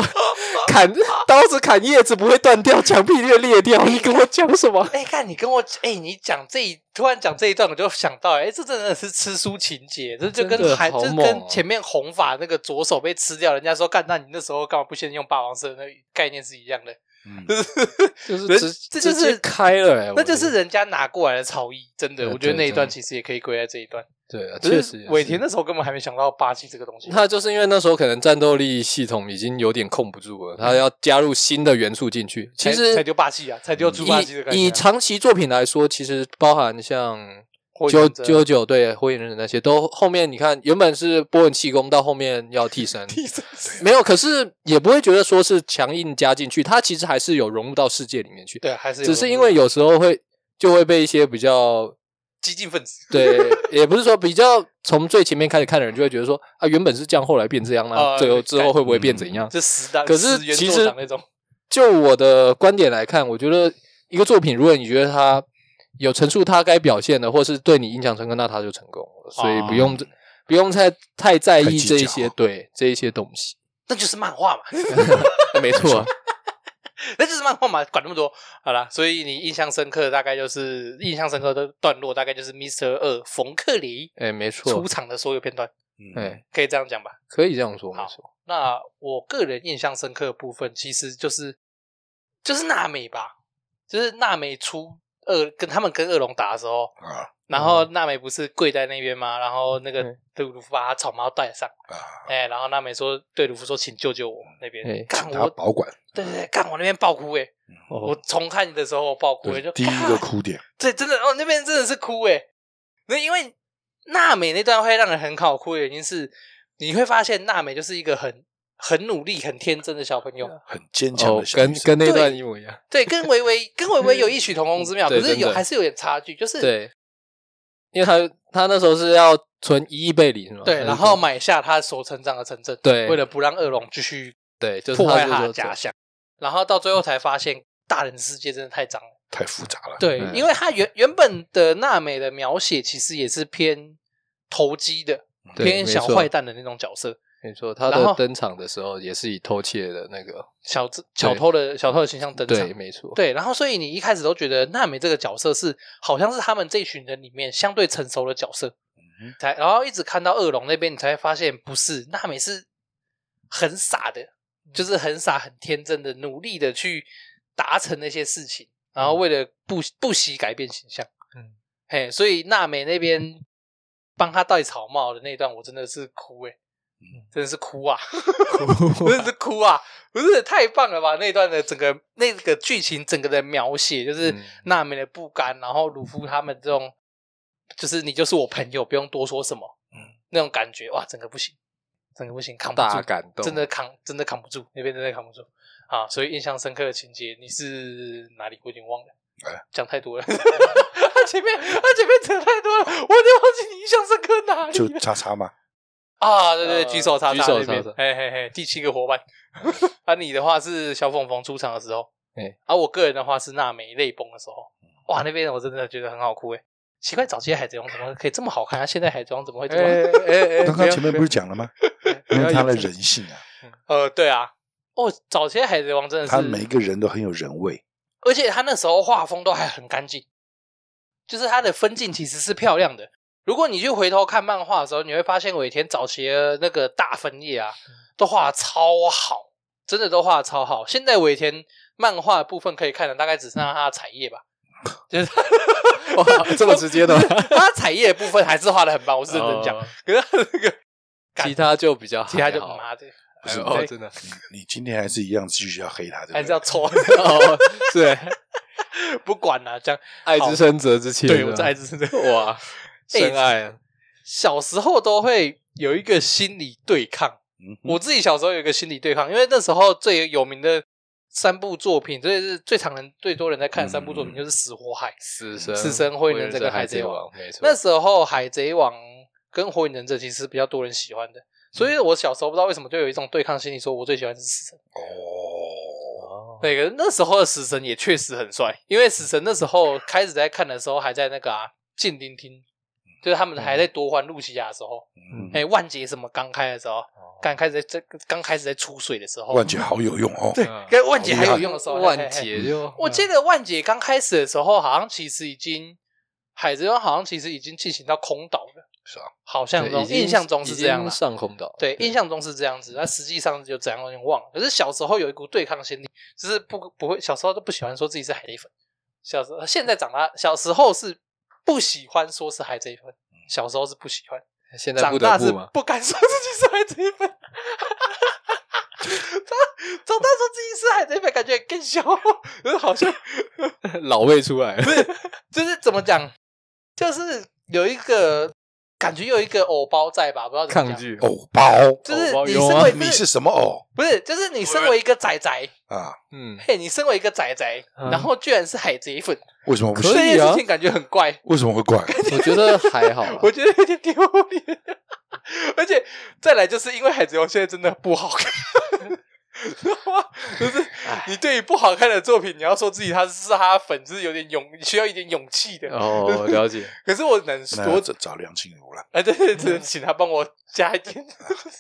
Speaker 3: 砍刀子砍叶子不会断掉，墙壁会裂掉，你跟我讲什么？
Speaker 1: 哎，看你跟我，哎，你讲这一突然讲这一段，我就想到，哎，这真的是吃书情节，这就
Speaker 3: 真
Speaker 1: 跟
Speaker 3: 的
Speaker 1: 还
Speaker 3: 好
Speaker 1: 这
Speaker 3: 猛哦
Speaker 1: 跟前面红发那个左手被吃掉，人家说干，那你那时候干嘛不先用霸王色那个概念是一样的，
Speaker 3: 哎
Speaker 2: 嗯，
Speaker 3: 就是
Speaker 1: 人
Speaker 3: 直
Speaker 1: 这就是
Speaker 3: 直接开了、欸，
Speaker 1: 那就是
Speaker 3: 我觉得
Speaker 1: 人家拿过来的草艺，真的，
Speaker 3: 嗯
Speaker 1: 我觉得那一
Speaker 3: 对真
Speaker 1: 段
Speaker 3: 的
Speaker 1: 其实也可以归在这一段。
Speaker 3: 对啊，
Speaker 1: 只
Speaker 3: 确
Speaker 1: 是
Speaker 3: 实也是
Speaker 1: 尾田那时候根本还没想到霸气这个东西，
Speaker 3: 他就是因为那时候可能战斗力系统已经有点控不住了，他要加入新的元素进去。其
Speaker 1: 嗯才
Speaker 3: 实
Speaker 1: 才丢霸气啊，才丢猪霸气的感
Speaker 3: 以以
Speaker 1: 觉啊。
Speaker 3: 长期作品来说，其实包含像
Speaker 1: 火影
Speaker 3: 九
Speaker 1: 忍者
Speaker 3: 九九对火影忍者那些，都后面你看原本是波纹气功，到后面要替身，
Speaker 1: 替身
Speaker 3: 没有，可是也不会觉得说是强硬加进去，它其实还是有融入到世界里面去，
Speaker 1: 对，啊还是有
Speaker 3: 只是因为有时候会就会被一些比较
Speaker 1: 激进分子
Speaker 3: 对，也不是说比较从最前面开始看的人就会觉得说啊，原本是这样，后来变这样啦、
Speaker 1: 啊
Speaker 3: 最后之后
Speaker 1: 改
Speaker 3: 会
Speaker 2: 嗯
Speaker 3: 不会变怎样？
Speaker 1: 就死党，
Speaker 3: 可是
Speaker 1: 死原
Speaker 3: 其
Speaker 1: 作
Speaker 3: 实
Speaker 1: 党那种，
Speaker 3: 就我的观点来看，我觉得一个作品，如果你觉得它有陈述它该表现的，或是对你影响成功，那它就成功了。
Speaker 1: 哦
Speaker 3: 所以不用、不用太太在
Speaker 2: 太
Speaker 3: 意
Speaker 2: 计
Speaker 3: 这一
Speaker 2: 较
Speaker 3: 些，对这一些东 西，
Speaker 1: 那就是漫画嘛，
Speaker 3: 没错，
Speaker 1: 那就是漫画嘛，管那么多。好啦，所以你印象深刻的大概就是印象深刻的段落，大概就是 Mister 二冯克里
Speaker 3: 哎，没
Speaker 1: 出
Speaker 3: 错，
Speaker 1: 场的所有片段，
Speaker 2: 嗯，
Speaker 3: 哎，
Speaker 1: 可以这样讲吧？
Speaker 3: 可以这样说，没
Speaker 1: 好
Speaker 3: 错，
Speaker 1: 那我个人印象深刻的部分，其实就是就是娜美吧，就是娜美出二跟他们跟恶龙打的时候，
Speaker 2: 啊
Speaker 1: 然后娜美不是跪在那边吗？然后那个
Speaker 3: 嗯
Speaker 1: 对鲁夫把他草帽戴上，
Speaker 2: 啊，
Speaker 1: 哎、然后娜美说对鲁夫说请救救我那边
Speaker 3: 哎，
Speaker 1: 干
Speaker 2: 请他
Speaker 1: 我，
Speaker 2: 保管，
Speaker 1: 对对对，干我那边爆哭哎、我
Speaker 3: 哦，
Speaker 1: 重看的时候爆哭哎、
Speaker 2: 对
Speaker 1: 就，
Speaker 2: 第一
Speaker 1: 干
Speaker 2: 个哭点，
Speaker 1: 对，真的哦，那边真的是哭诶。那因为娜美那段会让人很好哭的原因是，你会发现娜美就是一个很很努力、很天真的小朋友。
Speaker 2: 很坚强
Speaker 3: 哦
Speaker 2: 的，小
Speaker 3: 跟
Speaker 2: 女生，
Speaker 3: 跟那段一模一样，
Speaker 1: 对，跟维维跟维维有异曲同工之妙，
Speaker 3: 嗯对
Speaker 1: 可是
Speaker 3: 真
Speaker 1: 有
Speaker 3: 的
Speaker 1: 还是有点差距，就是
Speaker 3: 对，因为他他那时候是要存一亿贝里是吗？
Speaker 1: 对
Speaker 3: 还是
Speaker 1: 然后买下他所成长的城镇，
Speaker 3: 对
Speaker 1: 为了不让恶龙继续
Speaker 3: 对，就是
Speaker 1: 破坏
Speaker 3: 就
Speaker 1: 他的
Speaker 3: 说
Speaker 1: 家乡，然后到最后才发现大人的世界真的太脏了。
Speaker 2: 太复杂了，
Speaker 1: 对，
Speaker 3: 嗯
Speaker 1: 因为他原原本的娜美的描写其实也是偏投机的，
Speaker 3: 嗯对
Speaker 1: 偏
Speaker 3: 没
Speaker 1: 小
Speaker 3: 错
Speaker 1: 坏蛋的那种角色。
Speaker 3: 没错，他
Speaker 1: 然后
Speaker 3: 的登场的时候也是以偷窃的那个，
Speaker 1: 小小偷的小偷的形象登场。
Speaker 3: 对，没错，
Speaker 1: 对然后所以你一开始都觉得娜美这个角色是好像是他们这一群人里面相对成熟的角色，
Speaker 2: 嗯
Speaker 1: 才然后一直看到恶龙那边，你才会发现不是娜美是很傻的，就是很傻很天真的，努力的去达成那些事情，然后为了不不惜改变形象。
Speaker 3: 嗯，
Speaker 1: 嘿，所以娜美那边帮他戴草帽的那段，我真的是哭诶、真的是哭啊！ 真的是哭啊！不是太棒了吧？那段的整个那个剧情整个的描写，就是
Speaker 3: 嗯
Speaker 1: 娜美的不甘，然后鲁夫他们这种，就是你就是我朋友，不用多说什么，嗯，那种感觉哇，整个不行，整个不行，扛不
Speaker 3: 大
Speaker 1: 住，
Speaker 3: 感动，
Speaker 1: 真的扛，真的扛不住，那边真的扛不住啊！所以印象深刻的情节，你是哪里？我已经忘了
Speaker 2: 哎，
Speaker 1: 讲太多了。 他前面他前面讲太多了，我已经忘记你印象深刻哪里
Speaker 2: 就
Speaker 1: 了。
Speaker 2: 叉叉嘛，
Speaker 1: 啊，对对，
Speaker 3: 呃
Speaker 1: 举手叉
Speaker 3: 举
Speaker 1: 叉
Speaker 3: 手
Speaker 1: 那边
Speaker 3: 叉叉，
Speaker 1: 嘿嘿嘿，第七个伙伴。 啊，你的话是小凤凤出场的时候，
Speaker 3: 哎，
Speaker 1: 啊，我个人的话是娜美泪崩的时候，
Speaker 3: 嗯
Speaker 1: 哇，那边我真的觉得很好哭哎。奇怪，早期的海贼王怎么可以这么好看啊？现在海贼王怎么会这
Speaker 3: 哎
Speaker 1: 么……
Speaker 3: 哎哎，
Speaker 2: 刚刚前面不是讲了 吗？因为他的人性啊，
Speaker 1: 呃，对啊，哦，早期的海贼王真的
Speaker 2: 他每一
Speaker 1: 是，
Speaker 2: 个人都很有人味，
Speaker 1: 而且他那时候画风都还很干净，就是他的分镜其实是漂亮的。如果你去回头看漫画的时候，你会发现尾田早期的那个大分页啊，
Speaker 3: 嗯
Speaker 1: 都画得超好，真的都画得超好。现在尾田漫画的部分可以看的大概只剩下他的彩 页吧，就是他
Speaker 3: 哇， 这么直 接的吗？
Speaker 1: 他彩页的部分还是画的很棒，我是认真讲。
Speaker 3: 哦
Speaker 1: 可是他那个
Speaker 3: 其他就比较还好，
Speaker 1: 其他就妈的，
Speaker 3: 哎
Speaker 1: 是
Speaker 3: 哦，
Speaker 1: 对
Speaker 3: 真的
Speaker 2: 你今天还是一样继续要黑他，对
Speaker 1: 还
Speaker 2: 不
Speaker 1: 是要
Speaker 2: 对？
Speaker 1: 抽，
Speaker 3: 哦，对，
Speaker 1: 不管了、这样
Speaker 3: 爱之深责之切，
Speaker 1: 对
Speaker 3: 是吧
Speaker 1: 我这爱之深责 哎
Speaker 3: 哇，深爱啊，
Speaker 1: 小时候都会有一个心理对抗。
Speaker 2: 嗯哼
Speaker 1: 我自己小时候有一个心理对抗，因为那时候最有名的三部作品，这是最常人最多人在看的三部作品，
Speaker 2: 嗯
Speaker 1: 就是《死火海》。
Speaker 3: 死神
Speaker 1: 死神灰人这
Speaker 3: 这
Speaker 1: 个
Speaker 3: 个
Speaker 1: 海贼
Speaker 3: 贼
Speaker 1: 王，
Speaker 3: 没错，
Speaker 1: 那时候《海贼王》跟《火影忍者》其实比较多人喜欢的，所
Speaker 2: 嗯
Speaker 1: 以我小时候不知道为什么就有一种对抗心理，说我最喜欢是死神。
Speaker 2: 哦，
Speaker 3: 哦
Speaker 1: 那个那时候的死神也确实很帅，因为死神那时候开始在看的时候还在那个啊禁令厅，就是他们还在夺还露西亚的时候，
Speaker 2: 嗯，
Speaker 1: 哎、万劫什么刚开的时候，刚开始在这刚开始在出水的时候，
Speaker 2: 万姐好有用哦，
Speaker 3: 嗯
Speaker 1: 跟万劫还有用的时候，嘿
Speaker 3: 万
Speaker 1: 嘿嘿
Speaker 3: 劫就
Speaker 1: 我记得万劫刚开始的时候，好像其实已经海贼王好像其实已经进行到空岛了，
Speaker 2: 是啊，
Speaker 1: 好
Speaker 3: 对
Speaker 1: 像中
Speaker 3: 已经
Speaker 1: 印象中是这样
Speaker 3: 已
Speaker 1: 啦
Speaker 3: 经上空岛，
Speaker 1: 对，印象中是这样子，那实际上就怎样我有点忘了。可是小时候有一股对抗心理，就是不不会，小时候都不喜欢说自己是海贼粉。小时候现在长大，小时候是不喜欢说是海贼粉，小时候是不喜欢，
Speaker 3: 嗯现在
Speaker 1: 长
Speaker 3: 不
Speaker 1: 大
Speaker 3: 得
Speaker 1: 是
Speaker 3: 不嘛，
Speaker 1: 不敢说自己是海贼粉。 长长大说自己是海贼粉，感觉更小， 就是好像
Speaker 3: 老魏出来了，
Speaker 1: 就是怎么讲，就是有一个感觉有一个偶包在吧，不知道怎么
Speaker 3: 抗
Speaker 1: 讲，哦
Speaker 3: 拒，
Speaker 2: 藕包，
Speaker 1: 就是
Speaker 3: 偶包
Speaker 1: 你
Speaker 3: 有
Speaker 1: 身
Speaker 3: 啊
Speaker 1: 为
Speaker 2: 你是什么藕
Speaker 1: 不是，就是你身为一个仔仔，
Speaker 2: 啊？
Speaker 3: 嗯，
Speaker 1: 嘿，你身为一个仔仔，
Speaker 3: 嗯
Speaker 1: 然后居然是海贼粉，
Speaker 2: 为什么不
Speaker 3: 可
Speaker 1: 这
Speaker 2: 是？
Speaker 3: 以
Speaker 1: 件
Speaker 3: 啊
Speaker 1: 事情感觉很怪，
Speaker 2: 为什么会怪？
Speaker 3: 我觉得还好啊，
Speaker 1: 我觉得有点丢脸。 而且再来就是因为海贼王现在真的不好看，就是你对于不好看的作品，你要说自己他是他粉，是有点勇，需要一点勇气的。
Speaker 3: 哦，了解。
Speaker 1: 可是我能
Speaker 2: 那
Speaker 1: 我
Speaker 2: 找找梁静茹了。
Speaker 1: 哎，对对，只
Speaker 3: 嗯
Speaker 1: 能请他帮我加一点。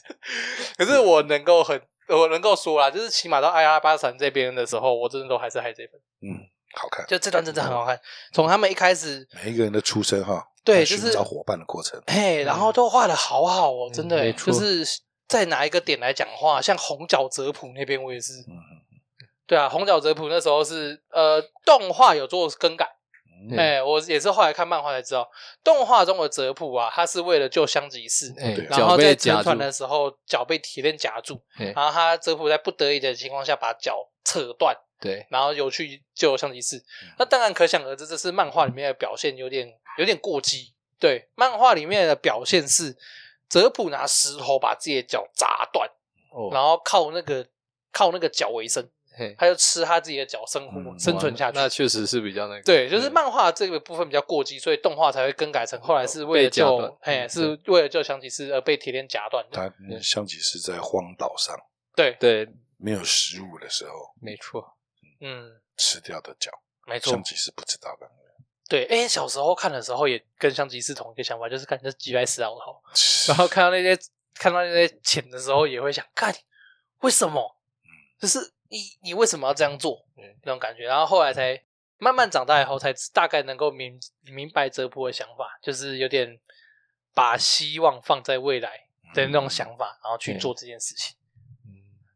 Speaker 1: 可是我能够很，我能够说啦，就是起码到艾拉巴闪这边的时候，我真的都还是海贼粉，
Speaker 2: 嗯，好看。
Speaker 1: 就这段真的很好看。从他们一开始，
Speaker 2: 每一个人的出身哈，
Speaker 1: 对
Speaker 2: 来
Speaker 1: 就
Speaker 2: 寻
Speaker 1: 是
Speaker 2: 找伙伴的过程。
Speaker 1: 嘿，然后都画的好好哦，真的
Speaker 3: 嗯
Speaker 1: 欸，
Speaker 3: 没错
Speaker 1: 就是在哪一个点来讲话，像红角泽普那边，我也是，
Speaker 2: 嗯
Speaker 1: 对啊，红角泽普那时候是呃动画有做更改，
Speaker 3: 嗯
Speaker 1: 哎、我也是后来看漫画才知道，动画中的泽普啊，他是为了救香吉士，
Speaker 3: 哎
Speaker 2: 对，
Speaker 1: 然后
Speaker 3: 脚
Speaker 1: 在沉
Speaker 3: 被夹住
Speaker 1: 船，的时候脚被铁链夹住，
Speaker 3: 哎
Speaker 1: 然后他泽普在不得已的情况下把脚扯断，
Speaker 3: 对，
Speaker 1: 然后有去救香吉士。
Speaker 3: 嗯
Speaker 1: 那当然可想而知，这是漫画里面的表现有点有点过激。对，漫画里面的表现是泽普拿石头把自己的脚砸断，然
Speaker 3: 哦，
Speaker 1: 后靠那个靠那个脚为生，
Speaker 3: 嘿
Speaker 1: 他就吃他自己的脚生活、
Speaker 2: 嗯
Speaker 1: 生存下去
Speaker 3: 那。确实是比较那个，
Speaker 1: 对，就是漫画这个部分比较过激，所以动画才会更改成后来是为了
Speaker 3: 哦被夹断
Speaker 1: 救，哎，
Speaker 3: 嗯
Speaker 1: 是为了救香吉士而被铁链夹断的。
Speaker 2: 他香吉士在荒岛上
Speaker 1: 对，
Speaker 3: 对，
Speaker 2: 没有食物的时候
Speaker 3: 没错，
Speaker 1: 嗯，
Speaker 2: 吃掉的脚，
Speaker 1: 没错
Speaker 2: 香，吉士不知道的。
Speaker 1: 对。哎，小时候看的时候也跟香吉士同一个想法，就是看这几百死老头。
Speaker 2: 然
Speaker 1: 然后看到那些看到那些钱的时候，也会想，看为什么？就是你你为什么要这样做？嗯，那种感觉。然后后来才慢慢长大以后，才大概能够明明白泽普的想法，就是有点把希望放在未来的那种想法，然后去做这件事情。
Speaker 2: 嗯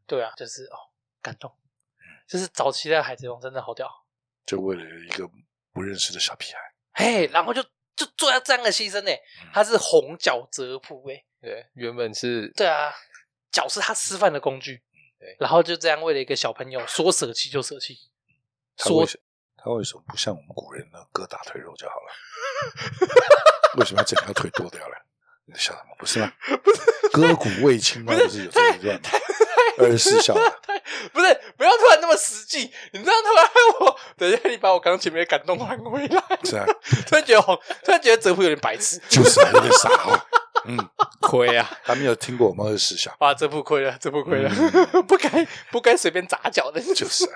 Speaker 1: 对啊，就是哦，感动。就是早期的海贼王真的好屌，
Speaker 2: 就为了一个不认识的小屁孩，
Speaker 1: 嘿，然后就就做到这样的牺牲呢、他是红脚泽普哎、
Speaker 3: 对，原 本是
Speaker 1: 对啊，脚是他吃饭的工具。
Speaker 3: 对
Speaker 1: 然后就这样为了一个小朋友说舍弃就舍弃，
Speaker 2: 他
Speaker 1: 说
Speaker 2: 为什他为什么不像我们古人呢，割大腿肉就好了？ 为什么要整条腿剁掉了？你在想什么？不是 吗？割骨喂亲吗？不是有这一段吗？ 二十四孝啊嘛，
Speaker 1: 不是不要突然那么实际，你这样突然害我，等一下你把我刚刚前面的感动还回来，
Speaker 2: 是啊，
Speaker 1: 突然觉得红，突然觉得泽普有点白痴，
Speaker 2: 就是有点傻哦。 嗯，
Speaker 3: 亏啊，
Speaker 2: 他没有听过我们二十四孝，
Speaker 1: 哇，泽普亏了，泽普 亏了， 不该不该随便砸脚的，
Speaker 2: 嗯就是啊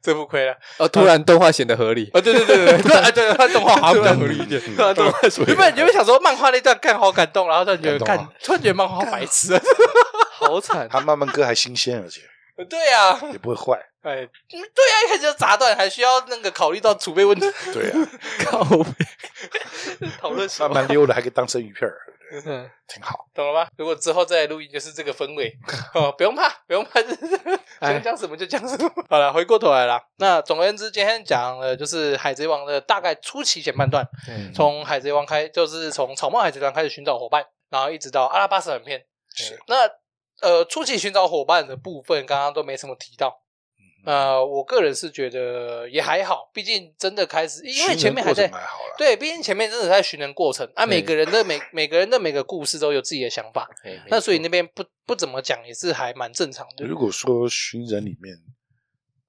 Speaker 1: 泽普亏了，
Speaker 3: 哦，突然动画显得 合理，
Speaker 1: 啊，对对对对对，对啊对， 他动画好像比较合理一 点，对啊
Speaker 2: 嗯
Speaker 1: 动画 原本原本想说漫画那段看好感动，然后突然觉得
Speaker 2: 感
Speaker 1: 看
Speaker 2: 动啊，
Speaker 1: 突然觉得漫画好白痴，
Speaker 3: 好惨，
Speaker 2: 他慢慢割还新鲜，而且
Speaker 1: 对啊，
Speaker 2: 也不会坏。
Speaker 1: 哎，嗯对啊，一开始就砸断，还需要那个考虑到储备问题，
Speaker 2: 对 啊，
Speaker 3: 靠
Speaker 1: 讨论什
Speaker 2: 慢
Speaker 1: 么？
Speaker 2: 慢溜了还可以当生鱼片儿，
Speaker 3: 背，
Speaker 2: 挺好。
Speaker 1: 懂了吗？如果之后再来录音，就是这个氛围哦，不用怕，不用怕，就是
Speaker 3: 哎
Speaker 1: 想讲什么就讲什么。 好了，回过头来啦，那总而言之，今天讲的就是《海贼王》的大概初期前半段，
Speaker 3: 嗯
Speaker 1: 从《海贼王》开，就是从草帽海贼团开始寻找伙伴，然后一直到阿拉巴斯短片。
Speaker 2: 是
Speaker 1: 那呃，初期寻找伙伴的部分，刚刚都没什么提到。呃，我个人是觉得也还好，毕竟真的开始，因为前面还在
Speaker 2: 蛮好了。
Speaker 1: 对，毕竟前面真的在寻人过程啊，每个人的每每个人的每个故事都有自己的想法，那所以那边不不怎么讲也是还蛮正常的。
Speaker 2: 如果说寻人里面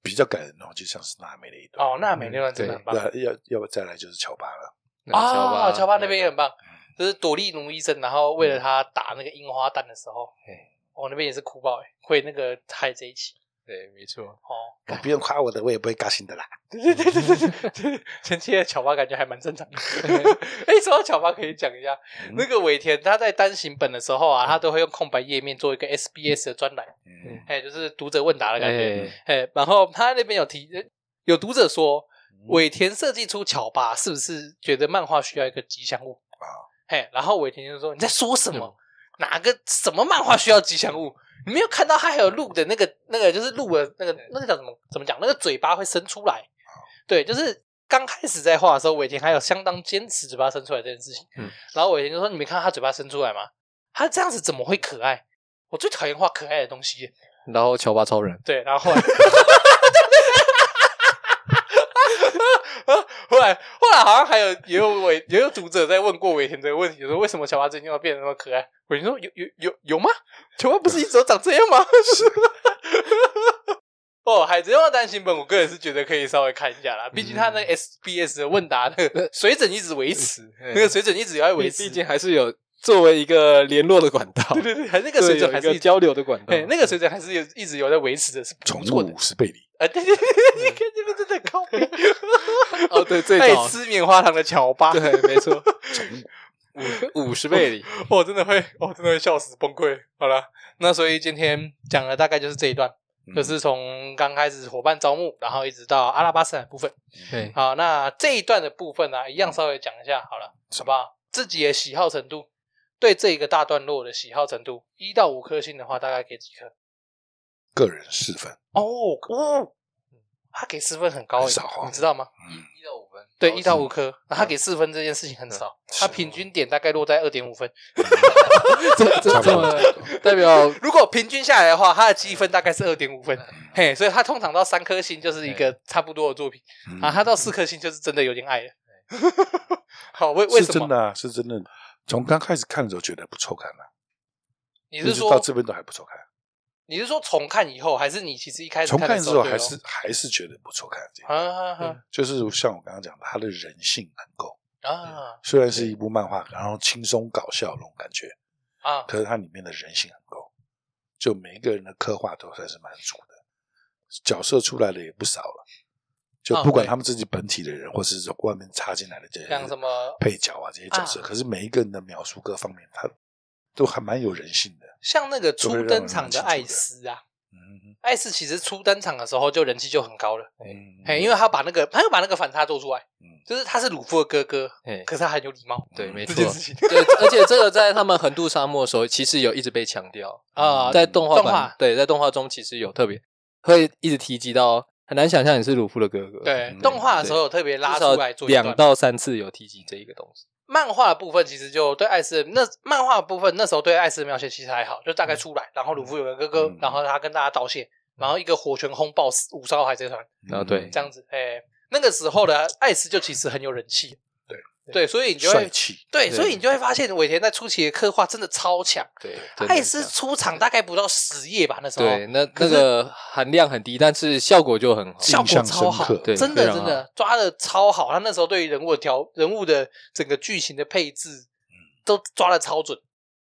Speaker 2: 比较感人的话，就像是娜美的一段。
Speaker 1: 哦，那美那段真的很棒
Speaker 2: 那要要不再来就是啊乔巴了，
Speaker 1: 啊，乔巴那边也很棒，就是朵莉奴医生，然后为了他打那个樱花弹的时候
Speaker 3: 嘿，
Speaker 1: 我那边也是哭爆哎，会那个海贼旗
Speaker 3: 对，没错，
Speaker 1: 哦，
Speaker 2: 哦不用夸我的，我也不会高兴的啦。
Speaker 1: 对对对对对对， 前期的乔巴感觉还蛮正常的。 哎，说到乔巴可以讲一下，那个尾田他在单行本的时候啊，他都会用空白页面做一个 SBS 的专栏。
Speaker 2: 嗯
Speaker 1: 哎，就是读者问答的感觉。
Speaker 3: 哎，
Speaker 1: 哎，然后他那边有提，有读者说，
Speaker 2: 嗯
Speaker 1: 尾田设计出巧巴，是不是觉得漫画需要一个吉祥物
Speaker 2: 啊？
Speaker 1: 哎，然后尾田就说：“你在说什么？哪个什么漫画需要吉祥物？你没有看到他还有鹿的那个那个，就是鹿的那个那个叫什么？怎么讲？那个嘴巴会伸出来。对，就是刚开始在画的时候，尾田还有相当坚持嘴巴伸出来这件事情。
Speaker 3: 嗯
Speaker 1: 然后尾田就说：‘你没看到他嘴巴伸出来吗？他这样子怎么会可爱？’我最讨厌画可爱的东西耶
Speaker 3: 然后乔巴超人，
Speaker 1: 对，然后后来，后来后来好像还有也有尾也有读者在问过尾田这个问题，说为什么小巴最近要变得那么可爱？尾田说有有有有吗？小巴不是一直都长这样吗？ 哦，《海贼王》单行本，我个人是觉得可以稍微看一下啦，毕竟他那个 SBS 的问答那个水准一直维持，
Speaker 3: 嗯
Speaker 1: 那个水准一直要维
Speaker 3: 毕
Speaker 1: 持，
Speaker 3: 毕竟还是有作为一个联络的管道，
Speaker 1: 对对对，还那个水
Speaker 3: 对有
Speaker 1: 准还
Speaker 3: 一
Speaker 1: 是
Speaker 3: 个
Speaker 1: 一
Speaker 3: 嗯
Speaker 1: 直
Speaker 3: 交流的管道
Speaker 1: 对，，那个水准还是有一直有在维持的，是不
Speaker 2: 宠
Speaker 1: 错
Speaker 2: 物
Speaker 1: 的
Speaker 2: 五。十倍里，
Speaker 1: 哎，对对对对，看这边真的高明，
Speaker 3: 哦，对，最
Speaker 1: 爱
Speaker 3: 早
Speaker 1: 吃棉花糖的乔巴，
Speaker 3: 对，没错，哦五五十倍里，
Speaker 1: 我真的会，我真的会笑死崩溃。好了，那所以今天讲的大概就是这一段，
Speaker 2: 嗯
Speaker 1: 就是从刚开始伙伴招募，然后一直到阿拉巴斯坦部分。
Speaker 3: 对，
Speaker 1: 好，那这一段的部分呢、啊一样稍微讲一下好了，好不好？自己的喜好程度，对这一个大段落的喜好程度，一到五颗星的话，大概给几颗？
Speaker 2: 个人四分，
Speaker 1: 哦哦，他给四分很高耶，欸
Speaker 2: 很少啊
Speaker 1: 你知道吗？
Speaker 4: 一到五分，
Speaker 2: 哦
Speaker 1: 对，一到五颗，那
Speaker 2: 嗯
Speaker 1: 他给四分这件事情很少，他平均点大概落在二点五分。
Speaker 3: 这这这 么
Speaker 2: 嗯
Speaker 3: 代表
Speaker 1: 如果平均下来的话，他的积分大概是二点五分，
Speaker 2: 嗯
Speaker 1: 嘿，所以他通常到三颗星就是一个差不多的作品
Speaker 2: 嗯
Speaker 1: 啊，他到四颗星就是真的有点矮了。 好，为为
Speaker 2: 是
Speaker 1: 什
Speaker 2: 真
Speaker 1: 么？
Speaker 2: 的啊，是真的。从刚开始看的时候觉得不错看啊，
Speaker 1: 你
Speaker 2: 一
Speaker 1: 是
Speaker 2: 直到
Speaker 1: 说
Speaker 2: 这边都还不错看，
Speaker 1: 你是说重看以后，还是你其实一开始
Speaker 2: 从看
Speaker 1: 的
Speaker 2: 之
Speaker 1: 候
Speaker 2: 后
Speaker 1: 就
Speaker 2: 还
Speaker 1: 有
Speaker 2: 是还是觉得不错看。这
Speaker 1: 啊啊
Speaker 2: 就是像我刚刚讲的，他的人性很够，
Speaker 1: 啊啊
Speaker 2: 虽然是一部漫画，然后轻松搞笑那种感觉，
Speaker 1: 啊！
Speaker 2: 可是它里面的人性很够，就每一个人的刻画都算是蛮足的，角色出来的也不少了，就
Speaker 1: 啊
Speaker 2: 不管
Speaker 1: 对
Speaker 2: 他们自己本体的人，或是外面插进来的这些
Speaker 1: 像什么
Speaker 2: 配角啊这些角色，
Speaker 1: 啊
Speaker 2: 可是每一个人的描述各方面，他都还蛮有人性的。
Speaker 1: 像那个
Speaker 2: 就会
Speaker 1: 初
Speaker 2: 让
Speaker 1: 登
Speaker 2: 人
Speaker 1: 场的
Speaker 2: 蛮清楚
Speaker 1: 艾
Speaker 2: 的
Speaker 1: 斯啊，
Speaker 2: 嗯
Speaker 1: 艾斯其实初登场的时候就人气就很高了，
Speaker 2: 嗯
Speaker 1: 嘿，因为他把那个他又把那个反差做出来
Speaker 2: 嗯，
Speaker 1: 就是他是鲁夫的哥哥，
Speaker 3: 哎，
Speaker 1: 可是他很有礼貌
Speaker 3: 对，没
Speaker 1: 这
Speaker 3: 错，
Speaker 1: 件事情。
Speaker 3: 对，而且这个在他们横渡沙漠的时候，其实有一直被强调嗯
Speaker 1: 啊
Speaker 3: 在动画
Speaker 1: 动
Speaker 3: 版
Speaker 1: 画
Speaker 3: 对，在动画中其实有特别会一直提及到，很难想象你是鲁夫的哥哥，，
Speaker 1: 对
Speaker 2: 嗯，
Speaker 1: 动画的时候有特别拉出来做一
Speaker 3: 两
Speaker 1: 段。
Speaker 3: 到三次有提及这一个东西，
Speaker 1: 漫画的部分其实就对艾斯的那漫画的部分那时候对艾斯的描写其实还好，就大概出来，然后鲁夫有个哥哥，
Speaker 2: 嗯
Speaker 1: 然后他跟大家道谢，然后一个火拳轰爆死五艘海贼团，
Speaker 3: 啊
Speaker 2: 嗯
Speaker 3: 对
Speaker 1: 这样子，哎、那个时候的艾斯就其实很有人气，
Speaker 2: 对
Speaker 1: 对，所以你就
Speaker 2: 帅
Speaker 1: 会
Speaker 2: 气，
Speaker 1: 对，
Speaker 3: 对
Speaker 1: 所以你就会发现尾田在初期的刻画真的超强，
Speaker 3: 对，
Speaker 1: 艾斯出场大概不到十页吧，那时候
Speaker 3: 对那那个含量很低，但是效果就很好，
Speaker 1: 效果超
Speaker 2: 印象
Speaker 1: 好
Speaker 2: 深刻，
Speaker 3: 对
Speaker 1: 真的
Speaker 3: 非常
Speaker 1: 真
Speaker 3: 好
Speaker 1: 的抓的超好。他那时候对于人物的调、人物的整个剧情的配置，
Speaker 3: 嗯
Speaker 1: 都抓的超准，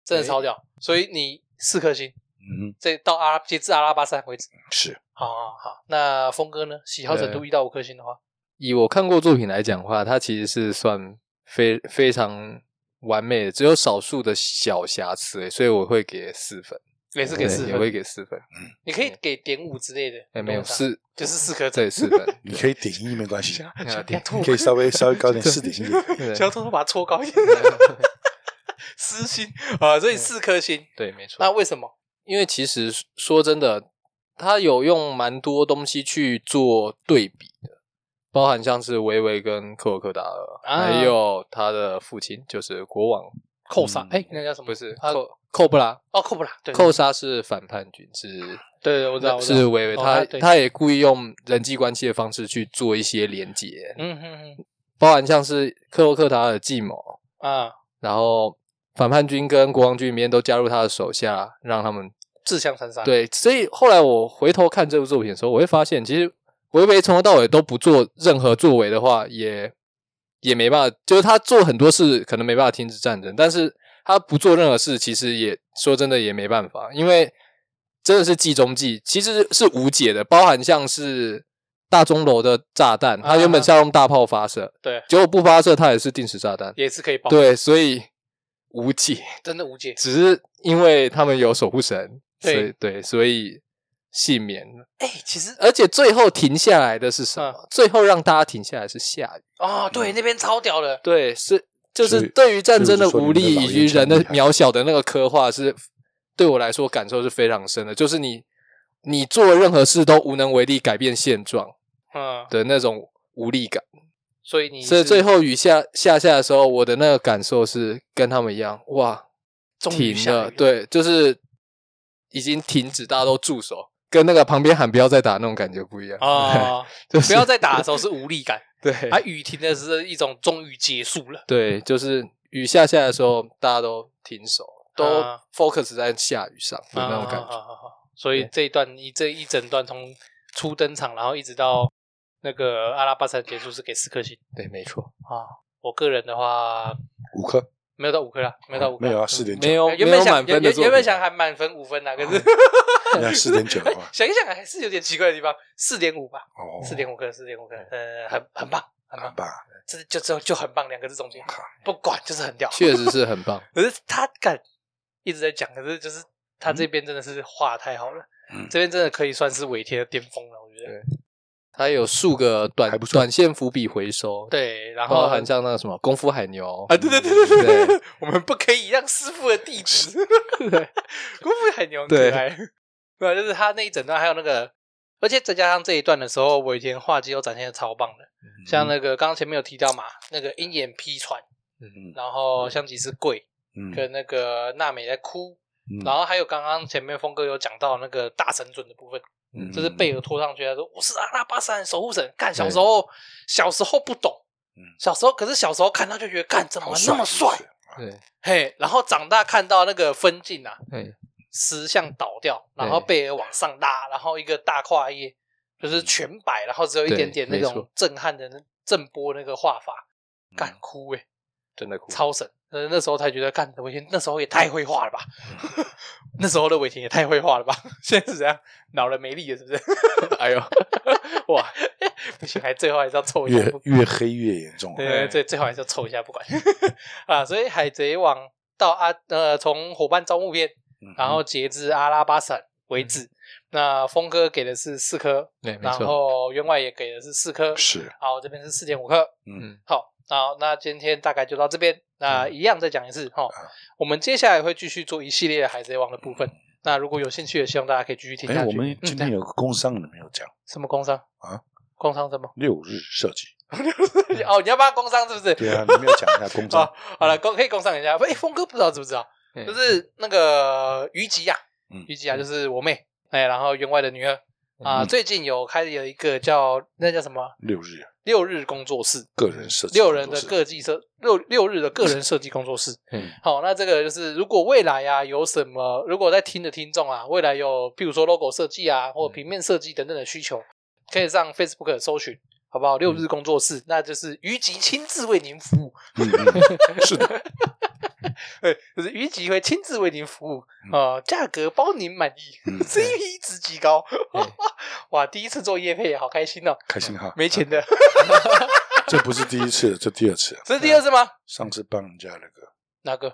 Speaker 1: 真的超屌。所以你四颗星，
Speaker 2: 嗯，
Speaker 1: 这到阿拉截至阿拉巴山为止。
Speaker 2: 是，
Speaker 1: 好好好，那峰哥呢？喜好程度
Speaker 3: 嗯对
Speaker 1: 一到五颗星的话，
Speaker 3: 以我看过作品来讲的话，它其实是算非非常完美的，只有少数的小瑕疵而已，所以我会给四分，
Speaker 1: 也是给
Speaker 3: 对
Speaker 1: 四
Speaker 3: 也会
Speaker 1: 分，
Speaker 3: 给四分，
Speaker 1: 你可以给点五之类的。
Speaker 3: 哎，没有
Speaker 1: 通常
Speaker 3: 四，
Speaker 1: 就是四颗
Speaker 3: 对，四 分
Speaker 2: 你可以顶一没关系，
Speaker 3: 啊
Speaker 1: 不要吐
Speaker 2: 你可以稍微稍微高点，
Speaker 3: 这
Speaker 2: 四点一也可以。
Speaker 3: 对
Speaker 1: 想 要偷偷把它搓高一点，私心啊，所以四颗星。
Speaker 3: 对，没嗯错。
Speaker 1: 那为什么？
Speaker 3: 因为其实说真的，他有用蛮多东西去做对比的，包含像是维维跟科尔克达尔，
Speaker 1: 啊
Speaker 3: 还有他的父亲就是国王，
Speaker 1: 扣杀？
Speaker 2: 嗯
Speaker 1: 哎，那叫什么？
Speaker 3: 不是
Speaker 1: 啊
Speaker 3: 寇寇布拉，
Speaker 1: 哦，扣不啦，对，
Speaker 3: 寇莎是反叛军，是
Speaker 1: 对，对我知道，我知道
Speaker 3: 是维维，
Speaker 1: 哦
Speaker 3: 他
Speaker 1: 对
Speaker 3: 他也故意用人际关系的方式去做一些连结，
Speaker 1: 嗯嗯嗯
Speaker 3: 包含像是克洛克达尔的计谋，
Speaker 1: 啊，
Speaker 3: 然后反叛军跟国王军里面都加入他的手下，让他们
Speaker 1: 自相残杀。
Speaker 3: 对，所以后来我回头看这部作品的时候，我会发现，其实维维从头到尾都不做任何作为的话，也也没办法，就是他做很多事可能没办法停止战争，但是他不做任何事，其实也说真的也没办法，因为真的是计中计，其实是无解的，包含像是。大钟楼的炸弹，它原本是要用大炮发射，
Speaker 1: 对，
Speaker 3: 结果不发射，它也是定时炸弹，
Speaker 1: 也是可以爆，，
Speaker 3: 对，所以无解。
Speaker 1: 真的无解。
Speaker 3: 只是因为他们有守护神，
Speaker 1: 对
Speaker 3: 所以对，所以幸免了。
Speaker 1: 哎，其实
Speaker 3: 而且最后停下来的是什么？最后让大家停下来是下雨。
Speaker 1: 啊，
Speaker 3: 嗯
Speaker 1: 对，那边超屌的，
Speaker 3: 对，是就
Speaker 2: 所
Speaker 3: 是
Speaker 2: 以
Speaker 3: 对于战争的
Speaker 2: 所以我
Speaker 3: 无
Speaker 2: 就说你
Speaker 3: 力
Speaker 2: 们的
Speaker 3: 以
Speaker 2: 老
Speaker 3: 及
Speaker 2: 爷
Speaker 3: 人
Speaker 2: 真
Speaker 3: 的
Speaker 2: 厉害
Speaker 3: 渺小的那个刻画是，对我来说感受是非常深的。就是你你做任何事都无能为力改变现状
Speaker 1: 嗯，
Speaker 3: 的那种无力感。
Speaker 1: 所以你
Speaker 3: 所以
Speaker 1: 是
Speaker 3: 最后雨下下下的时候，我的那个感受是跟他们一样，哇，
Speaker 1: 终于
Speaker 3: 停
Speaker 1: 下雨
Speaker 3: 了，，对，就是已经停止，大家都住手，跟那个旁边喊不要再打那种感觉不一样，
Speaker 1: 啊，
Speaker 3: 就是
Speaker 1: 不要再打的时候是无力感，
Speaker 3: 对、
Speaker 1: 啊，雨停的是一种终于结束了，
Speaker 3: 对，就是雨下下来的时候，大家都停手，都
Speaker 1: 啊
Speaker 3: focus 在下雨上的
Speaker 1: 啊
Speaker 3: 那种感觉，
Speaker 1: 啊啊啊啊所以这一段你这一整段从初登场，然后一直到那个阿拉巴山结束是给四颗星
Speaker 3: 对，没错，
Speaker 1: 啊。我个人的话
Speaker 2: 五颗
Speaker 1: 没有到五颗啦，没有到五颗，
Speaker 2: 没有啊，
Speaker 1: 嗯
Speaker 2: 四点九
Speaker 3: 哦没，有
Speaker 1: 原
Speaker 3: 没
Speaker 1: 本
Speaker 3: 有
Speaker 1: 想
Speaker 3: 满分
Speaker 1: 原
Speaker 3: 的哦
Speaker 1: 原本
Speaker 3: 作
Speaker 1: 想还满分五分呐、可是、
Speaker 2: 那四点九的话，
Speaker 1: 想一想还是有点奇怪的地方，四点五吧，
Speaker 2: 哦，
Speaker 1: 四点五颗，四点五颗，呃，很很棒，很棒，
Speaker 2: 吧，
Speaker 1: 这就就就很棒两个字总结
Speaker 2: 好，
Speaker 1: 不管就是很屌。
Speaker 3: 确实是很 棒。
Speaker 1: 可是他敢一直在讲，可是就是他
Speaker 3: 嗯
Speaker 1: 这边真的是画得太好了，
Speaker 2: 嗯
Speaker 1: 这边真的可以算是尾贴的巅峰了，我觉得。
Speaker 3: 它有数个短
Speaker 2: 还不错
Speaker 3: 短线伏笔回收，，
Speaker 1: 对，然后
Speaker 3: 包含像那个什么功夫海牛，
Speaker 1: 啊，对对对对对，
Speaker 3: 对
Speaker 1: 对， 我们不可以让师傅的地 址， 功夫很牛很可
Speaker 3: 对
Speaker 1: 爱，对啊， 就是他那一整段，还有那个，而且再加上这一段的时候，尾田画技又展现的超棒的，
Speaker 2: 嗯
Speaker 1: 像那个刚刚前面有提到嘛，那个鹰眼劈船，
Speaker 2: 嗯
Speaker 1: 然后香吉是跪，
Speaker 2: 嗯
Speaker 1: 跟那个娜美在哭，
Speaker 2: 嗯
Speaker 1: 然后还有刚刚前面峰哥有讲到那个大神准的部分，
Speaker 2: 嗯
Speaker 1: 就是贝尔拖上去，他说我是阿拉巴山守护神。干小时候，小时候不懂
Speaker 2: 嗯，
Speaker 1: 小时候可是小时候看他就觉得干怎么
Speaker 2: 好
Speaker 1: 那么帅，
Speaker 2: 是不是
Speaker 3: 对
Speaker 1: 嘿，然后长大看到那个分镜啊，
Speaker 3: 对，
Speaker 1: 石像倒掉，
Speaker 3: 对
Speaker 1: 然后贝尔往上拉，然后一个大跨页，就是全白，然后只有一
Speaker 3: 对
Speaker 1: 点点那
Speaker 3: 没
Speaker 1: 种
Speaker 3: 错嗯
Speaker 1: 震撼的那震波那个画法，干哭诶、
Speaker 3: 真的酷
Speaker 1: 超神。呃，那时候才觉得，干伟霆那时候也太会画了吧？ 那时候的伟霆也太会画了吧？ 现在是怎样？老了没力了是不 是？
Speaker 3: 哎呦，
Speaker 1: 哇， 不行，还最后还是要凑一下
Speaker 2: 越，
Speaker 1: 不
Speaker 2: 越黑越严重啊，
Speaker 1: 对，最最后还是要凑一下，不管 啊。所以《海贼王》到阿呃，从伙伴招募篇，
Speaker 2: 嗯
Speaker 1: 然后截至阿拉巴闪为止，那峰哥给的是四颗，
Speaker 3: 对，没
Speaker 1: 然
Speaker 3: 错，
Speaker 1: 后员外也给的是四颗，
Speaker 2: 嗯是
Speaker 1: 好，我这边是四点五颗，
Speaker 2: 嗯
Speaker 1: 好，好，那今天大概就到这边，那一样再讲一次哈、齁
Speaker 2: 啊
Speaker 1: 我们接下来会继续做一系列《海贼王》的部分。那如果有兴趣的，希望大家可以继续听下
Speaker 2: 哎，
Speaker 1: 去。
Speaker 2: 我们今天
Speaker 1: 嗯、
Speaker 2: 有个工商的没有讲，
Speaker 1: 什么工商
Speaker 2: 啊？
Speaker 1: 工商 什么？
Speaker 2: 六日设计，
Speaker 1: 哦，你要帮他工商是不是？
Speaker 2: 对啊，你没有讲一下 工商
Speaker 1: 好，好了，工可以工商一下。哎、峰哥不知道知不知道？
Speaker 3: 嗯
Speaker 1: 就是那个虞姬啊，
Speaker 2: 嗯
Speaker 1: 虞姬啊，就是我妹，哎、然后员外的女儿啊、
Speaker 2: 嗯
Speaker 1: 最近有开有一个叫那叫什么
Speaker 2: 六日
Speaker 1: 六日工作室，
Speaker 2: 个人设计，
Speaker 1: 六人的个计设六六日的个人设计工作室。
Speaker 3: 嗯
Speaker 1: 好，那这个就是如果未来啊有什么，如果在听的听众啊，未来有譬如说 logo 设计啊，
Speaker 2: 嗯
Speaker 1: 或平面设计等等的需求，可以上 Facebook 搜寻，好不好？六日工作室，那就是于吉亲自为您服务，
Speaker 2: 嗯， 嗯是的，
Speaker 1: 对，就是于吉会亲自为您服务，呃，价格包您满意
Speaker 2: 嗯
Speaker 1: ，CP 值极高
Speaker 3: 嗯，
Speaker 1: 哇，第一次做业配，好开心哦，
Speaker 2: 开 心哈，
Speaker 1: 没钱的，
Speaker 2: 这不是第一次，这第二次，啊
Speaker 1: 这是第二次吗？
Speaker 2: 上次帮人家那个，
Speaker 1: 哪个？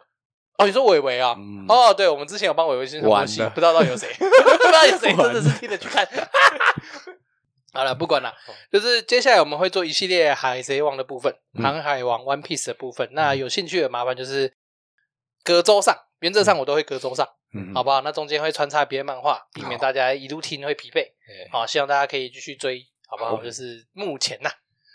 Speaker 1: 哦，你说伟伟啊？
Speaker 2: 嗯，
Speaker 1: 哦，对，我们之前有帮伟伟先生过戏
Speaker 3: 完了
Speaker 1: 不知道到底有谁， 不知道有 谁真的是听得去看。 好了，不管了，
Speaker 2: 哦
Speaker 1: 就是接下来我们会做一系列《海贼王》的部分，《
Speaker 2: 嗯
Speaker 1: 航海王》One Piece 的部分。那有兴趣的麻烦就是隔周上，原则上我都会隔周上，
Speaker 2: 嗯，
Speaker 1: 好不好？那中间会穿插别的漫画，避免大家一路听会疲惫。好，希望大家可以继续追，好不好？
Speaker 2: 嗯好
Speaker 1: 就是目前呐、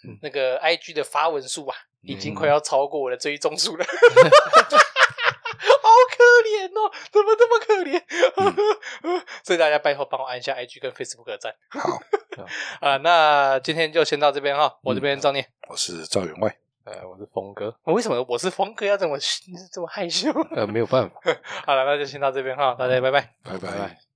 Speaker 2: 嗯
Speaker 1: 那个 IG 的发文数啊，已经快要超过我的追踪数 了。 好可怜哦，怎么这么可怜？ 所以大家拜托帮我按一下 IG 跟 Facebook 的赞
Speaker 2: 嗯好，嗯
Speaker 1: 啊、那今天就先到这边哈，我这边照念。
Speaker 2: 我是赵员外，
Speaker 3: 呃，我是峰哥，
Speaker 1: 为什么我是峰哥要这么这么害羞？
Speaker 2: 嗯
Speaker 3: 呃，没有办法。
Speaker 1: 好了，那就先到这边哈，大家拜拜。
Speaker 2: 拜
Speaker 3: 拜拜
Speaker 2: 拜。